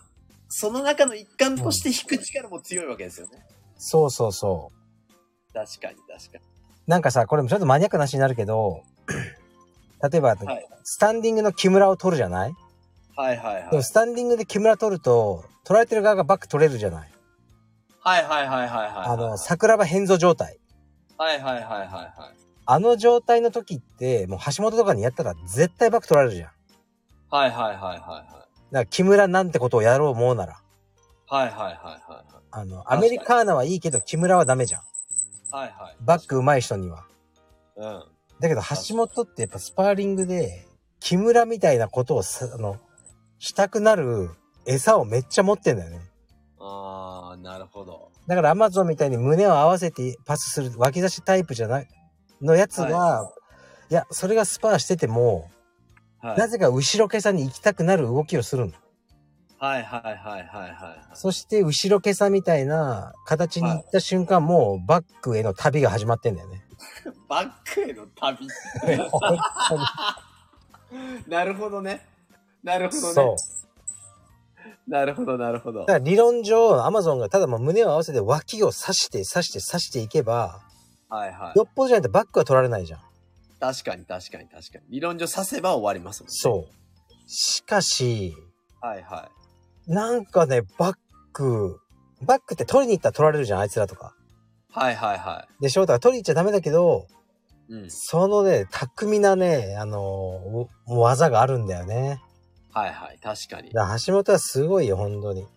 Speaker 2: その中の一環として引く力も強いわけですよね。
Speaker 1: そうそうそう。
Speaker 2: 確かに確かに。
Speaker 1: なんかさ、これもちょっとマニアックな話になるけ ど、例えば、
Speaker 2: はい
Speaker 1: スタンディングの木村を取るじゃない、
Speaker 2: はいはいはい
Speaker 1: でも。スタンディングで木村取ると、取られてる側がバック取れるじゃない
Speaker 2: はいはいはいはいはいはい。
Speaker 1: あの、桜庭変造状態。
Speaker 2: はいはいはいはいはい。
Speaker 1: あの状態の時って、もう橋本とかにやったら絶対バック取られるじゃん。だか
Speaker 2: はいはいはいは
Speaker 1: ら木村なんてことをやろうもうなら。
Speaker 2: いはい。はいはいはいはいはい。
Speaker 1: あの、
Speaker 2: か
Speaker 1: ア
Speaker 2: に
Speaker 1: メリカーナはいいけど木村はダメじゃん。
Speaker 2: はいはい。
Speaker 1: バック上手い人には。
Speaker 2: うん。
Speaker 1: だけど橋本ってやっぱスパーリングで、木村みたいなことをさ、あの、したくなる餌をめっちゃ持ってんだよね。
Speaker 2: ああ、なるほど。
Speaker 1: だからアマゾンみたいに胸を合わせてパスする脇差しタイプじゃない、のやつが、、
Speaker 2: はい
Speaker 1: や、それがスパーしてても、
Speaker 2: はい。
Speaker 1: なぜか後ろけさに行きたくなる動きをするの。
Speaker 2: はいはいはいはいはいはい。
Speaker 1: そして後ろけさみたいな形に行った瞬間、もうバックへの旅が始まってんだよね。
Speaker 2: バックへの旅。
Speaker 1: 本当に
Speaker 2: なるほどね。なるほどね。
Speaker 1: そう。
Speaker 2: なるほどなるほど
Speaker 1: だか。ら理論上、アマゾンがただもう胸を合わせて脇を刺して刺して刺していけば、
Speaker 2: はいはい。
Speaker 1: よっぽどじゃないとバックは取られないじゃん。
Speaker 2: 確かに確かに確かに。理論上刺せば終わりますもんね。
Speaker 1: そう。しかし、
Speaker 2: はいは
Speaker 1: なんかね、バック、バックって取りに行ったら取られるじゃん、あいつらとか。
Speaker 2: い。はいはいは
Speaker 1: で、翔太は取りに行っちゃダメだけど、
Speaker 2: い。うん。
Speaker 1: そのね、巧みなね、あのーお技があるんだよね。
Speaker 2: はいはい。確かに。
Speaker 1: だから橋本はすごいよ、本当に。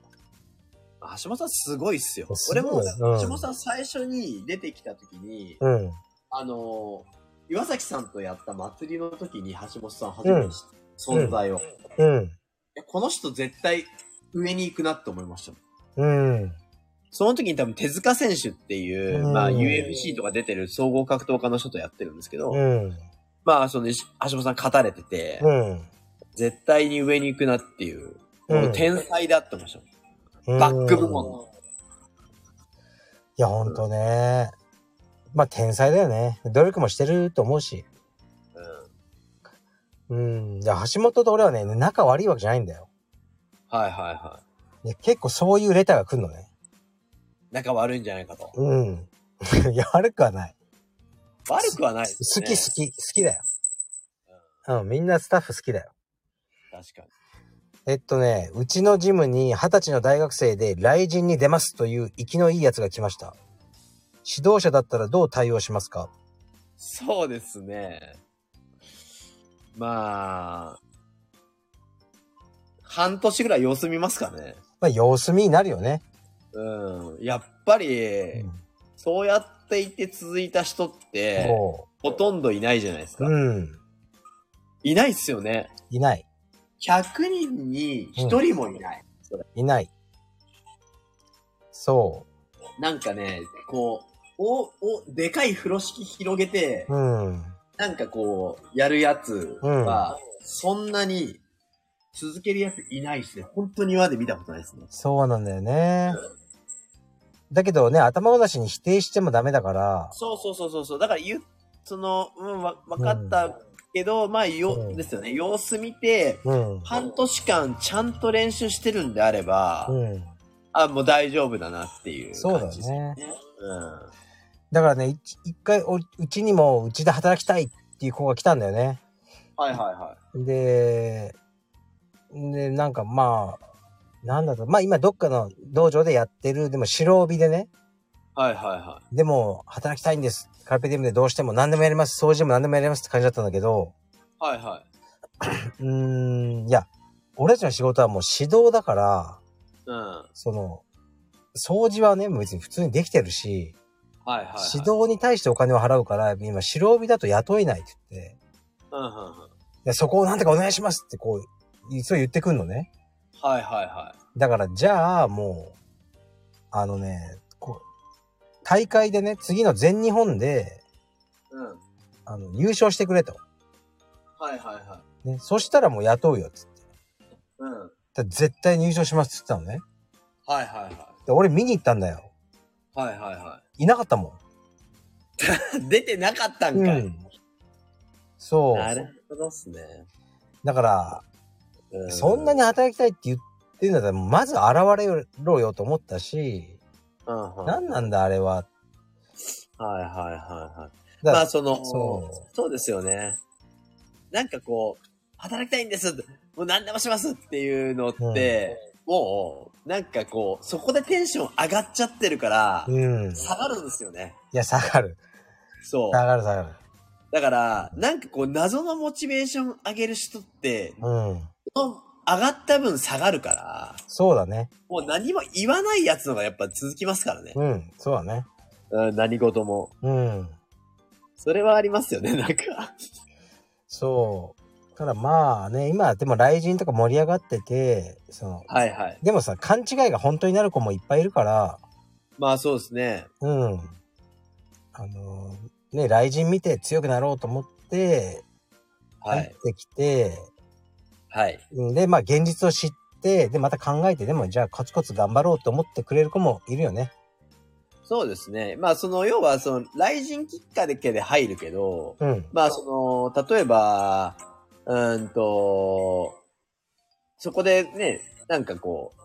Speaker 2: 橋本さんすごいっすよ。
Speaker 1: すごい
Speaker 2: 俺も、
Speaker 1: うん
Speaker 2: 橋本さん最初に出てきた時に、
Speaker 1: うん。
Speaker 2: あのー、岩崎さんとやった祭りの時に橋本さん初めて知った存在を、い
Speaker 1: うん。
Speaker 2: やこの人絶対上に行くなって思いましたもん。
Speaker 1: うん。
Speaker 2: その時に多分手塚選手っていう、
Speaker 1: うん
Speaker 2: まあ UFC とか出てる総合格闘家の人とやってるんですけど、
Speaker 1: うん。
Speaker 2: まあその橋本さん勝たれてて、
Speaker 1: うん。
Speaker 2: 絶対に上に行くなっていう、
Speaker 1: うん
Speaker 2: もう天才だって思いましたも
Speaker 1: う
Speaker 2: ん。
Speaker 1: ん
Speaker 2: バック部門の。
Speaker 1: いや、ほんとね。まあ、天才だよね。努力もしてると思うし。
Speaker 2: うん
Speaker 1: うん。じゃ橋本と俺はね、仲悪いわけじゃないんだよ。
Speaker 2: はいはいはい
Speaker 1: や結構そういうレターが来るのね。
Speaker 2: い。仲悪いんじゃないかと。
Speaker 1: うん。 いや、悪くはない。
Speaker 2: 悪くはないで
Speaker 1: 好
Speaker 2: す、ね。
Speaker 1: き好き、好きだよ。うん、みんなスタッフ好きだよ。
Speaker 2: 確かに。
Speaker 1: えっとね、うちのジムに二十歳の大学生で雷神に出ますという生きのいいやつが来ました。指導者だったらどう対応しますか
Speaker 2: そうですね。まあ、半年ぐらい様子見ますかね。
Speaker 1: まあ、様子見になるよね。
Speaker 2: うん。やっぱり、そうやっていて続いた人って、
Speaker 1: そ
Speaker 2: ほとんどいないじゃないです
Speaker 1: う。
Speaker 2: か。
Speaker 1: うん。
Speaker 2: いないっすよね。
Speaker 1: いない。
Speaker 2: 100人に1人もいない。
Speaker 1: いない。そ
Speaker 2: なんかね、こう、お、お、でかい風呂敷広げて
Speaker 1: う。、うん。
Speaker 2: なんかこう、やるやつは、そんなに続けるやついないしね。本当に今まで見たことないですね。
Speaker 1: そうなんだよね。だけどね、頭ごなしに否定してもダメだから、
Speaker 2: そうそうそうそうそう。だから言う、その、うん、わ、わかったけど、まあ、よ、
Speaker 1: うん
Speaker 2: ですよね。様子見て、
Speaker 1: うん。
Speaker 2: 半年間ちゃんと練習してるんであれば、
Speaker 1: うん。
Speaker 2: あ、もう大丈夫だなっていう
Speaker 1: そうだ
Speaker 2: 感じです
Speaker 1: ね。
Speaker 2: ね。うん。
Speaker 1: だからね、一一回お、うちにも、うちで働きたいっていう子が来たんだよね。
Speaker 2: はいはいは
Speaker 1: で、で、なんかまあ、なんだろう、まあ今どっかの道場でやってる、でも白帯でね、
Speaker 2: い。はいはいは
Speaker 1: でも働きたいんです。カルペディウムでどうしても何でもやります。掃除でも何でもやりますって感じだったんだけど、
Speaker 2: い。はいは
Speaker 1: うーん、いや、俺たちの仕事はもう指導だから、
Speaker 2: い。うん。はい
Speaker 1: その、掃除はね、別に普通にできてるし、
Speaker 2: はいはい。
Speaker 1: 指導に対してお金を払うから、今、白帯だと雇えないって言って、
Speaker 2: うんうんうん。はい
Speaker 1: やそこをなんとかお願いしますってこう、そう言ってくんのね。
Speaker 2: いはいは
Speaker 1: だから、じゃあ、もう、あのね、こう、大会でね、次の全日本で、
Speaker 2: い。うん。はい
Speaker 1: あの、優勝してくれと。
Speaker 2: はいはい。
Speaker 1: ね、そしたらもう雇うよって
Speaker 2: うん。はい
Speaker 1: 言って。絶対入賞しますって言ってたのね。
Speaker 2: はいは
Speaker 1: で、俺見に行ったんだよ。
Speaker 2: い。はいはいはい
Speaker 1: なかったも
Speaker 2: い。出てなかった
Speaker 1: ん。
Speaker 2: んかい。
Speaker 1: ん。そう。
Speaker 2: なるほどっすね。
Speaker 1: だから、
Speaker 2: う
Speaker 1: そんなに働きたいって言ってるんだったら、まず現れろよと思ったし、
Speaker 2: うんうん
Speaker 1: 何なんだあれは。
Speaker 2: はいはいはいはい。
Speaker 1: だ
Speaker 2: まあその、
Speaker 1: そ
Speaker 2: そううですよね。なんかこう、働きたいんですもう何でもしますっていうのって、もう、なんかこう、そこでテンション上がっちゃってるから、
Speaker 1: うん。い
Speaker 2: 下がるんですよね。
Speaker 1: や、下がる。
Speaker 2: そう。
Speaker 1: 下がる下がる。
Speaker 2: だから、なんかこう、謎のモチベーション上げる人って、
Speaker 1: うん。
Speaker 2: 上がった分下がるから、
Speaker 1: そうだね。
Speaker 2: もう何も言わないやつのがやっぱ続きますからね。
Speaker 1: うん。そうだね。
Speaker 2: うん、何事も。
Speaker 1: うん。
Speaker 2: それはありますよね、なんか。
Speaker 1: そう。からまあね、今でも雷神とか盛り上がってて、その、
Speaker 2: はいはい。
Speaker 1: でもさ、勘違いが本当になる子もいっぱいいるから、
Speaker 2: まあそうですね。
Speaker 1: うん。あの、ね、雷神見て強くなろうと思って、
Speaker 2: は
Speaker 1: 入
Speaker 2: い
Speaker 1: っ。てきて、
Speaker 2: はい。
Speaker 1: うんで、まあ現実を知って、で、また考えて、でもじゃあコツコツ頑張ろうと思ってくれる子もいるよね。
Speaker 2: そうですね。まあ、その、要は、その、雷神きっかけで入るけど、
Speaker 1: うん。
Speaker 2: まあ、その、例えば、うーんと、そこでね、なんかこう、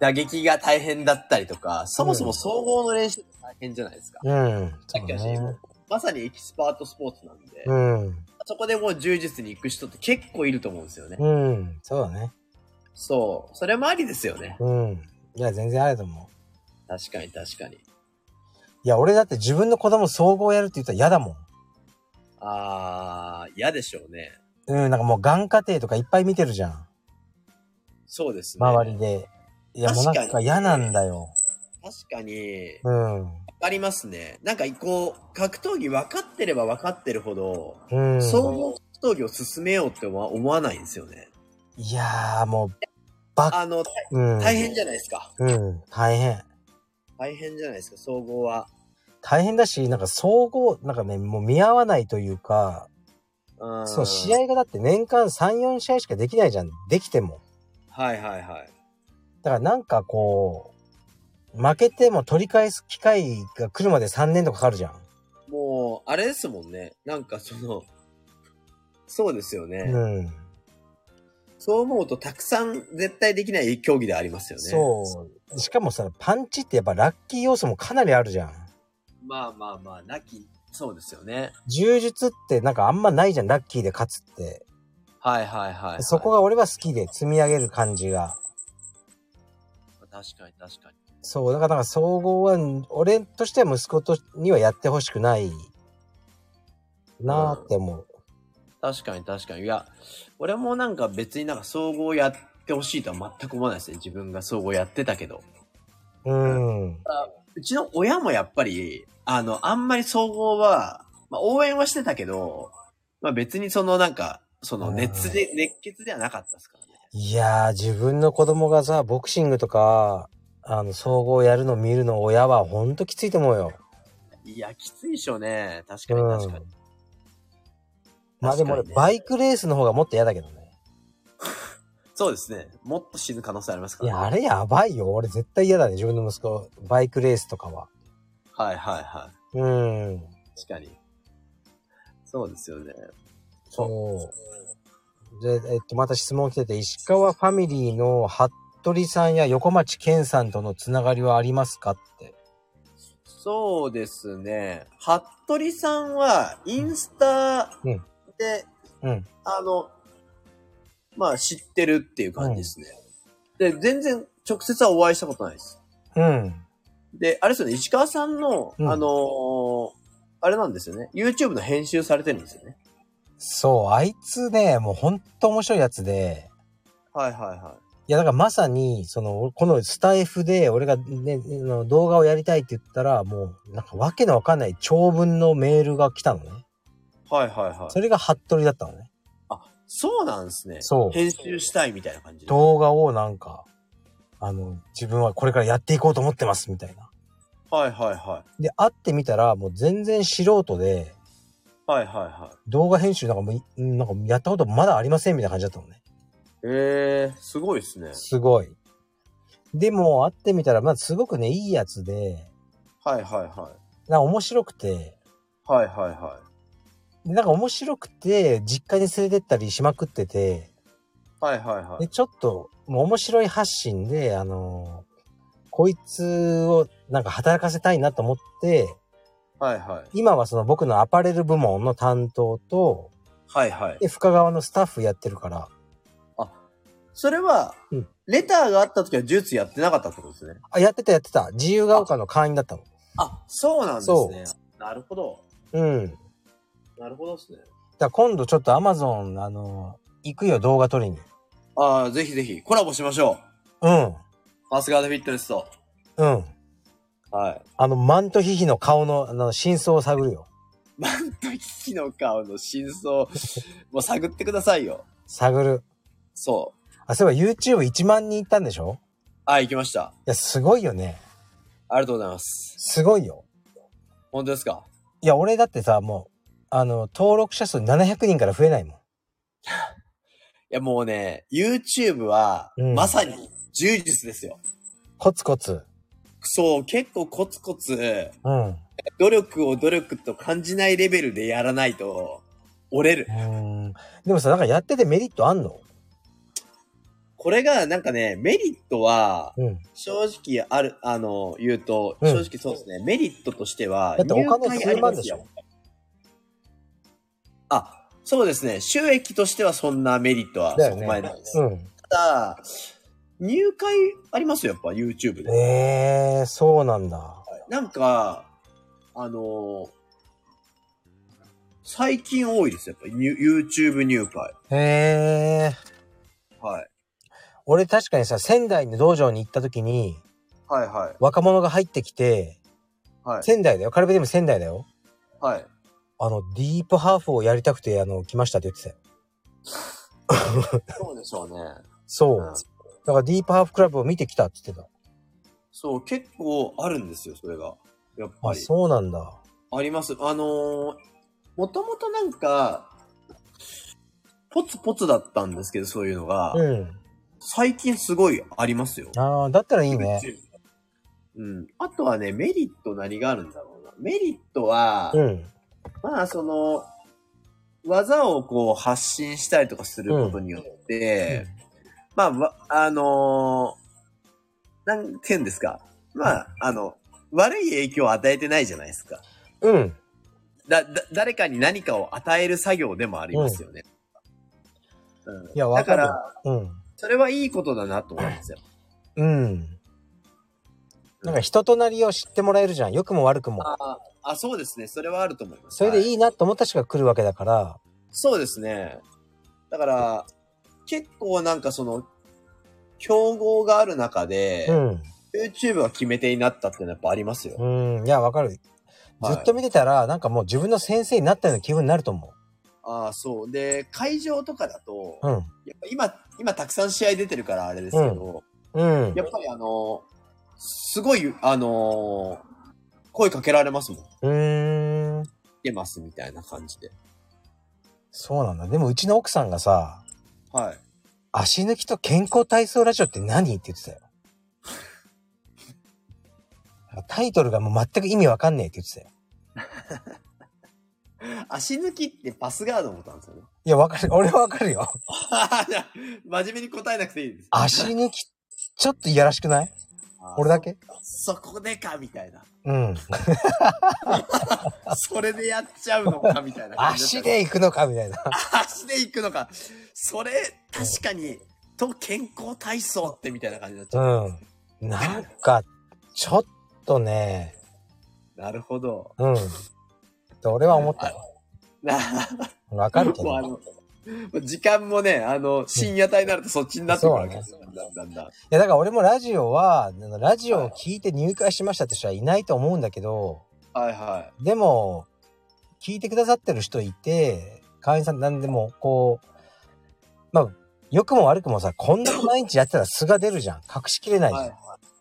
Speaker 2: 打撃が大変だったりとか、そもそも総合の練習って大変じゃないですか。
Speaker 1: うん。
Speaker 2: さっきの話、もうまさにエキスパートスポーツなんで、
Speaker 1: うん。
Speaker 2: そこでもう柔術に行く人って結構いると思うんですよね。
Speaker 1: うん。そうだね。
Speaker 2: そう。それもありですよね。
Speaker 1: うん。いや、全然あれだと思う。
Speaker 2: 確かに確かに。
Speaker 1: いや、俺だって自分の子供総合やるって言ったら嫌だもん。
Speaker 2: あー、嫌でしょうね。
Speaker 1: うん、なんかもう眼科庭とかいっぱい見てるじゃん。
Speaker 2: そうですね。
Speaker 1: 周りで。いや、もうなん
Speaker 2: 確か
Speaker 1: か
Speaker 2: に
Speaker 1: 嫌なんだよ。
Speaker 2: 確かに、
Speaker 1: うん。
Speaker 2: ありますね。なんか、こう、格闘技分かってれば分かってるほど、
Speaker 1: うん。
Speaker 2: 総合格闘技を進めようっては思わないんですよね。
Speaker 1: いやー、も
Speaker 2: あの、た
Speaker 1: う、うん。
Speaker 2: 大変じゃないですか。
Speaker 1: うん、大変。
Speaker 2: 大変じゃないですか、総合は。
Speaker 1: 大変だし、なんか総合、なんかね、もう見合わないというか、
Speaker 2: うん。
Speaker 1: そう、試合がだって年間3、4試合しかできないじゃん。できても。
Speaker 2: はいはいはい。
Speaker 1: だからなんかこう、負けても取り返す機会が来るまで3年とかかかるじゃん。
Speaker 2: もう、あれですもんね。なんかその、そうですよね。
Speaker 1: うん。
Speaker 2: そう思うと、たくさん絶対できない競技ではありますよね。
Speaker 1: そう。しかもさ、パンチってやっぱラッキー要素もかなりあるじゃん。
Speaker 2: う。まあまあまあ、なき、そうですよね。
Speaker 1: 柔術ってなんかあんまないじゃん、ラッキーで勝つって。
Speaker 2: はいはいはい、はい。
Speaker 1: そこが俺は好きで積み上げる感じが。
Speaker 2: 確かに確かに。
Speaker 1: そう、だからなんか総合は、俺としては息子とにはやってほしくないなーって思う。
Speaker 2: 確かに確かに。いや、俺もなんか別になんか総合やってほしいとは全く思わないですね。自分が総合やってたけど。
Speaker 1: うん。
Speaker 2: うちの親もやっぱり、あの、あんまり総合は、まあ応援はしてたけど、まあ別にそのなんか、その熱で、熱血ではなかったですからね。
Speaker 1: いやー、自分の子供がさ、ボクシングとか、あの、総合やるの見るの親はほんときついと思うよ。
Speaker 2: いや、きついでしょうね。確かに確かに。
Speaker 1: まあでも俺、
Speaker 2: 確かにね
Speaker 1: バイクレースの方がもっと嫌だけどね。
Speaker 2: そうですね。もっと死ぬ可能性ありますか
Speaker 1: い
Speaker 2: ら、ね。
Speaker 1: や、あれやばいよ。俺絶対嫌だね。自分の息子、バイクレースとかは。
Speaker 2: はいはいは
Speaker 1: うん。
Speaker 2: い。確かに。そうですよね。
Speaker 1: そう。で、えっと、また質問来てて、石川ファミリーの服部さんや横町健さんとのつながりはありますかって。
Speaker 2: そうですね。服部さんは、インスタ
Speaker 1: うん
Speaker 2: で、
Speaker 1: うん。
Speaker 2: あの、まあ、知ってるっていう感じですね。で、全然直接はお会いしたことないです。
Speaker 1: うん。
Speaker 2: で、あれですよね、石川さんの、
Speaker 1: うん
Speaker 2: あのーあれなんですよね。YouTube の編集されてるんですよね。
Speaker 1: そう、あいつね、もうほんと面白いやつで、
Speaker 2: はいはいはい
Speaker 1: や、だからまさに、その、このスタイフで、俺がね、あの動画をやりたいって言ったら、もう、なんかわけのわかんない長文のメールが来たのね。
Speaker 2: い。はいはいはい。
Speaker 1: それが服部だったのね。
Speaker 2: そうなんですね。
Speaker 1: そう
Speaker 2: 編集したいみたいな感じで。は
Speaker 1: 動画をなんか、あの、自分はこれからやっていこうと思ってます、みたいな。
Speaker 2: いはいはい。
Speaker 1: で、会ってみたら、もう全然素人で、
Speaker 2: はいはいはい。
Speaker 1: 動画編集なんかもう、うんなんかやったことまだありません、みたいな感じだったのね。
Speaker 2: えー、すごいですね。
Speaker 1: すごい。でも、会ってみたら、まあ、すごくね、いいやつで、
Speaker 2: はいはいはい。
Speaker 1: なんか面白くて、
Speaker 2: はいはいは
Speaker 1: でなんか面白くて、実家に連れてったりしまくってて、
Speaker 2: い。はいはいは
Speaker 1: で、
Speaker 2: い。
Speaker 1: ちょっと、もう面白い発信で、あのこいつをなんか働かせたいなと思って、
Speaker 2: はいはい。
Speaker 1: 今はその僕のアパレル部門の担当と、
Speaker 2: はいはい。
Speaker 1: で、深川のスタッフやってるから、
Speaker 2: それは
Speaker 1: うん、
Speaker 2: レターがあった時はジュースやってなかったってことですね。
Speaker 1: あ、やってたやってた。自由が丘の会員だったの。
Speaker 2: あ、そうなんですね。なるほど。
Speaker 1: うん。だか
Speaker 2: なるほどですね。
Speaker 1: ら今度ちょっとアマゾン、あの行くよ、動画撮りに。
Speaker 2: ああ、ぜひぜひ、コラボしましょ
Speaker 1: うん。
Speaker 2: う。マスガードフィットネスと。
Speaker 1: うん。
Speaker 2: はい。
Speaker 1: あの、マントヒヒの顔の、あの、真相を探るよ。
Speaker 2: 時期の顔の真 相、もう探ってくださいよ。
Speaker 1: 探る。
Speaker 2: そう。
Speaker 1: あ、そういえば YouTube1 万人いったんでしょ
Speaker 2: あ、行きました。
Speaker 1: いや、すごいよね。
Speaker 2: ありがとうございます。
Speaker 1: すごいよ。
Speaker 2: 本当ですか
Speaker 1: いや、俺だってさ、もう、あの、登録者数700人から増えないもん。
Speaker 2: いや、もうね、YouTube は、
Speaker 1: うん
Speaker 2: まさに、充実ですよ。
Speaker 1: コツコツ。
Speaker 2: そう、結構コツコツ、
Speaker 1: うん。う
Speaker 2: 努力を努力と感じないレベルでやらないと、折れる。
Speaker 1: ーん。でもさ、なんかやっててメリットあんの
Speaker 2: これが、なんかね、メリットは、
Speaker 1: うん。
Speaker 2: 正直ある、あの、言うと、
Speaker 1: うん
Speaker 2: 正直そうですね、メリットとしては、
Speaker 1: だってお金
Speaker 2: 入会
Speaker 1: 数万でし
Speaker 2: あり
Speaker 1: ょ
Speaker 2: ますよあ、そうですね、収益としてはそんなメリットは
Speaker 1: だ
Speaker 2: そ
Speaker 1: よ
Speaker 2: こ
Speaker 1: ね
Speaker 2: までないです。
Speaker 1: うん。
Speaker 2: ただ、入会ありますよ、やっぱ YouTube で。
Speaker 1: えー、そうなんだ。
Speaker 2: なんか、あのー最近多いですよ、やっぱ、ニュ YouTube 入会。
Speaker 1: えー。
Speaker 2: はい。
Speaker 1: 俺確かにさ、仙台の道場に行った時に、
Speaker 2: はいはい。
Speaker 1: 若者が入ってきて、
Speaker 2: はい。
Speaker 1: 仙台だよ。カルベディウム仙台だよ。
Speaker 2: はい。
Speaker 1: あの、ディープハーフをやりたくて、あの、来ましたって言ってたよ。
Speaker 2: そうでしょうね。
Speaker 1: そう。
Speaker 2: うん
Speaker 1: だからディープハーフクラブを見てきたって言ってた。
Speaker 2: そう、結構あるんですよ、それが。やっぱ
Speaker 1: あ、
Speaker 2: り。
Speaker 1: そうなんだ。
Speaker 2: あります。あのー、もともとなんか、ポツポツだったんですけど、そういうのが、
Speaker 1: うん。
Speaker 2: 最近すごいありますよ。
Speaker 1: ああ、だったらいいね。
Speaker 2: うん。あとはね、メリット何があるんだろうな。メリットは、
Speaker 1: うん。
Speaker 2: まあ、その、技をこう発信したりとかすることによって、まあわ、あのーなんて言うんですか。まあ、あの、悪い影響を与えてないじゃないですか。
Speaker 1: うん。
Speaker 2: だ、だ、誰かに何かを与える作業でもありますよね。うん
Speaker 1: いやわ
Speaker 2: だ
Speaker 1: か
Speaker 2: か
Speaker 1: る
Speaker 2: ら、
Speaker 1: うん。
Speaker 2: それはいいことだなと思うんですよ。
Speaker 1: うん。なんか人となりを知ってもらえるじゃん。良くも悪くも。
Speaker 2: ああ、そうですね。それはあると思います。
Speaker 1: それで
Speaker 2: はい
Speaker 1: いなと思った人が来るわけだから。
Speaker 2: そうですね。だから、結構なんかその、競合がある中で、
Speaker 1: うん。
Speaker 2: YouTube が決め手になったっていうのはやっぱありますよ。
Speaker 1: うん。いや、わかる。ず
Speaker 2: はい
Speaker 1: っと見てたら、なんかもう自分の先生になったような気分になると思
Speaker 2: ああ、そう。で、会場とかだと、
Speaker 1: う。うん。
Speaker 2: やっぱ今、今たくさん試合出てるからあれですけど、
Speaker 1: うん
Speaker 2: や。っぱりあの、すごい、あの声かけられますもん。
Speaker 1: うーん。
Speaker 2: 出ますみたいな感じで。
Speaker 1: そうなんだ。でもうちの奥さんがさ、
Speaker 2: はい。
Speaker 1: 足抜きと健康体操ラジオって何って言ってたよ。タイトルがもう全く意味わかんねえって言ってたよ。
Speaker 2: 足抜きってパスガードのことなんですよね。
Speaker 1: いや、わかる。俺はわかるよ。
Speaker 2: 真面目に答えなくていいです。
Speaker 1: 足抜き、ちょっといやらしくない俺だけ
Speaker 2: そこでかみたいな。
Speaker 1: うん。
Speaker 2: それでやっちゃうのかみたいな感じ
Speaker 1: 足
Speaker 2: だった。
Speaker 1: で行くのかみたいな。
Speaker 2: 足で行くのか。それ、確かに、と健康体操ってみたいな感じになっちゃう。
Speaker 1: うん。なんか、ちょっとね、
Speaker 2: なるほど。
Speaker 1: うん。と俺は思ったよ。
Speaker 2: な
Speaker 1: わかるけ
Speaker 2: もう
Speaker 1: ど
Speaker 2: あ。の時間もね、あの、深夜帯になるとそっちになってくるわけですよ。だんだんだんだん。
Speaker 1: いや、だから俺もラジオは、あのラジオを聞いて入会しましたって人はいないと思うんだけど、
Speaker 2: はいは
Speaker 1: でも、聞いてくださってる人いて、会員さんなんでも、こう、まあ、良くも悪くもさ、こんな毎日やってたら素が出るじゃん。隠しきれない
Speaker 2: い。
Speaker 1: じゃん。
Speaker 2: はい。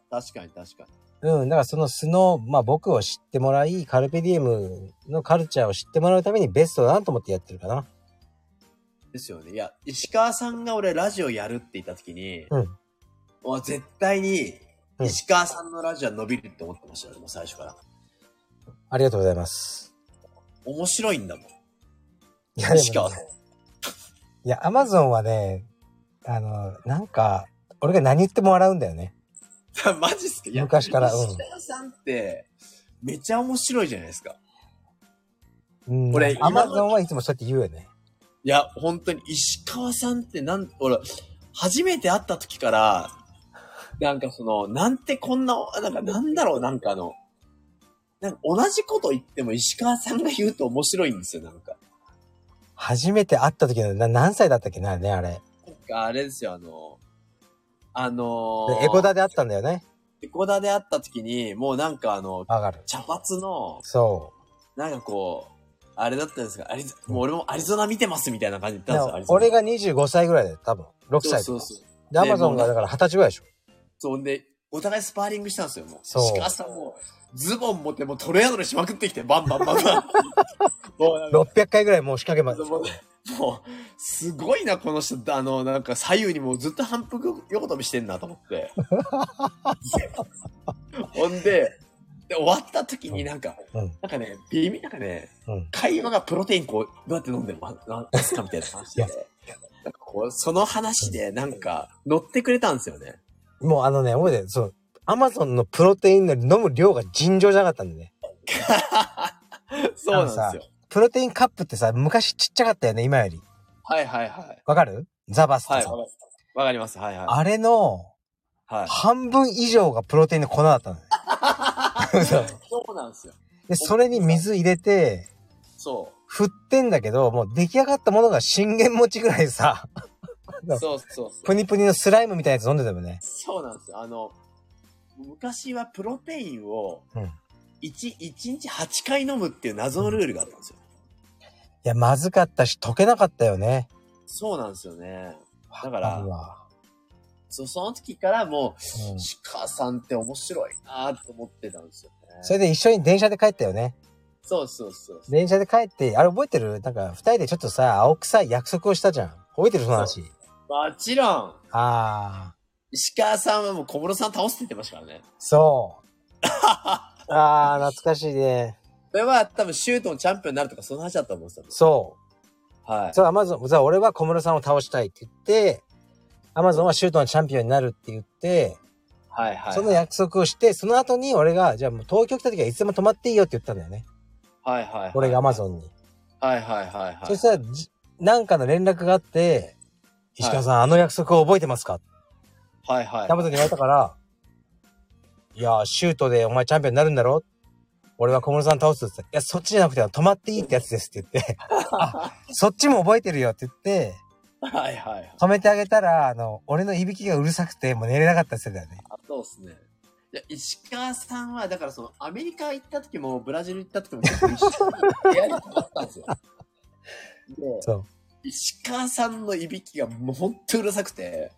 Speaker 2: 確かに確かに。
Speaker 1: うん、だからその素の、まあ僕を知ってもらい、カルペディエムのカルチャーを知ってもらうためにベストだなと思ってやってるかな。
Speaker 2: ですよね。いや、石川さんが俺ラジオやるって言った時に、
Speaker 1: うん
Speaker 2: もう絶対に
Speaker 1: うん
Speaker 2: 石川さんのラジオは伸びるって思ってましたよ、ね、もう最初から。
Speaker 1: ありがとうございます。
Speaker 2: 面白いんだもん。
Speaker 1: いや、でもね
Speaker 2: 石川さん。
Speaker 1: いや、アマゾンはね、あの、なんか、俺が何言っても笑うんだよね。
Speaker 2: マジっすかいや、
Speaker 1: 昔から。
Speaker 2: 石川さんって、めちゃ面白いじゃないですか。
Speaker 1: うん。
Speaker 2: 俺
Speaker 1: ア
Speaker 2: 今の
Speaker 1: マゾンはいつもそうやって言うよね。
Speaker 2: いや、本当に石川さんってなん、俺、初めて会った時から、なんかその、なんてこんな、なんかなんだろう、なんかあの、なんか同じこと言っても石川さんが言うと面白いんですよ、なんか。
Speaker 1: 初めて会った時のな何歳だったっけな、ね、あれ。
Speaker 2: なんかあれですよ、あの、あの
Speaker 1: でエコダで会ったんだよね。
Speaker 2: エコダで会った時に、もうなんかあの、
Speaker 1: わかる。
Speaker 2: 茶髪の、
Speaker 1: そ
Speaker 2: なんかこう、あれだったんですか、アリゾもう俺もアリゾナ見てますみたいな感じ
Speaker 1: う。
Speaker 2: で言ったんですよ、アリゾナ。
Speaker 1: 俺が25歳ぐらいだよ、多分。6歳
Speaker 2: そう
Speaker 1: と
Speaker 2: そ
Speaker 1: か
Speaker 2: うそう。
Speaker 1: で、アマゾンがだから20歳ぐらいでしょ。
Speaker 2: そうで、お互いスパーリングしたんですよ、もう。
Speaker 1: そう
Speaker 2: 石川さんも、ズボン持って、もうトレアドルしまくってきて、バンバンバンバ ン。もうなんか、
Speaker 1: 600回ぐらいもう仕掛けま
Speaker 2: もう、もうすごいな、この人。あの、なんか左右にもうずっと反復横跳びしてんなと思 って。ほんで、で、終わった時になんか、
Speaker 1: うん
Speaker 2: なんかね、微妙なんかね、
Speaker 1: うん。
Speaker 2: 会話がプロテインこう、どうやって飲んでますかみたいな話で。なんかこう、その話で、なんか、乗ってくれたんですよね。
Speaker 1: もうあのね、覚えてる。そう。アマゾンのプロテインの飲む量が尋常じゃなかったんでね。
Speaker 2: そうなんですよ。
Speaker 1: プロテインカップってさ、昔ちっちゃかったよね、今より。
Speaker 2: はいはいはい。
Speaker 1: わかるザバスって
Speaker 2: はい、
Speaker 1: さ、
Speaker 2: わかわかります。はいは
Speaker 1: あれの
Speaker 2: い。はい、
Speaker 1: 半分以上がプロテインの粉だった のね。そう
Speaker 2: そうなんですよ。
Speaker 1: で、それに水入れて、
Speaker 2: そ
Speaker 1: 振ってんだけど、もう出来上がったものが信玄餅ぐらいさ、
Speaker 2: う。そうそうそ
Speaker 1: プ
Speaker 2: う。
Speaker 1: ニプニのスライムみたいなやつ飲んでたよね。
Speaker 2: そうなんですよ。あの、昔はプロテインを
Speaker 1: うん
Speaker 2: 1、一日8回飲むっていう謎のルールがあったんですよ。
Speaker 1: いや、まずかったし、溶けなかったよね。
Speaker 2: そうなんですよね。だか
Speaker 1: あ
Speaker 2: ら
Speaker 1: る、わ
Speaker 2: そその時からも
Speaker 1: う
Speaker 2: う、
Speaker 1: ん
Speaker 2: 鹿さんって面白いなと思ってたんですよ
Speaker 1: そ
Speaker 2: ね。
Speaker 1: れで一緒に電車で帰ったよね。
Speaker 2: そうそうそう。
Speaker 1: 電車で帰って、あれ覚えてるなんか、二人でちょっとさ、青臭い約束をしたじゃん。覚えてるその話。
Speaker 2: もちろん、
Speaker 1: あ
Speaker 2: 石川さんはもう小室さん倒すって言ってましたからね
Speaker 1: ー、。 そう。あー、懐かしいね。
Speaker 2: それは多分シュートのチャンピオンになるとかその話だったと思うんですよ。
Speaker 1: そう。
Speaker 2: はい。
Speaker 1: そう、アマゾン、じゃあ俺は小室さんを倒したいって言って、アマゾンはシュートのチャンピオンになるって言って、
Speaker 2: はいはい。
Speaker 1: その約束をして、その後に俺が、じゃあもう東京来た時はいつでも泊まっていいよって言ったんだよね。
Speaker 2: はいはいはい。
Speaker 1: 俺がアマゾンに。
Speaker 2: はいはいはいはい。
Speaker 1: そしたら、じなんかの連絡があって、石川さん、あの約束を覚えてますか
Speaker 2: はいはい。
Speaker 1: ダブルに言われたから、いやー、シュートでお前チャンピオンになるんだろ俺は小室さん倒すって言っていや、そっちじゃなくて止まっていいってやつですって言 って、あ、そっちも覚えてるよって言って、
Speaker 2: はいはいはい。
Speaker 1: 止めてあげたら、あの、俺のいびきがうるさくて、もう寝れなかったって言ってたよね。
Speaker 2: あそうですね。いや、石川さんは、だからその、アメリカ行った時も、ブラジル行った時も、結構一緒に部屋に泊まったんですよ。で、
Speaker 1: そう。
Speaker 2: 石川さんのいびきがもうほんとうるさくて、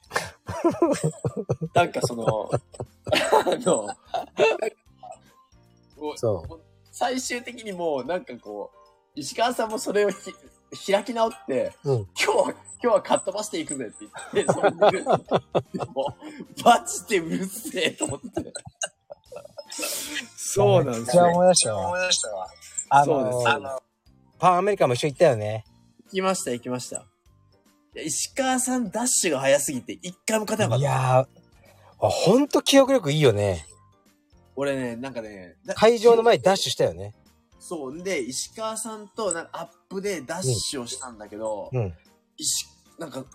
Speaker 2: なんかその、あの、もう
Speaker 1: そ
Speaker 2: 最終的にもうなんかこう、石川さんもそれをひ開き直って、
Speaker 1: う。うん。
Speaker 2: 今日は、今日はかっ飛ばしていくぜって言って、それででも、マジでうるせえと思って。そうなんで
Speaker 1: めっ
Speaker 2: す
Speaker 1: ちゃ
Speaker 2: よ。
Speaker 1: 思い出したわ。
Speaker 2: い出したわ。
Speaker 1: あ
Speaker 2: そうです
Speaker 1: のー、パンアメリカも一緒行ったよね。
Speaker 2: 行きました、行きました。いや石川さんダッシュが早すぎて、一回も勝てなかっ
Speaker 1: い
Speaker 2: た。
Speaker 1: やー、あ、ほんと記憶力いいよね。
Speaker 2: 俺ね、なんかね、だ
Speaker 1: 会場の前にダッシュしたよね。
Speaker 2: そう。んで、石川さんと、なんかアップでダッシュをしたんだけど、
Speaker 1: うん。
Speaker 2: 石、なんか、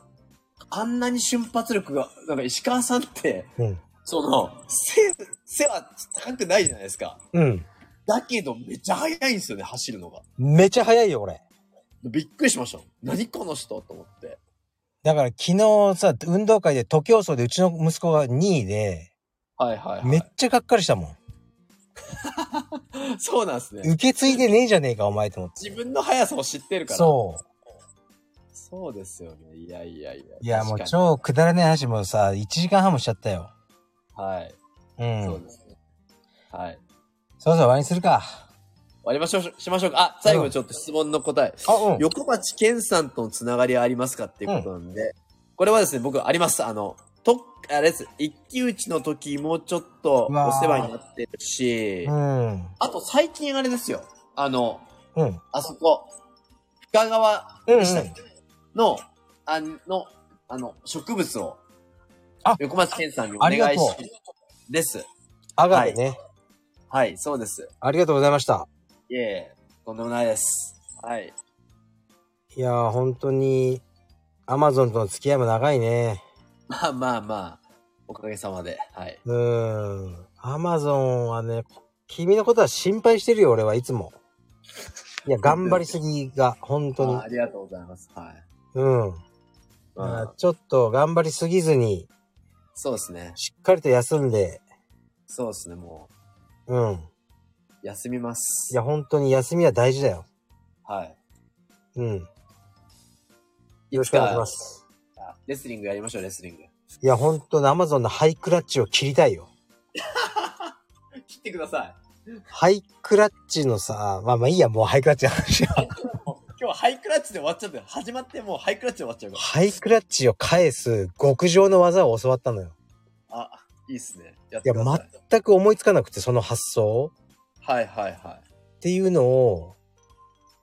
Speaker 2: あんなに瞬発力が、なんか石川さんって、
Speaker 1: うん。
Speaker 2: その、背、背は高くないじゃないですか。
Speaker 1: うん。
Speaker 2: だけど、めっちゃ速いんですよね、走るのが。
Speaker 1: めちゃ早いよ、俺。
Speaker 2: びっくりしました。何この人と思って。
Speaker 1: だから昨日さ、運動会で徒競走でうちの息子が2位で、
Speaker 2: はいはい、は
Speaker 1: めっ
Speaker 2: い。
Speaker 1: ちゃがっかりしたもん。
Speaker 2: そうなんですね。
Speaker 1: 受け継いでねえじゃねえか、お前と思って。
Speaker 2: 自分の速さを知ってるから。
Speaker 1: そう。
Speaker 2: そうですよね。いやいやいや。
Speaker 1: いや、もう
Speaker 2: 確か
Speaker 1: 超くだらない話もさ、1時間半もしちゃったよ。
Speaker 2: にはい。
Speaker 1: う。
Speaker 2: そうんですね。はい。
Speaker 1: そろそろ終わりにするか。
Speaker 2: 終わりましょう、しましょうか。あ、最後にちょっと質問の答え。
Speaker 1: あ、 うん。
Speaker 2: 横町健さんとのつながりはありますかっていうことなんで、これはですね、僕あります。あの、と、あれです。一騎打ちの時もうちょっとお
Speaker 1: うわー
Speaker 2: 世話になってるし、
Speaker 1: うん。
Speaker 2: あと最近あれですよ。あの、
Speaker 1: うん。
Speaker 2: あそこ、深川
Speaker 1: うん、う
Speaker 2: でしたっ
Speaker 1: ん
Speaker 2: け。の、あの、あの、植物を
Speaker 1: あ、
Speaker 2: 横松健さんにお
Speaker 1: あ
Speaker 2: 願
Speaker 1: りがと
Speaker 2: いうし、です。
Speaker 1: あがでね、
Speaker 2: はい、そうです。
Speaker 1: ありがとうございました。
Speaker 2: いえいえ、とんでもないです。はい。
Speaker 1: いやー、本当に、アマゾンとの付き合いも長いね。
Speaker 2: まあまあまあ、おかげさまで。はい。
Speaker 1: うーん。アマゾンはね、君のことは心配してるよ、俺はいつも。 いや、頑張りすぎが、本当に
Speaker 2: あ。ありがとうございます。はい。
Speaker 1: うん。
Speaker 2: ま
Speaker 1: あ
Speaker 2: あ、
Speaker 1: ちょっと頑張りすぎずに、
Speaker 2: そうですね。
Speaker 1: しっかりと休んで、
Speaker 2: そうですね。も
Speaker 1: うん。
Speaker 2: う、休みます。
Speaker 1: いや、本当に休みは大事だよ。
Speaker 2: はい。
Speaker 1: うん。
Speaker 2: よ
Speaker 1: よろしくお願いしま。す。
Speaker 2: レスリングやりましょう、レスリング。
Speaker 1: いや、本当にアマゾンのハイクラッチを切りたいよ。
Speaker 2: 切ってください。
Speaker 1: ハイクラッチのさ、まあまあいいや、もうハイクラッチの話は。
Speaker 2: もう今日はハイクラッチで終わっちゃって、始まってもうハイクラッチで終わっちゃうか
Speaker 1: ハイクラッチを返す極上の技を教わったのよ。
Speaker 2: ら。あ、いいっすね。やっ
Speaker 1: いや、
Speaker 2: ください。
Speaker 1: 全く思いつかなくて、その発想
Speaker 2: はいはいはい。
Speaker 1: っていうのを、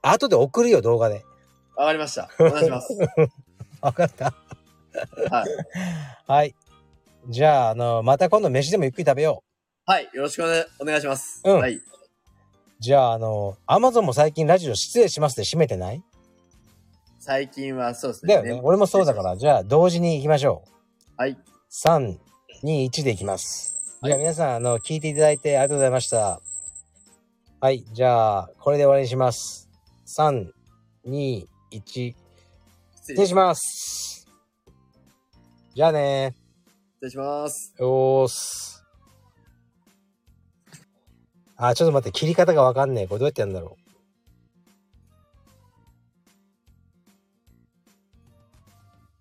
Speaker 1: 後で送るよ、動画で。
Speaker 2: わかりました。お願い します。
Speaker 1: わかった。
Speaker 2: はい。
Speaker 1: はい。じゃあ、あの、また今度飯でもゆっくり食べよ
Speaker 2: はい。よろしくお,、ね、お願いします。
Speaker 1: うん
Speaker 2: はい。
Speaker 1: う。じゃあ、あの、アマゾンも最近ラジオ失礼しますで閉めてない
Speaker 2: 最近はそうです
Speaker 1: だ
Speaker 2: ね。
Speaker 1: よね。俺もそうだから、じゃあ、同時に行きましょう。
Speaker 2: はい。
Speaker 1: 3、2、1でいきます。じゃあ皆さん、あの、聞いていただいてありがとうございました。はい、じゃあ、これで終わりにします。3、2、1、失
Speaker 2: 失礼
Speaker 1: 礼
Speaker 2: し
Speaker 1: します。じゃあね
Speaker 2: 失礼します。
Speaker 1: よーす。あ、ちょっと待って、切り方がわかんねえ。これどうやってやるんだろう。